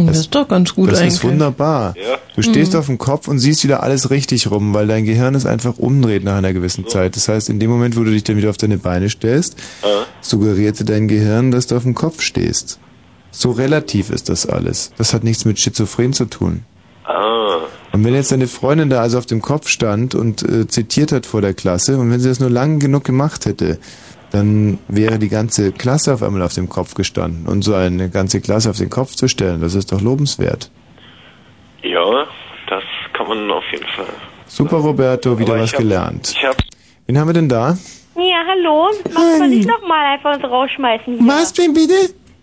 B: Das ist doch ganz gut
A: das
B: eigentlich.
A: ist wunderbar.
G: Ja.
A: Du stehst
B: Mhm.
A: auf dem Kopf und siehst wieder alles richtig rum, weil dein Gehirn es einfach umdreht nach einer gewissen Zeit. Das heißt, in dem Moment, wo du dich dann wieder auf deine Beine stellst, suggerierte dein Gehirn, dass du auf dem Kopf stehst. So relativ ist das alles. Das hat nichts mit Schizophren zu tun.
G: Ah,
A: Und wenn jetzt deine Freundin da also auf dem Kopf stand und äh, zitiert hat vor der Klasse, und wenn sie das nur lang genug gemacht hätte, dann wäre die ganze Klasse auf einmal auf dem Kopf gestanden. Und so eine ganze Klasse auf den Kopf zu stellen, das ist doch lobenswert.
G: Ja, das kann man auf jeden Fall.
A: Super, Roberto, wieder was gelernt.
G: Ich hab,
A: Wen haben wir denn da?
N: Ja, hallo. Was soll ich nochmal einfach uns rausschmeißen? Hier?
A: Was denn bitte?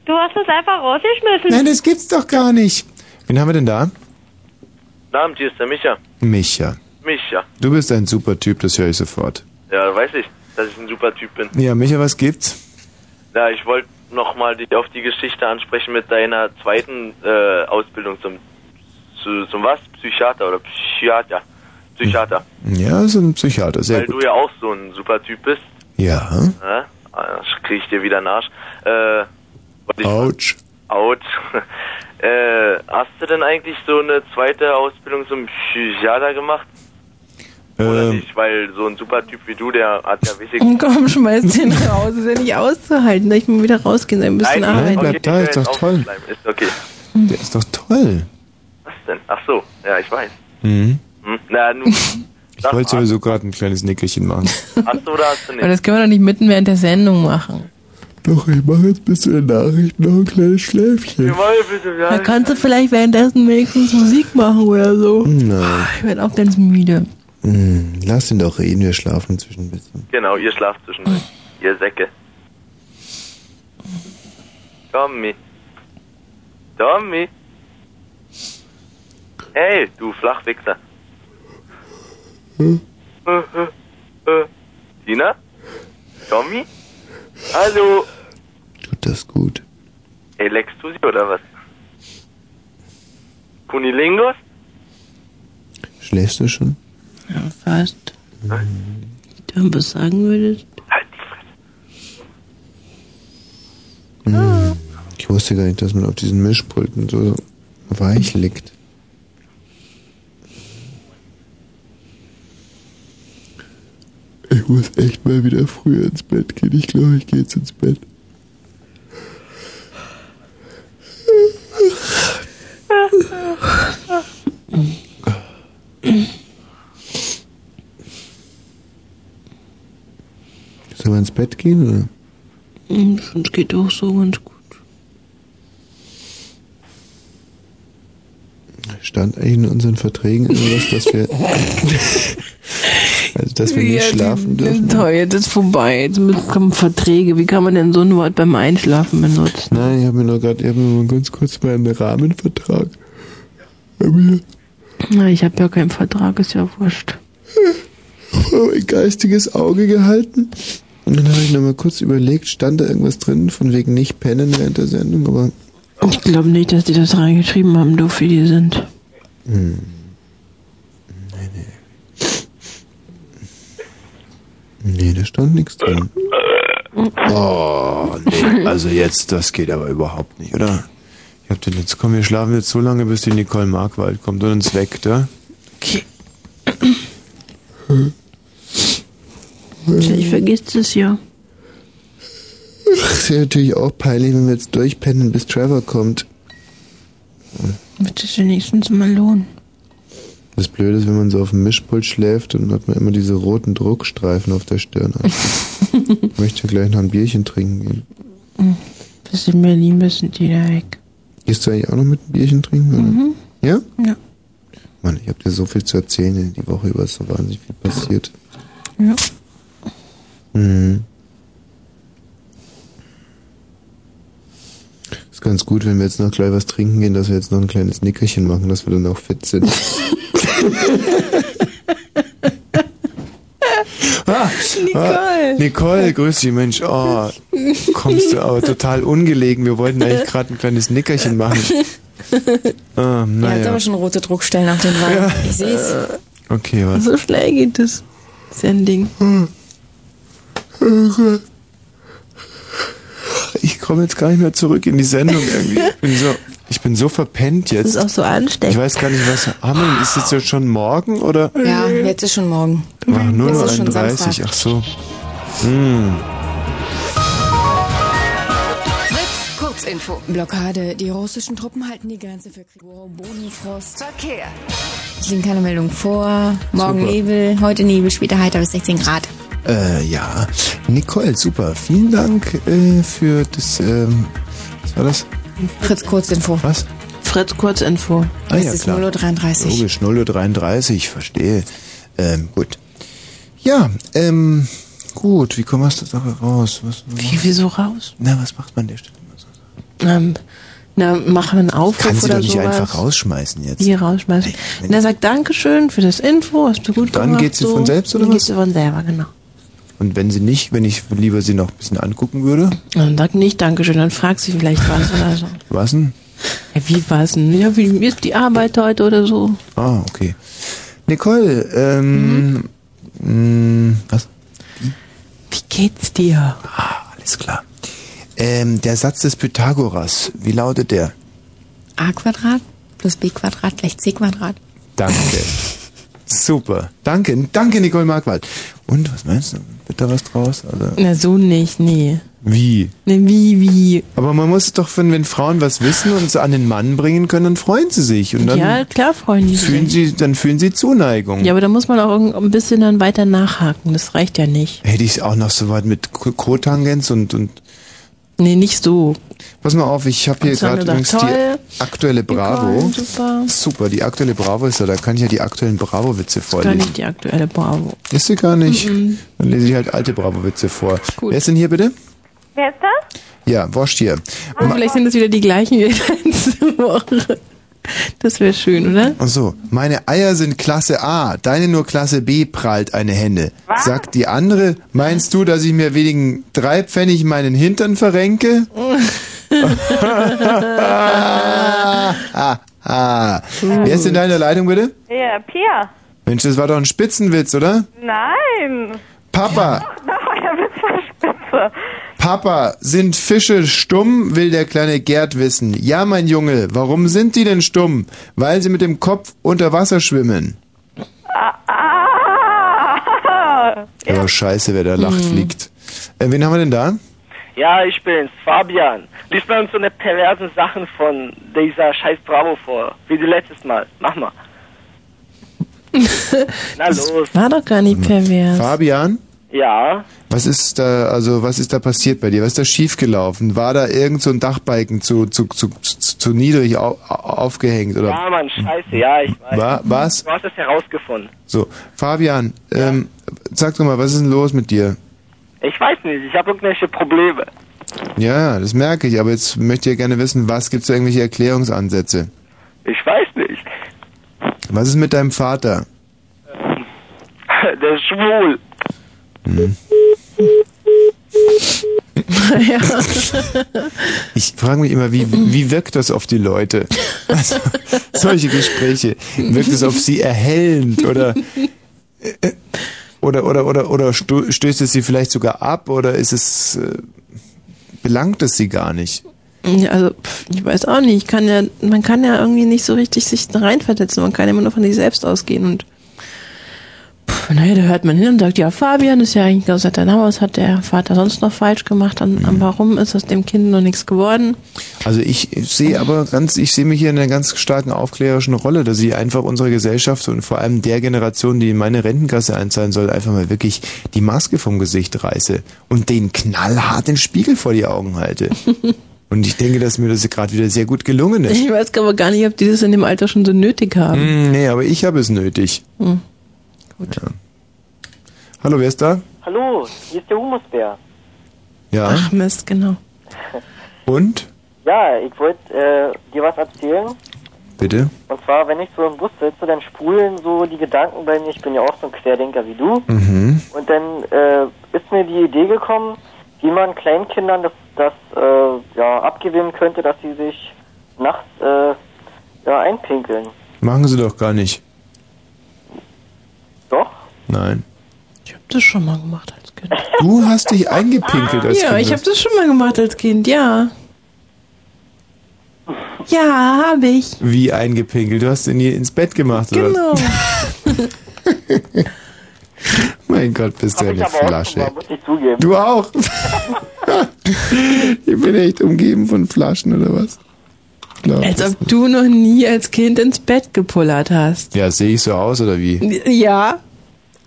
N: Du hast uns einfach rausgeschmissen.
A: Nein, das gibt's doch gar nicht. Wen haben wir denn da?
H: Abend, hier ist der Micha.
A: Micha.
H: Micha.
A: Du bist ein super Typ, das höre ich sofort.
H: Ja, weiß ich, dass ich ein super Typ bin.
A: Ja, Micha, was gibt's?
H: Ja, ich wollte nochmal dich auf die Geschichte ansprechen mit deiner zweiten äh, Ausbildung zum, zu, zum was? Psychiater oder Psychiater. Psychiater.
A: Ja, Mhm. ist ein Psychiater, sehr
H: Weil
A: gut.
H: du ja auch so ein super Typ bist.
A: Ja.
H: Ja? Ah, Das krieg ich dir wieder einen Arsch. Äh,
A: Autsch.
H: out. äh, hast du denn eigentlich so eine zweite Ausbildung zum Psychiater gemacht?
A: Ähm,
H: Ich, weil so ein super Typ wie du, der hat ja wichtig.
B: Komm, schmeiß den raus. Ist ja nicht auszuhalten. Ich muss wieder rausgehen, ein bisschen
A: Nein,
B: arbeiten.
A: bleib da, ist doch toll.
H: Ist okay.
A: Der ist doch toll.
H: Was denn? Ach so, ja, ich weiß.
A: Mhm.
H: Hm? Na, nun.
A: Ich wollte sowieso gerade ein kleines Nickerchen machen.
H: Hast du oder hast du nicht?
B: Aber das können wir doch nicht mitten während der Sendung machen.
A: Doch, ich mache jetzt bis zu den Nachrichten noch ein kleines Schläfchen.
B: Da kannst du vielleicht währenddessen wenigstens Musik machen oder so.
A: Nein.
B: Ich werde auch ganz müde.
A: Hm, lass ihn doch reden, wir schlafen inzwischen ein bisschen.
H: Genau, ihr schlaft zwischendurch. Ihr Säcke. Tommy. Tommy. Hey, du Flachwichser.
O: Hm?
H: Äh, äh, äh. Tina? Tommy? Hallo.
A: Tut das gut.
H: Ey, leckst du sie oder was? Kunilingos?
A: Schläfst du schon?
B: Ja, fast. Wenn du was sagen würdest.
A: Hm. Ich wusste gar nicht, dass man auf diesen Mischpulten so weich liegt. Ich muss echt mal wieder früher ins Bett gehen. Ich glaube, ich gehe jetzt ins Bett. Sollen wir ins Bett gehen, oder?
B: Hm, Das geht auch so ganz gut.
A: Stand eigentlich in unseren Verträgen irgendwas, dass wir, also, dass wir
B: Ja,
A: nicht schlafen
B: die- die-
A: dürfen?
B: Toll, jetzt ist vorbei. Jetzt mit- kommen Verträge. Wie kann man denn so ein Wort beim Einschlafen benutzen?
A: Nein, ich habe mir nur gerade eben nur ganz kurz mal einen Rahmenvertrag. Hab mir-
B: Na, ich habe ja keinen Vertrag, ist ja wurscht.
A: vor mein geistiges Auge gehalten. Und dann habe ich nochmal kurz überlegt, stand da irgendwas drin, von wegen nicht pennen während der Sendung, aber
B: Ich glaube nicht, dass die das reingeschrieben haben, doof wie die sind.
A: hm, nee, nee. Nee, da stand nichts drin. Oh, nee, also jetzt, das geht aber überhaupt nicht, oder? Ich hab den jetzt, komm, wir schlafen jetzt so lange, bis die Nicole Markwald kommt und uns weckt, oder?
B: Ich vergisst es ja.
A: Das wäre natürlich auch peinlich, wenn wir jetzt durchpennen, bis Trevor kommt.
B: Wird es wenigstens mal lohnen.
A: Das Blöde ist, wenn man so auf dem Mischpult schläft, dann hat man immer diese roten Druckstreifen auf der Stirn. ich möchte gleich noch ein Bierchen trinken gehen.
B: Hm. Bis in Berlin müssen die da weg.
A: Gehst du eigentlich auch noch mit ein Bierchen trinken? Oder?
B: Mhm.
A: Ja?
B: Ja.
A: Mann, ich habe dir so viel zu erzählen. Die Woche über ist so wahnsinnig viel passiert.
B: Ja.
A: Mhm. Ist ganz gut, wenn wir jetzt noch gleich was trinken gehen, dass wir jetzt noch ein kleines Nickerchen machen, dass wir dann auch fit sind. ah,
O: Nicole.
A: Nicole, grüß dich, Mensch. Oh, kommst du aber total ungelegen. Wir wollten eigentlich gerade ein kleines Nickerchen machen. Ah,
K: Ihr habt
A: naja.
K: aber schon rote Druckstellen auf den Wangen. Ich sehe es.
A: Okay, was?
B: So schnell geht es. Ist ja ein Ding.
A: Ich komme jetzt gar nicht mehr zurück in die Sendung irgendwie. Ich bin so, ich bin so verpennt jetzt.
B: Das ist auch so ansteckend.
A: Ich weiß gar nicht, was. Hameln, ist es jetzt schon morgen oder?
K: Ja, jetzt ist schon morgen.
A: Ach, nur
K: Jetzt
A: noch
K: ist schon
A: 31,
K: Samstag.
A: ach so. Hm.
K: Fritz, Kurzinfo. Blockade. Die russischen Truppen halten die Grenze für Krieg. Bodenfrost. Verkehr. Ich liege keine Meldung vor. Morgen
B: Super.
K: Nebel, heute Nebel, später heiter bis 16 Grad.
A: Äh, ja. Nicole, super. Vielen Dank äh, für das. Ähm, was war das?
K: Fritz Kurzinfo.
A: Was?
B: Fritz Kurzinfo.
A: Ah,
K: es
A: ja,
K: ist
A: klar.
K: 0.33 Uhr.
A: Logisch, 0.33 Uhr, verstehe. Ähm, gut. Ja, ähm, gut, wie kommen wir aus der Sache raus? Was,
B: Wie, wieso raus?
A: Na, was macht man an der Stelle?
B: Ähm, na, machen wir einen Aufruf
A: Kann sie
B: oder
A: doch nicht
B: sowas.
A: einfach rausschmeißen jetzt.
B: Hier rausschmeißen. Und er sagt Dankeschön für das Info, hast du gut
A: Dann
B: gemacht.
A: geht sie von selbst, oder
B: Dann
A: was?
B: geht sie von selber, genau.
A: Und wenn sie nicht, wenn ich lieber sie noch ein bisschen angucken würde,
B: Dann sagt nicht Dankeschön, dann fragt sie vielleicht was oder so.
A: was denn?
B: Ja, wie war's denn? Ja, wie ist die Arbeit heute oder so?
A: Ah, okay. Nicole, ähm,
B: Mhm.
A: mh, was?
B: Wie geht's dir?
A: Ah, alles klar. Ähm, der Satz des Pythagoras, wie lautet der?
K: A Quadrat plus B Quadrat gleich C Quadrat.
A: Danke. Super. Danke, danke, Nicole Marquardt. Und was meinst du? Wird da was draus? Also,
B: Na, so nicht, nee.
A: wie?
B: Nee, Ne, wie, wie?
A: Aber man muss es doch, wenn, wenn Frauen was wissen und es an den Mann bringen können, dann freuen sie sich. Und dann
B: ja, klar, Freunde.
A: fühlen sie, dann fühlen sie Zuneigung.
B: Ja, aber da muss man auch irgend- ein bisschen dann weiter nachhaken. Das reicht ja nicht.
A: Hätte ich es auch noch so weit mit Co- Cotangens und, und.
B: Nee, nicht so.
A: Pass mal auf, ich habe hier
B: Hast du
A: gerade
B: nur
A: übrigens
B: gesagt, toll,
A: die aktuelle Bravo.
B: Nicole, super.
A: Super, die aktuelle Bravo ist da. Da kann ich ja die aktuellen Bravo-Witze
B: Gar
A: vorlesen.
B: nicht die aktuelle Bravo.
A: Ist sie gar nicht.
B: Mhm.
A: Dann lese ich halt alte Bravo-Witze vor.
B: Gut.
A: Wer ist denn hier bitte?
N: Wer ist das?
A: Ja, Wurst hier.
B: Und Ah, vielleicht sind es wieder die gleichen wie letzte Woche. Das wäre schön, oder?
A: Ach so, meine Eier sind Klasse A, deine nur Klasse B prallt eine Hände. Sagt die andere, meinst du, dass ich mir wenigen drei Pfennig meinen Hintern verrenke? ah, ah. Wer ist in deiner Leitung bitte?
I: Ja, Pia.
A: Mensch, das war doch ein Spitzenwitz, oder?
I: Nein.
A: Papa,
I: Doch, der Witz war spitze.
A: Papa, sind Fische stumm, will der kleine Gerd wissen. Ja, mein Junge, warum sind die denn stumm? Weil sie mit dem Kopf unter Wasser schwimmen.
I: Ah.
A: Oh, scheiße, wer da lacht,
H: Mhm.
A: fliegt. Äh, wen haben wir denn da?
H: Ja, ich bin's, Fabian. Lies mal uns so eine perversen Sachen von dieser scheiß Bravo vor, wie die letztes Mal. Mach mal. Na los.
B: War doch gar nicht pervers.
A: Fabian?
H: Ja.
A: Was ist da, also was ist da passiert bei dir? Was ist da schiefgelaufen? War da irgend so ein Dachbalken zu, zu, zu, zu, zu niedrig au, au- aufgehängt? Oder?
H: Ja, Mann, scheiße, ja, ich weiß.
A: Wa- was?
H: Du hast es herausgefunden.
A: So, Fabian, ähm, sag doch mal, was ist denn los mit dir?
H: Ich weiß nicht, ich habe irgendwelche Probleme.
A: Ja, das merke ich, aber jetzt möchte ich ja gerne wissen, was gibt es da irgendwelche Erklärungsansätze?
H: Ich weiß nicht.
A: Was ist mit deinem Vater?
H: Der ist schwul.
A: Hm.
B: ja.
A: Ich frage mich immer, wie, wie wirkt das auf die Leute? Also, solche Gespräche. Wirkt es auf sie erhellend oder, äh, oder, oder, oder, oder sto- stößt es sie vielleicht sogar ab oder ist es, äh, belangt es sie gar nicht?
B: Ja, Also, pf, ich weiß auch nicht. Ich kann ja, man kann ja irgendwie nicht so richtig sich reinversetzen. Man kann immer nur von sich selbst ausgehen. Und pf, naja, da hört man hin und sagt, ja, Fabian ist ja eigentlich ein ganz netter Name. Was hat der Vater sonst noch falsch gemacht? Dann, Warum ist aus dem Kind noch nichts geworden?
A: Also ich sehe aber ganz, ich sehe mich hier in einer ganz starken aufklärerischen Rolle, dass ich einfach unserer Gesellschaft und vor allem der Generation, die in meine Rentenkasse einzahlen soll, einfach mal wirklich die Maske vom Gesicht reiße und den knallhart den Spiegel vor die Augen halte. und ich denke, dass mir das gerade wieder sehr gut gelungen ist.
B: Ich weiß aber gar nicht, ob die das in dem Alter schon so nötig haben.
A: Hm, nee, aber ich habe es nötig.
B: Hm.
A: Ja. Hallo, wer ist da?
J: Hallo, hier ist der Humusbär.
A: Ja.
B: Ach Mist, genau.
A: Und?
J: Ja, ich wollte äh, dir was erzählen.
A: Bitte?
J: Und zwar, wenn ich so im Bus sitze, dann spulen so die Gedanken bei mir. Ich bin ja auch so ein Querdenker wie du.
A: Mhm.
J: Und dann äh, ist mir die Idee gekommen, wie man Kleinkindern das, das äh, ja, abgewinnen könnte, dass sie sich nachts äh, ja, einpinkeln.
A: Machen Sie doch gar nicht.
J: Doch?
A: Nein.
B: Ich hab das schon mal gemacht.
A: Du hast dich eingepinkelt als
B: ja,
A: Kind.
B: ich habe das schon mal gemacht als Kind, ja. Ja, habe ich.
A: Wie eingepinkelt? Du hast ihn hier ins Bett gemacht, oder?
B: Genau.
A: Mein Gott, bist du eine Flasche.
J: zugeben.
A: Du auch. ich bin echt umgeben von Flaschen oder was? Glaub
B: Als
A: das.
B: ob du noch nie als Kind ins Bett gepullert hast.
A: Ja, sehe ich so aus oder wie?
B: Ja,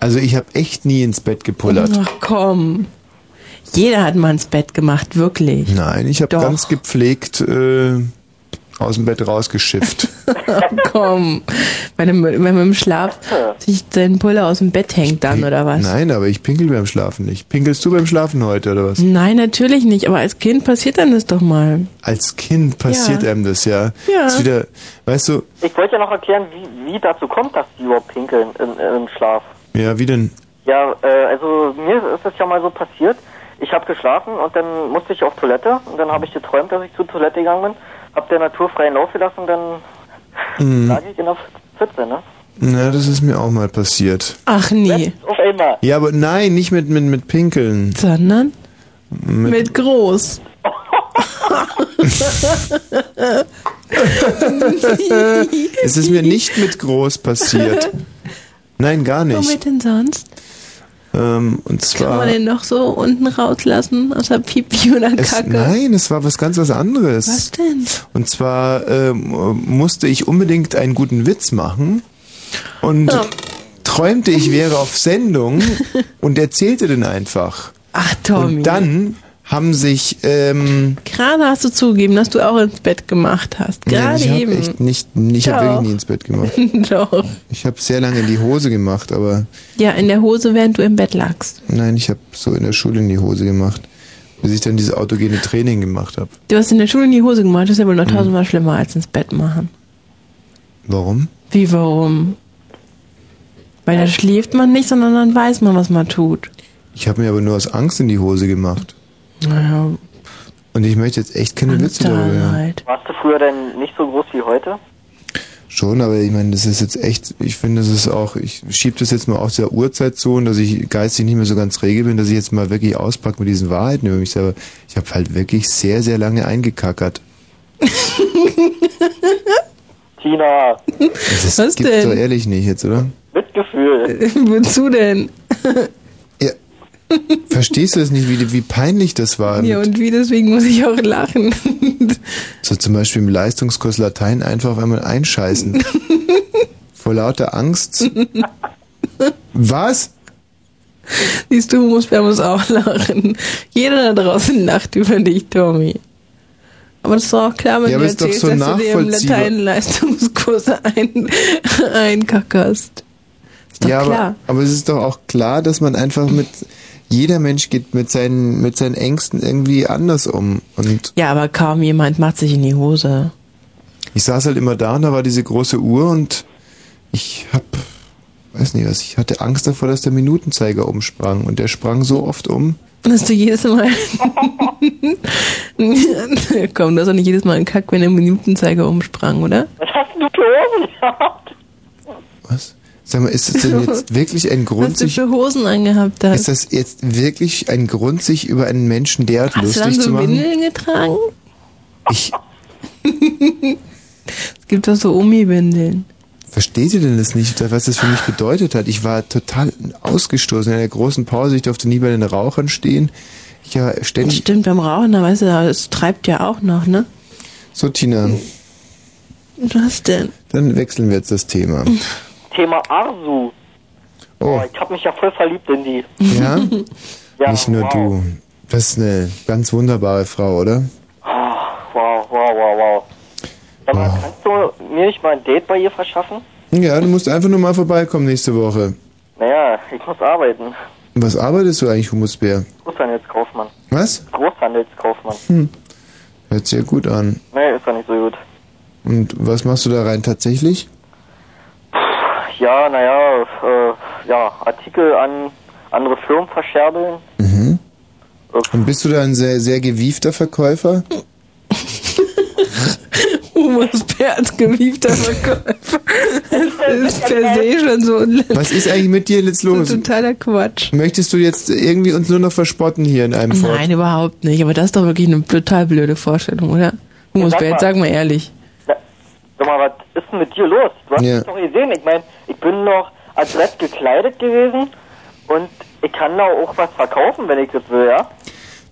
A: Also ich habe echt nie ins Bett gepullert.
B: Ach komm. Jeder hat mal ins Bett gemacht, wirklich.
A: Nein, ich habe ganz gepflegt äh, aus dem Bett rausgeschifft.
B: Ach komm. Wenn man, wenn man im Schlaf sich seinen Puller aus dem Bett hängt dann, oder was?
A: Nein, aber ich pinkel beim Schlafen nicht. Pinkelst du beim Schlafen heute oder was?
B: Nein, natürlich nicht, aber als Kind passiert dann das doch mal.
A: Als Kind passiert
B: Ja.
A: einem das ja.
B: Ja.
A: Ist wieder, weißt du,
Y: Ich wollte ja noch erklären, wie, wie dazu kommt, dass die überhaupt pinkeln im, im Schlaf.
A: ja, wie denn?
Y: Ja, äh, also mir ist das ja mal so passiert. Ich habe geschlafen und dann musste ich auf Toilette und dann habe ich geträumt, dass ich zur Toilette gegangen bin, habe der Natur freien Lauf gelassen, dann
A: Hm.
Y: lag ich in der Pfütze, ne?
A: Na, das ist mir auch mal passiert.
B: Ach nee.
Y: Auf einmal.
A: Ja, aber nein, nicht mit, mit, mit Pinkeln.
B: Sondern?
A: Mit,
B: Mit groß.
A: es ist mir nicht mit groß passiert. Nein, gar nicht.
B: Womit denn sonst?
A: Ähm, und
B: Kann
A: zwar.
B: man den noch so unten rauslassen, außer Pipi oder
A: Es,
B: Kacke?
A: nein, es war was ganz was anderes.
B: Was denn?
A: Und zwar ähm, musste ich unbedingt einen guten Witz machen und
B: Ja.
A: träumte, ich wäre auf Sendung und erzählte den einfach.
B: Ach, Tommy.
A: Und dann haben sich ähm,
B: Gerade hast du zugegeben, dass du auch ins Bett gemacht hast.
A: ja,
B: Gerade
A: ich habe
B: eben.
A: echt nicht, ich habe
B: Doch.
A: wirklich nie ins Bett gemacht.
B: Doch.
A: Ich habe sehr lange in die Hose gemacht, aber
B: Ja, in der Hose, während du im Bett lagst.
A: nein, ich habe so in der Schule in die Hose gemacht, bis ich dann dieses autogene Training gemacht habe.
B: Du hast in der Schule in die Hose gemacht, das ist ja wohl
A: Hm.
B: noch tausendmal schlimmer als ins Bett machen.
A: Warum?
B: Wie warum? Weil da schläft man nicht, sondern dann weiß man, was man tut.
A: Ich habe mir aber nur aus Angst in die Hose gemacht.
B: Naja.
A: Und ich möchte jetzt echt keine Witze darüber hören.
Y: Warst du früher denn nicht so groß wie heute?
A: Schon, aber ich meine, das ist jetzt echt, ich finde, das ist auch, ich schiebe das jetzt mal aus der Uhrzeit so, und dass ich geistig nicht mehr so ganz rege bin, dass ich jetzt mal wirklich auspacke mit diesen Wahrheiten über mich selber. Ich habe halt wirklich sehr, sehr lange eingekackert.
Y: Tina,
A: Das
B: Was
A: gibt's
B: denn?
A: doch ehrlich nicht jetzt, oder?
Y: Mitgefühl.
B: Wozu denn?
A: Verstehst du das nicht, wie, wie peinlich das war?
B: Ja, und wie, deswegen muss ich auch lachen.
A: So zum Beispiel im Leistungskurs Latein einfach auf einmal einscheißen. Vor lauter Angst. Was?
B: Siehst du, muss, wir muss auch lachen. Jeder da draußen lacht über dich, Tommy. Aber das ist doch auch klar, wenn
A: Ja,
B: du
A: aber ist doch
B: erzählst,
A: so
B: dass du dir im
A: nachvollziehbar.
B: Latein-Leistungskurs ein, einkackerst. Ist doch
A: ja,
B: klar.
A: Aber, aber es ist doch auch klar, dass man einfach mit jeder Mensch geht mit seinen mit seinen Ängsten irgendwie anders um. Und
B: Ja, aber kaum jemand macht sich in die Hose.
A: ich saß halt immer da und da war diese große Uhr und ich hab weiß nicht was, ich hatte Angst davor, dass der Minutenzeiger umsprang und der sprang so oft um.
B: Dass du jedes Mal. Komm, du hast doch nicht jedes Mal einen Kack, wenn der Minutenzeiger umsprang, oder?
Y: Was hast denn du für Hosen gehabt?
A: Sag mal, ist das denn jetzt wirklich ein Grund,
B: Was du
A: sich
B: für Hosen angehabt hast.
A: ist das jetzt wirklich ein Grund, sich über einen Menschen derart
B: hast du
A: lustig
B: dann
A: zu
B: so
A: machen?
B: Windeln getragen?
A: Ich
B: Es gibt doch so Omi-Windeln.
A: Versteht ihr denn das nicht, was das für mich bedeutet hat? Ich war total ausgestoßen in der großen Pause. Ich durfte nie bei den Rauchern stehen. Ich war
B: Das
A: ständig.
B: stimmt, beim Rauchen, da weißt du, das treibt ja auch noch, ne?
A: So, Tina,
B: Was denn?
A: dann wechseln wir jetzt das Thema.
Y: Thema Arsu.
A: Oh,
Y: Ich habe mich ja voll verliebt in die.
A: ja?
Y: Ja,
A: Nicht nur
Y: wow.
A: du. Das ist eine ganz wunderbare Frau, oder?
Y: Ach, Ah, wow, wow, wow, wow. Sag mal, kannst du mir nicht mal ein Date bei ihr verschaffen?
A: Ja, du musst einfach nur mal vorbeikommen nächste Woche.
Y: Naja, ich muss arbeiten.
A: Was arbeitest du eigentlich, Humusbär?
Y: Großhandelskaufmann.
A: Was?
Y: Großhandelskaufmann.
A: Hm. Hört sich ja gut an.
Y: Nee, ist doch nicht so gut.
A: Und was machst du da rein tatsächlich?
Y: Ja, naja, äh, ja, Artikel an andere Firmen verscherbeln.
A: Mhm. Und bist du da ein sehr, sehr gewiefter Verkäufer?
B: Humus Bert, gewiefter Verkäufer. Das ist per se schon so ein
A: Was ist eigentlich mit dir jetzt los?
B: totaler Quatsch.
A: Möchtest du jetzt irgendwie uns nur noch verspotten hier in einem Fort?
B: Nein, überhaupt nicht. Aber das ist doch wirklich eine total blöde Vorstellung, oder? Humus
Y: sag
B: Bert,
Y: mal.
B: sag mal ehrlich.
Y: Sag mal, was ist denn mit dir los? Du hast
B: Ja.
Y: mich doch gesehen. Ich meine, ich bin noch adrett gekleidet gewesen und ich kann da auch was verkaufen, wenn ich das will, ja?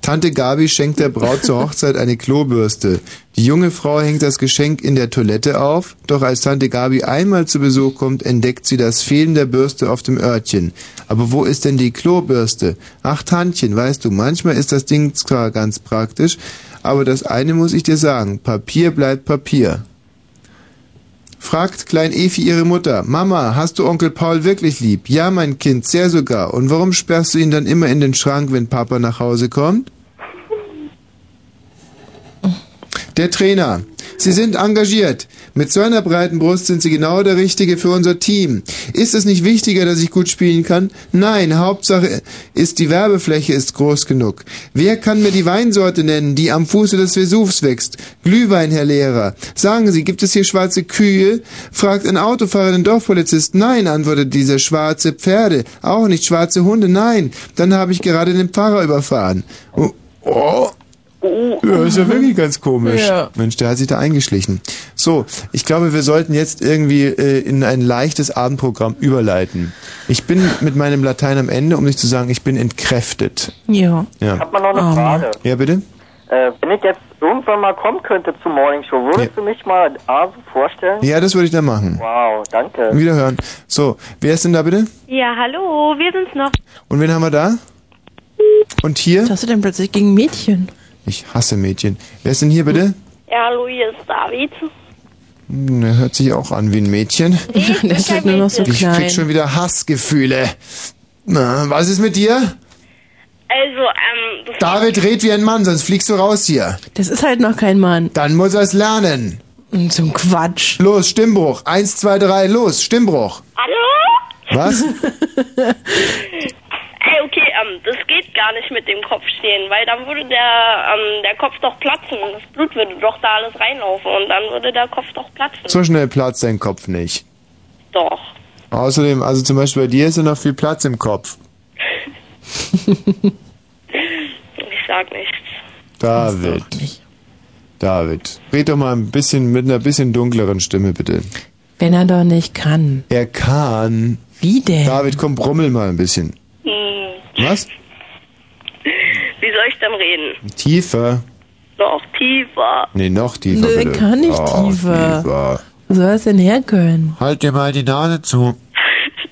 A: Tante Gabi schenkt der Braut zur Hochzeit eine Klobürste. Die junge Frau hängt das Geschenk in der Toilette auf, doch als Tante Gabi einmal zu Besuch kommt, entdeckt sie das Fehlen der Bürste auf dem Örtchen. Aber wo ist denn die Klobürste? Ach Tantchen, weißt du, manchmal ist das Ding zwar ganz praktisch, aber das eine muss ich dir sagen, Papier bleibt Papier. Fragt Klein Efi ihre Mutter, Mama, hast du Onkel Paul wirklich lieb? Ja, mein Kind, sehr sogar. Und warum sperrst du ihn dann immer in den Schrank, wenn Papa nach Hause kommt? Der Trainer. Sie sind engagiert. Mit so einer breiten Brust sind Sie genau der Richtige für unser Team. Ist es nicht wichtiger, dass ich gut spielen kann? Nein, Hauptsache ist, die Werbefläche ist groß genug. Wer kann mir die Weinsorte nennen, die am Fuße des Vesuvs wächst? Glühwein, Herr Lehrer. Sagen Sie, gibt es hier schwarze Kühe? Fragt ein Autofahrer den Dorfpolizist. Nein, antwortet dieser. Schwarze Pferde. Auch nicht schwarze Hunde. Nein. Dann habe ich gerade den Pfarrer überfahren. Oh. oh. Ja, ist ja wirklich ganz komisch.
B: Ja.
A: Mensch, der hat sich da eingeschlichen. So, ich glaube, wir sollten jetzt irgendwie äh, in ein leichtes Abendprogramm überleiten. Ich bin mit meinem Latein am Ende, um nicht zu sagen, ich bin entkräftet.
B: Ja.
A: Ja.
J: Hat man noch eine Frage?
A: Ja, bitte?
J: Äh, wenn ich jetzt irgendwann mal kommen könnte zur Morning Show, würdest du mich mal A so vorstellen?
A: Ja, das würde ich dann machen.
J: Wow, danke.
A: Wiederhören. So, wer ist denn da bitte?
N: Ja, hallo, wir sind's noch.
A: Und wen haben wir da? Und hier? Was
B: hast du denn plötzlich gegen Mädchen?
A: Ich hasse Mädchen. Wer ist denn hier bitte?
N: Ja, hallo, hier ist David.
A: Hm, Der hört sich auch an wie ein Mädchen.
B: Der ist halt nur noch so
A: ich
B: klein.
A: krieg schon wieder Hassgefühle. Na, was ist mit dir?
N: Also, ähm, das
A: David, red wie ein Mann, sonst fliegst du raus hier.
B: Das ist halt noch kein Mann. Hm,
A: Dann muss er es lernen.
B: Zum Quatsch.
A: Los, Stimmbruch. Eins, zwei, drei, los, Stimmbruch. Hallo? Was?
N: Ey, okay, ähm, das geht gar nicht mit dem Kopf stehen, weil dann würde der, ähm, der Kopf doch platzen und das Blut würde doch da alles reinlaufen und dann würde der Kopf doch platzen.
A: So schnell platzt dein Kopf nicht.
N: Doch.
A: Außerdem, also zum Beispiel bei dir ist ja noch viel Platz im Kopf.
N: Ich sag nichts.
A: David. David. Red doch mal ein bisschen mit einer bisschen dunkleren Stimme, bitte.
B: Wenn er doch nicht kann.
A: Er kann.
B: Wie denn?
A: David, komm, brummel mal ein bisschen.
N: Hm,
A: Was?
N: wie soll ich denn reden?
A: Tiefer.
N: Doch, tiefer.
A: Nee, noch tiefer.
B: Nee,
A: bitte.
B: kann nicht
A: Oh,
B: tiefer. Wo soll es denn herkönnen?
A: Halt dir mal die Nase zu.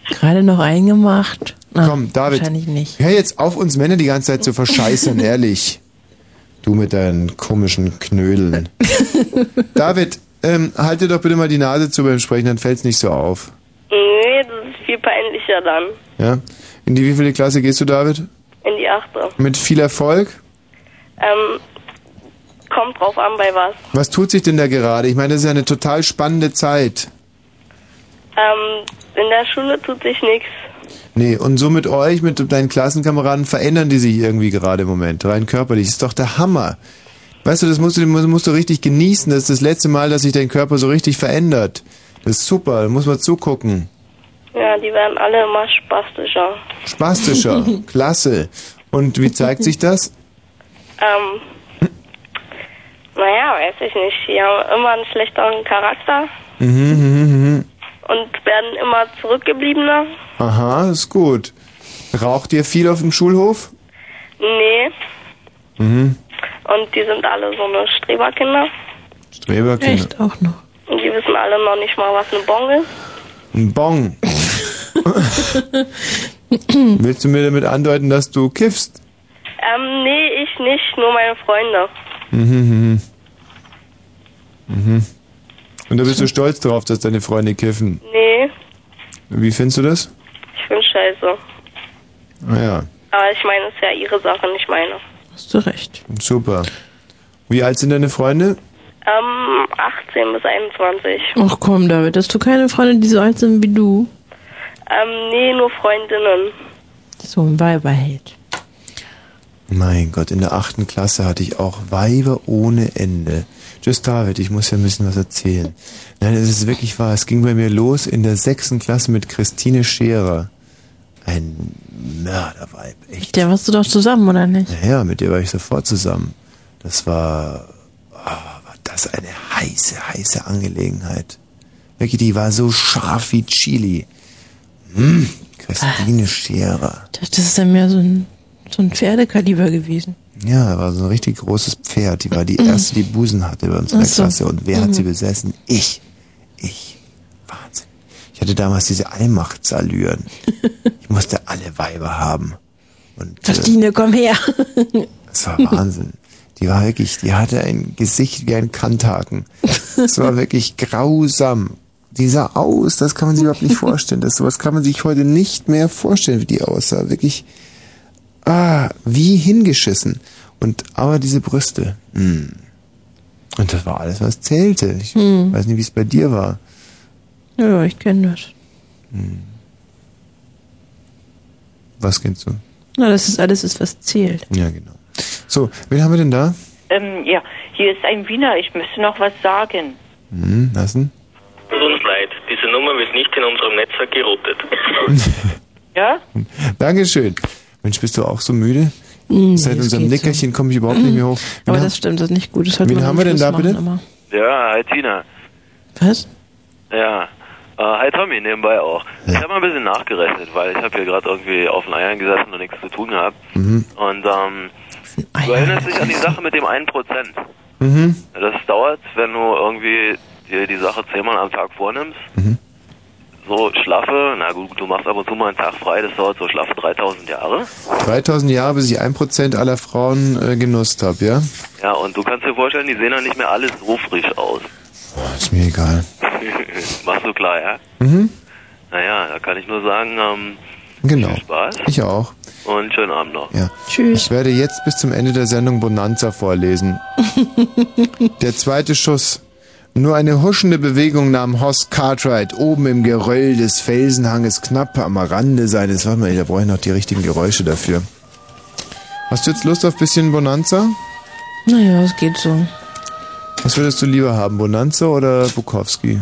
B: Gerade noch eingemacht. Ah. Na,
A: Komm, David.
B: Wahrscheinlich nicht.
A: Hör jetzt auf, uns Männer die ganze Zeit zu verscheißen, ehrlich. Du mit deinen komischen Knödeln. David, ähm, halt dir doch bitte mal die Nase zu beim Sprechen, dann fällt's nicht so auf.
N: Nee, das ist viel peinlicher dann.
A: Ja? In die wievielte Klasse gehst du, David?
N: In die Achte.
A: Mit viel Erfolg?
N: Ähm, kommt drauf an, bei was.
A: Was tut sich denn da gerade? Ich meine, das ist ja eine total spannende Zeit.
N: Ähm, in der Schule tut sich nichts.
A: Nee, und so mit euch, mit deinen Klassenkameraden verändern die sich irgendwie gerade im Moment, rein körperlich. Ist doch der Hammer. Weißt du, das musst du, das musst du richtig genießen. Das ist das letzte Mal, dass sich dein Körper so richtig verändert. Das ist super, da muss man zugucken.
N: Ja, die werden alle immer spastischer.
A: Spastischer, klasse. Und wie zeigt sich das?
N: Ähm, naja, weiß ich nicht. Die haben immer einen schlechteren Charakter
A: Mhm, mhm, mhm.
N: und werden immer zurückgebliebener.
A: Aha, ist gut. Raucht ihr viel auf dem Schulhof?
N: Nee.
A: Mhm.
N: Und die sind alle so eine Streberkinder.
A: Streberkinder.
B: auch noch.
N: Und die wissen alle noch nicht mal, was eine Bong ist.
A: Ein Bong. Willst du mir damit andeuten, dass du kiffst?
N: Ähm, nee, ich nicht, nur meine Freunde.
A: Mhm, mhm. Mhm. Und da bist du stolz drauf, dass deine Freunde kiffen.
N: Nee,
A: Wie findest du das?
N: ich bin scheiße.
A: Naja,
N: Aber ich meine, es ist ja ihre Sache, nicht meine.
B: hast du recht.
A: super. Wie alt sind deine Freunde?
N: Ähm, 18 bis 21.
B: Ach komm, David, hast du keine Freunde, die so alt sind wie du?
N: Ähm, nee, nur Freundinnen.
B: So ein Weiber hält.
A: Mein Gott, in der achten Klasse hatte ich auch Weiber ohne Ende. Tschüss, David, ich muss ja ein bisschen was erzählen. Nein, es ist wirklich wahr. Es ging bei mir los in der sechsten Klasse mit Christine Scherer. Ein Mörderweib.
B: Mit der warst du doch zusammen, oder nicht?
A: Naja, mit ihr war ich sofort zusammen. Das war, oh, war das eine heiße, heiße Angelegenheit. Wirklich, die war so scharf wie Chili. Hm, Christine Scherer.
B: Das ist ja mehr so ein, so ein Pferdekaliber gewesen.
A: Ja, da war so ein richtig großes Pferd. Die war die
B: Mhm.
A: erste, die Busen hatte bei uns in
B: Ach
A: der
B: so.
A: Klasse. Und wer
B: Mhm.
A: hat sie besessen? Ich. Ich. Wahnsinn. Ich hatte damals diese Allmachtsallüren. Ich musste alle Weiber haben. Und, äh,
B: Christine, komm her.
A: Das war Wahnsinn. Die war wirklich, die hatte ein Gesicht wie ein Kanthaken. Das war wirklich grausam. Die sah aus, das kann man sich überhaupt nicht vorstellen. Das, sowas kann man sich heute nicht mehr vorstellen, wie die aussah. Wirklich, ah, wie hingeschissen. Und, aber diese Brüste. mm. Und das war alles, was zählte. Ich
B: Hm.
A: weiß nicht, wie es bei dir war. Hm.
B: Ja, ich kenne das.
A: Was kennst du?
B: Na, das ist alles ist, was zählt.
A: Ja, genau. So, wen haben wir denn da?
L: Ähm, ja, hier ist ein Wiener, ich müsste noch was sagen.
A: Hm, lassen.
M: Tut uns leid, diese Nummer wird nicht in unserem Netzwerk geroutet.
L: Ja?
A: Dankeschön. Mensch, bist du auch so müde?
B: Mm, Nee,
A: Seit
B: es
A: unserem
B: geht so.
A: Nickerchen komme ich überhaupt nicht mehr hoch. Wen
B: Aber
A: haben-
B: das stimmt, das ist nicht gut. Das sollte
A: Wen
B: man
A: haben
B: am
A: wir denn
B: Schluss
A: da
B: machen,
A: bitte?
B: Aber
P: Ja, hi Tina.
B: was?
P: Ja. Äh, hi Tommy, nebenbei auch. Ich habe mal ein bisschen nachgerechnet, weil ich habe hier gerade irgendwie auf den Eiern gesessen und nichts zu tun gehabt. Und ähm, du erinnerst dich an die Sache mit dem 1%.
A: Mhm.
P: Das dauert, wenn du irgendwie dir die Sache zehnmal am Tag vornimmst.
A: Mhm.
P: So schlaffe, na gut, du machst ab und zu mal einen Tag frei, das dauert so schlaffe 3000 Jahre.
A: 3000 Jahre, bis ich 1% aller Frauen äh, genutzt habe, ja?
P: Ja, und du kannst dir vorstellen, die sehen dann nicht mehr alles so frisch aus.
A: Boah, ist mir egal.
P: Machst du klar, ja?
A: Mhm.
P: Naja, da kann ich nur sagen, ähm,
A: Genau.
P: viel Spaß.
A: Ich auch.
P: Und schönen Abend noch.
A: Ja.
B: Tschüss.
A: Ich werde jetzt bis zum Ende der Sendung Bonanza vorlesen. der zweite Schuss. Nur eine huschende Bewegung nahm Horst Cartwright oben im Geröll des Felsenhanges knapp am Rande seines. Warte mal, da brauche ich noch die richtigen Geräusche dafür. Hast du jetzt Lust auf ein bisschen Bonanza?
B: Naja, es geht so.
A: Was würdest du lieber haben, Bonanza oder Bukowski?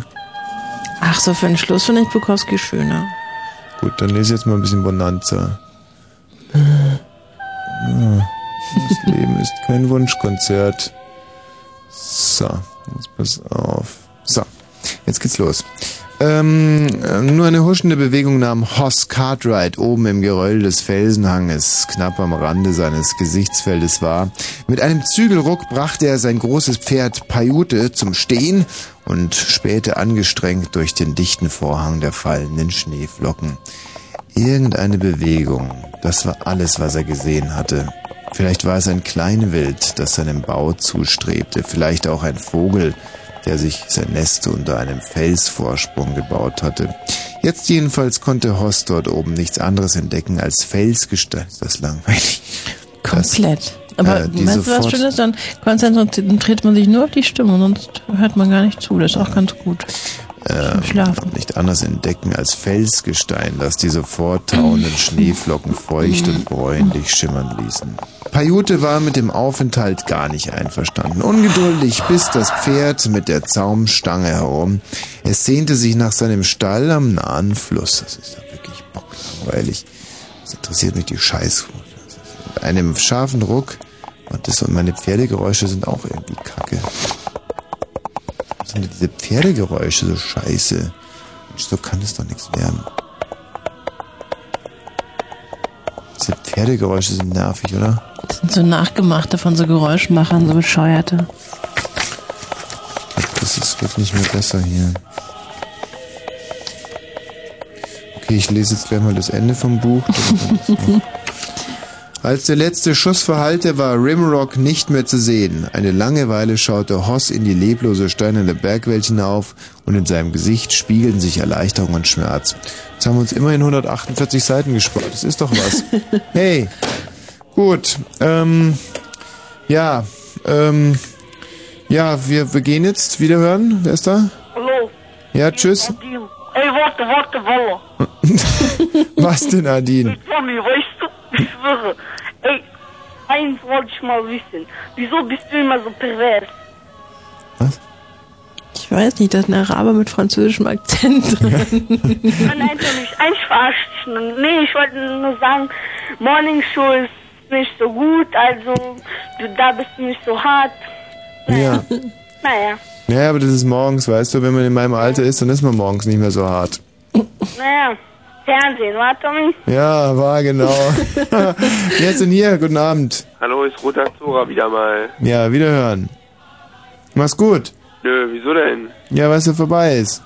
B: Ach, so für den Schluss finde ich Bukowski schöner.
A: Gut, dann lese ich jetzt mal ein bisschen Bonanza. Ja, Das Leben ist kein Wunschkonzert. So, jetzt pass auf. So, jetzt geht's los. Ähm, äh, nur eine huschende Bewegung nahm Hoss Cartwright oben im Geröll des Felsenhanges, knapp am Rande seines Gesichtsfeldes war. Mit einem Zügelruck brachte er sein großes Pferd Paiute zum Stehen und spähte angestrengt durch den dichten Vorhang der fallenden Schneeflocken. Irgendeine Bewegung, das war alles, was er gesehen hatte. Vielleicht war es ein Kleinwild, das seinem Bau zustrebte, vielleicht auch ein Vogel, der sich sein Nest unter einem Felsvorsprung gebaut hatte. Jetzt jedenfalls konnte Horst dort oben nichts anderes entdecken als Felsgestein. Ist das langweilig?
B: Komplett. Aber
A: äh, die
B: meinst du was
A: sofort-
B: Schönes? Dann konzentriert man sich nur auf die Stimme, sonst hört man gar nicht zu. Das ist auch ganz gut.
A: ähm,
B: Schlafen.
A: nicht anders entdecken als Felsgestein, das die sofort tauenden Schneeflocken feucht und bräunlich schimmern ließen. Paiute war mit dem Aufenthalt gar nicht einverstanden. Ungeduldig biss das Pferd mit der Zaumstange herum. Es sehnte sich nach seinem Stall am nahen Fluss. Das ist ja wirklich bocklangweilig. Das interessiert mich die Scheiß. Mit einem scharfen Ruck und das und meine Pferdegeräusche sind auch irgendwie kacke. Was sind denn diese Pferdegeräusche so scheiße? Mensch, so kann es doch nichts werden. Diese Pferdegeräusche sind nervig, oder?
B: Das sind so Nachgemachte von so Geräuschmachern, so Bescheuerte.
A: Das ist, wird nicht mehr besser hier. Okay, ich lese jetzt gleich mal das Ende vom Buch. Als der letzte Schuss verhallte, war Rimrock nicht mehr zu sehen. Eine Langeweile schaute Hoss in die leblose steinerne Bergwelt hinauf und in seinem Gesicht spiegelten sich Erleichterung und Schmerz. Jetzt haben wir uns immerhin 148 Seiten gespart. Das ist doch was. hey, gut. Ähm, ja, ähm, ja, wir, wir gehen jetzt. Wiederhören. Wer ist da?
Y: Hallo.
A: Ja, tschüss.
Y: Ey, warte, warte, warte.
A: Was denn, Adin?
Y: Tommy, weißt du, ich schwöre. Ey, eins wollte ich mal wissen. Wieso bist du immer so pervers?
B: Ich weiß nicht, da ist ein Araber mit französischem Akzent drin.
Y: Nein, nein, Tommy, ich eigentlich verarscht. dich nur. Nee, ich wollte nur sagen, Morning Show ist nicht so gut, also du da bist du nicht so hart.
A: Ja.
Y: Naja,
A: Ja, aber das ist morgens, weißt du, wenn man in meinem Alter ist, dann ist man morgens nicht mehr so hart.
Y: naja. Fernsehen, warte, Tommy.
A: Ja, war genau. Jetzt und hier, guten Abend.
P: Hallo,
E: ist Roter Zora wieder mal.
A: Ja, wiederhören. Mach's gut.
E: Nö, wieso denn?
A: Ja, weil es ja vorbei ist.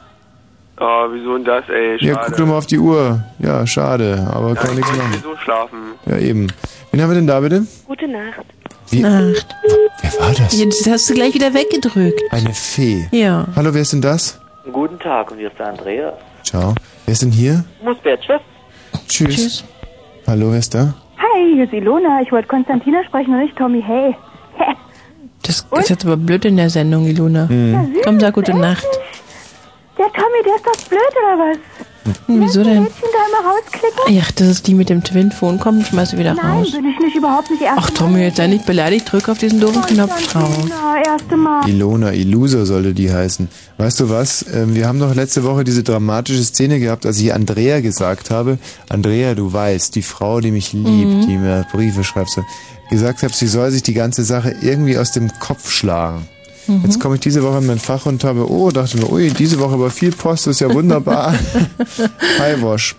E: Ah, wieso denn das, ey? Schade.
A: Ja, guck doch mal auf die Uhr. Ja, schade, aber kann nichts
E: Ich
A: machen.
E: will so schlafen.
A: Ja, eben. Wen haben wir denn da bitte?
I: Gute Nacht.
A: Wie?
B: Nacht.
A: Wer war das?
B: Ja, das hast du gleich wieder weggedrückt.
A: Eine Fee.
B: Ja.
A: Hallo, wer ist denn das?
Q: Guten Tag, und hier ist der Andreas.
A: Ciao. Wer ist denn hier?
Q: Musbert, tschüss.
A: Tschüss. Tschüss. Hallo, wer ist da?
T: Hi, hier ist Ilona. Ich wollte Konstantina sprechen und nicht Tommy. Hey.
B: Das ist jetzt aber blöd in der Sendung, Ilona.
I: Mhm.
B: Komm, sag gute Nacht.
T: Der Tommy, der ist doch blöd, oder was?
B: Hm, Wieso denn?
T: Kann da immer rausklicken?
B: Ja, das ist die mit dem Twinphone. Komm, schmeiß sie wieder
T: Nein,
B: raus.
T: bin ich nicht, überhaupt nicht erst.
B: Ach, Tommy, jetzt sei nicht beleidigt. Drück auf diesen doofen Knopf drauf.
T: Na, erste
I: Ah.
T: Mal.
A: Ilona, Ilusa sollte die heißen. Weißt du was? Ähm, Wir haben doch letzte Woche diese dramatische Szene gehabt, als ich Andrea gesagt habe, Andrea, du weißt, die Frau, die mich liebt,
U: Mhm.
A: die mir Briefe schreibt, so, gesagt habe, sie soll sich die ganze Sache irgendwie aus dem Kopf schlagen.
U: Mhm.
A: Jetzt komme ich diese Woche in mein Fach und habe, oh, dachte mir, ui, diese Woche war viel Post, ist ja wunderbar. Hi, Wosch.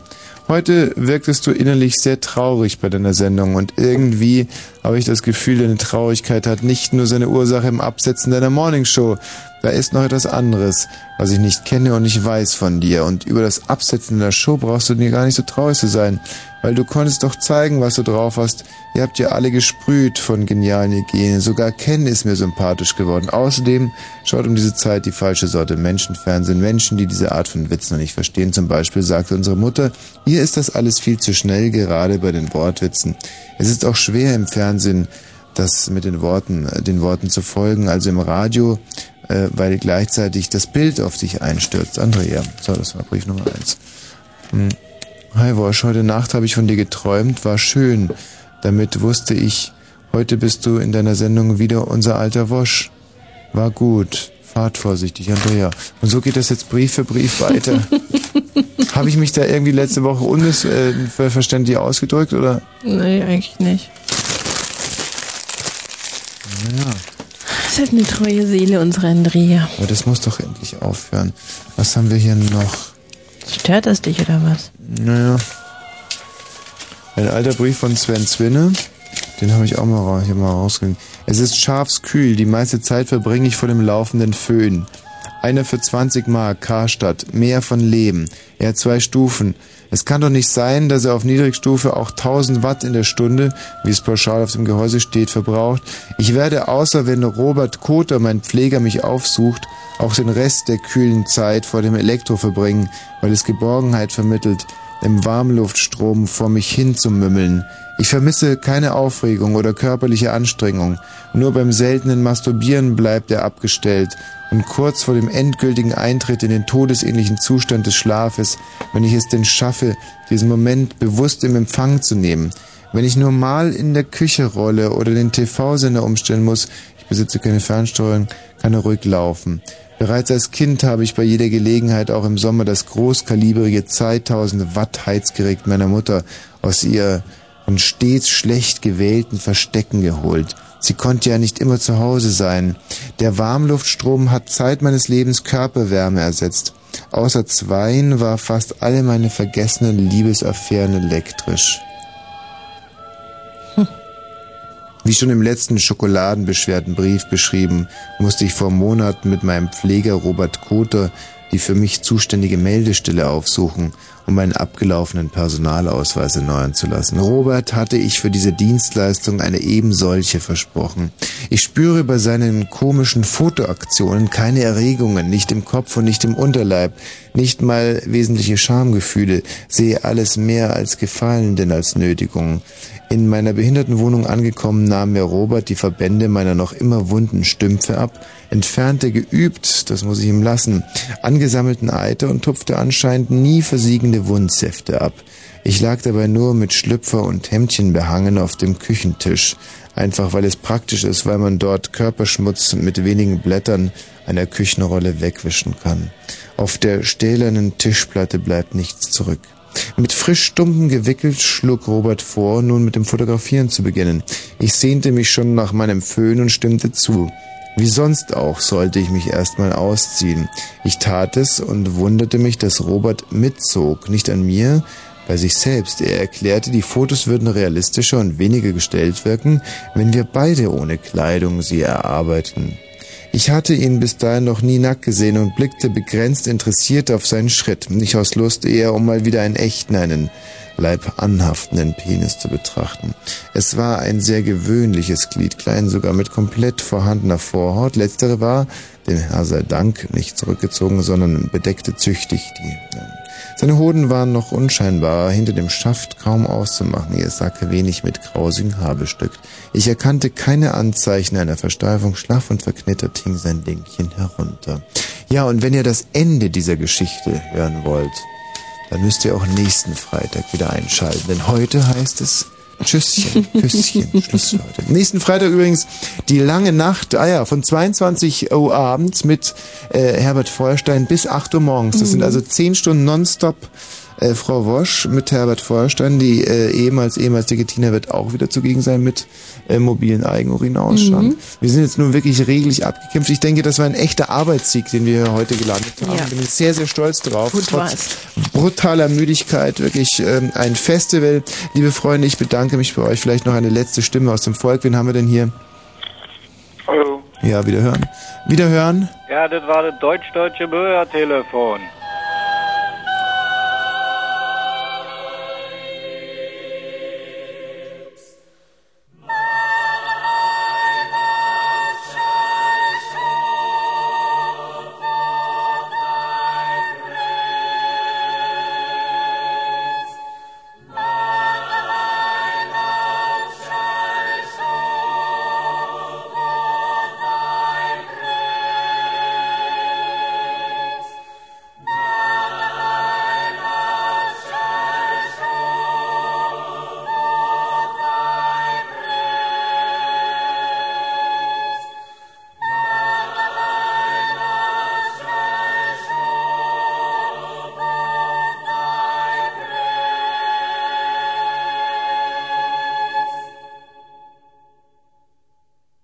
A: Heute wirktest du innerlich sehr traurig bei deiner Sendung und irgendwie habe ich das Gefühl, deine Traurigkeit hat nicht nur seine Ursache im Absetzen deiner Morningshow. Da ist noch etwas anderes, was ich nicht kenne und nicht weiß von dir. Und über das Absetzen der Show brauchst du dir gar nicht so traurig zu sein, weil du konntest doch zeigen, was du drauf hast. Ihr habt ja alle gesprüht von genialen Ideen. Sogar Ken ist mir sympathisch geworden. Außerdem schaut um diese Zeit die falsche Sorte Menschen Fernsehen. Menschen, die diese Art von Witzen nicht verstehen. Zum Beispiel sagte unsere Mutter, ihr ist das alles viel zu schnell, gerade bei den Wortwitzen. Es ist auch schwer im Fernsehen, das mit den Worten, äh, den Worten zu folgen, also im Radio, äh, weil gleichzeitig das Bild auf dich einstürzt. Andrea, so, das war Brief Nummer eins. Hm. Hi Wosch, heute Nacht habe ich von dir geträumt, war schön. Damit wusste ich, heute bist du in deiner Sendung wieder unser alter Wosch. War gut. Fahrt vorsichtig, Andrea. Und so geht das jetzt Brief für Brief weiter. habe ich mich da irgendwie letzte Woche unmissverständlich ausgedrückt, oder?
B: Nee, eigentlich nicht.
A: Naja.
B: Das ist halt eine treue Seele, unsere Andrea.
A: Aber das muss doch endlich aufhören. Was haben wir hier noch?
B: Stört das dich oder was?
A: Naja. Ein alter Brief von Sven Zwinne. Den habe ich auch mal, ra- hier mal rausgegangen. Es ist scharfskühl. Die meiste Zeit verbringe ich vor dem laufenden Föhn. Einer für 20 Mark, Karstadt. Mehr von Leben. Er hat zwei Stufen. Es kann doch nicht sein, dass er auf Niedrigstufe auch 1000 Watt in der Stunde, wie es pauschal auf dem Gehäuse steht, verbraucht. Ich werde außer wenn Robert Koter, mein Pfleger, mich aufsucht, auch den Rest der kühlen Zeit vor dem Elektro verbringen, weil es Geborgenheit vermittelt, im Warmluftstrom vor mich hin zu mümmeln. Ich vermisse keine Aufregung oder körperliche Anstrengung. Nur beim seltenen Masturbieren bleibt er abgestellt. Und kurz vor dem endgültigen Eintritt in den todesähnlichen Zustand des Schlafes, wenn ich es denn schaffe, diesen Moment bewusst im Empfang zu nehmen. Wenn ich nur mal in der Küche rolle oder den TV-Sender umstellen muss, ich besitze keine Fernsteuerung, kann er ruhig laufen. Bereits als Kind habe ich bei jeder Gelegenheit auch im Sommer das großkalibrige 2000 Watt Heizgerät meiner Mutter aus ihr von stets schlecht gewählten Verstecken geholt. Sie konnte ja nicht immer zu Hause sein. Der Warmluftstrom hat Zeit meines Lebens Körperwärme ersetzt. Außer zweien war fast alle meine vergessenen Liebesaffären elektrisch. Wie schon im letzten schokoladenbeschwerten Brief beschrieben, musste ich vor Monaten mit meinem Pfleger Robert Koter die für mich zuständige Meldestelle aufsuchen, um meinen abgelaufenen Personalausweis erneuern zu lassen. Robert hatte ich für diese Dienstleistung eine ebensolche versprochen. Ich spüre bei seinen komischen Fotoaktionen keine Erregungen, nicht im Kopf und nicht im Unterleib, nicht mal wesentliche Schamgefühle, sehe alles mehr als Gefallen denn als Nötigung. In meiner Behindertenwohnung angekommen, nahm mir Robert die Verbände meiner noch immer wunden Stümpfe ab, entfernte geübt, das muss ich ihm lassen, angesammelten Eiter und tupfte anscheinend nie versiegende Wundsäfte ab. Ich lag dabei nur mit Schlüpfer und Hemdchen behangen auf dem Küchentisch, einfach weil es praktisch ist, weil man dort Körperschmutz mit wenigen Blättern einer Küchenrolle wegwischen kann. Auf der stählernen Tischplatte bleibt nichts zurück. Mit frisch Stumpen gewickelt schlug Robert vor, nun mit dem Fotografieren zu beginnen. Ich sehnte mich schon nach meinem Föhn und stimmte zu. Wie sonst auch sollte ich mich erstmal ausziehen. Ich tat es und wunderte mich, dass Robert mitzog, nicht an mir, bei sich selbst. Er erklärte, die Fotos würden realistischer und weniger gestellt wirken, wenn wir beide ohne Kleidung sie erarbeiteten. Ich hatte ihn bis dahin noch nie nackt gesehen und blickte begrenzt interessiert auf seinen Schritt, nicht aus Lust eher, um mal wieder einen echten, einen leibanhaftenden Penis zu betrachten. Es war ein sehr gewöhnliches Glied, klein sogar mit komplett vorhandener Vorhaut. Letztere war, dem Herr sei Dank, nicht zurückgezogen, sondern bedeckte züchtig die. Seine Hoden waren noch unscheinbar, hinter dem Schaft kaum auszumachen, ihr Sacke wenig mit grausigem Haar bestückt. Ich erkannte keine Anzeichen einer Versteifung, schlaff und verknittert hing sein Linkchen herunter. Ja, und wenn ihr das Ende dieser Geschichte hören wollt, dann müsst ihr auch nächsten Freitag wieder einschalten, denn heute heißt es Tschüsschen, Küsschen, Schluss für heute. Nächsten Freitag übrigens die lange Nacht, ah ja, von 22 Uhr abends mit äh, Herbert Feuerstein bis 8 Uhr morgens. Das sind
S: Mhm.
A: also 10 Stunden nonstop. Äh, Frau Wosch mit Herbert Feuerstein, die äh, ehemals, ehemals Ticketina wird auch wieder zugegen sein mit äh, mobilen Eigenurinausstand.
S: Mhm.
A: Wir sind jetzt nun wirklich reglich abgekämpft. Ich denke, das war ein echter Arbeitssieg, den wir heute gelandet haben.
S: Ja.
A: Ich bin sehr, sehr stolz drauf.
S: Gut
A: Trotz
S: war's.
A: brutaler Müdigkeit, wirklich ähm, ein Festival. Liebe Freunde, ich bedanke mich bei euch. Vielleicht noch eine letzte Stimme aus dem Volk. Wen haben wir denn hier?
C: Hallo.
A: Ja, wiederhören. Wiederhören.
C: Ja, das war das deutsch-deutsche Bürgertelefon.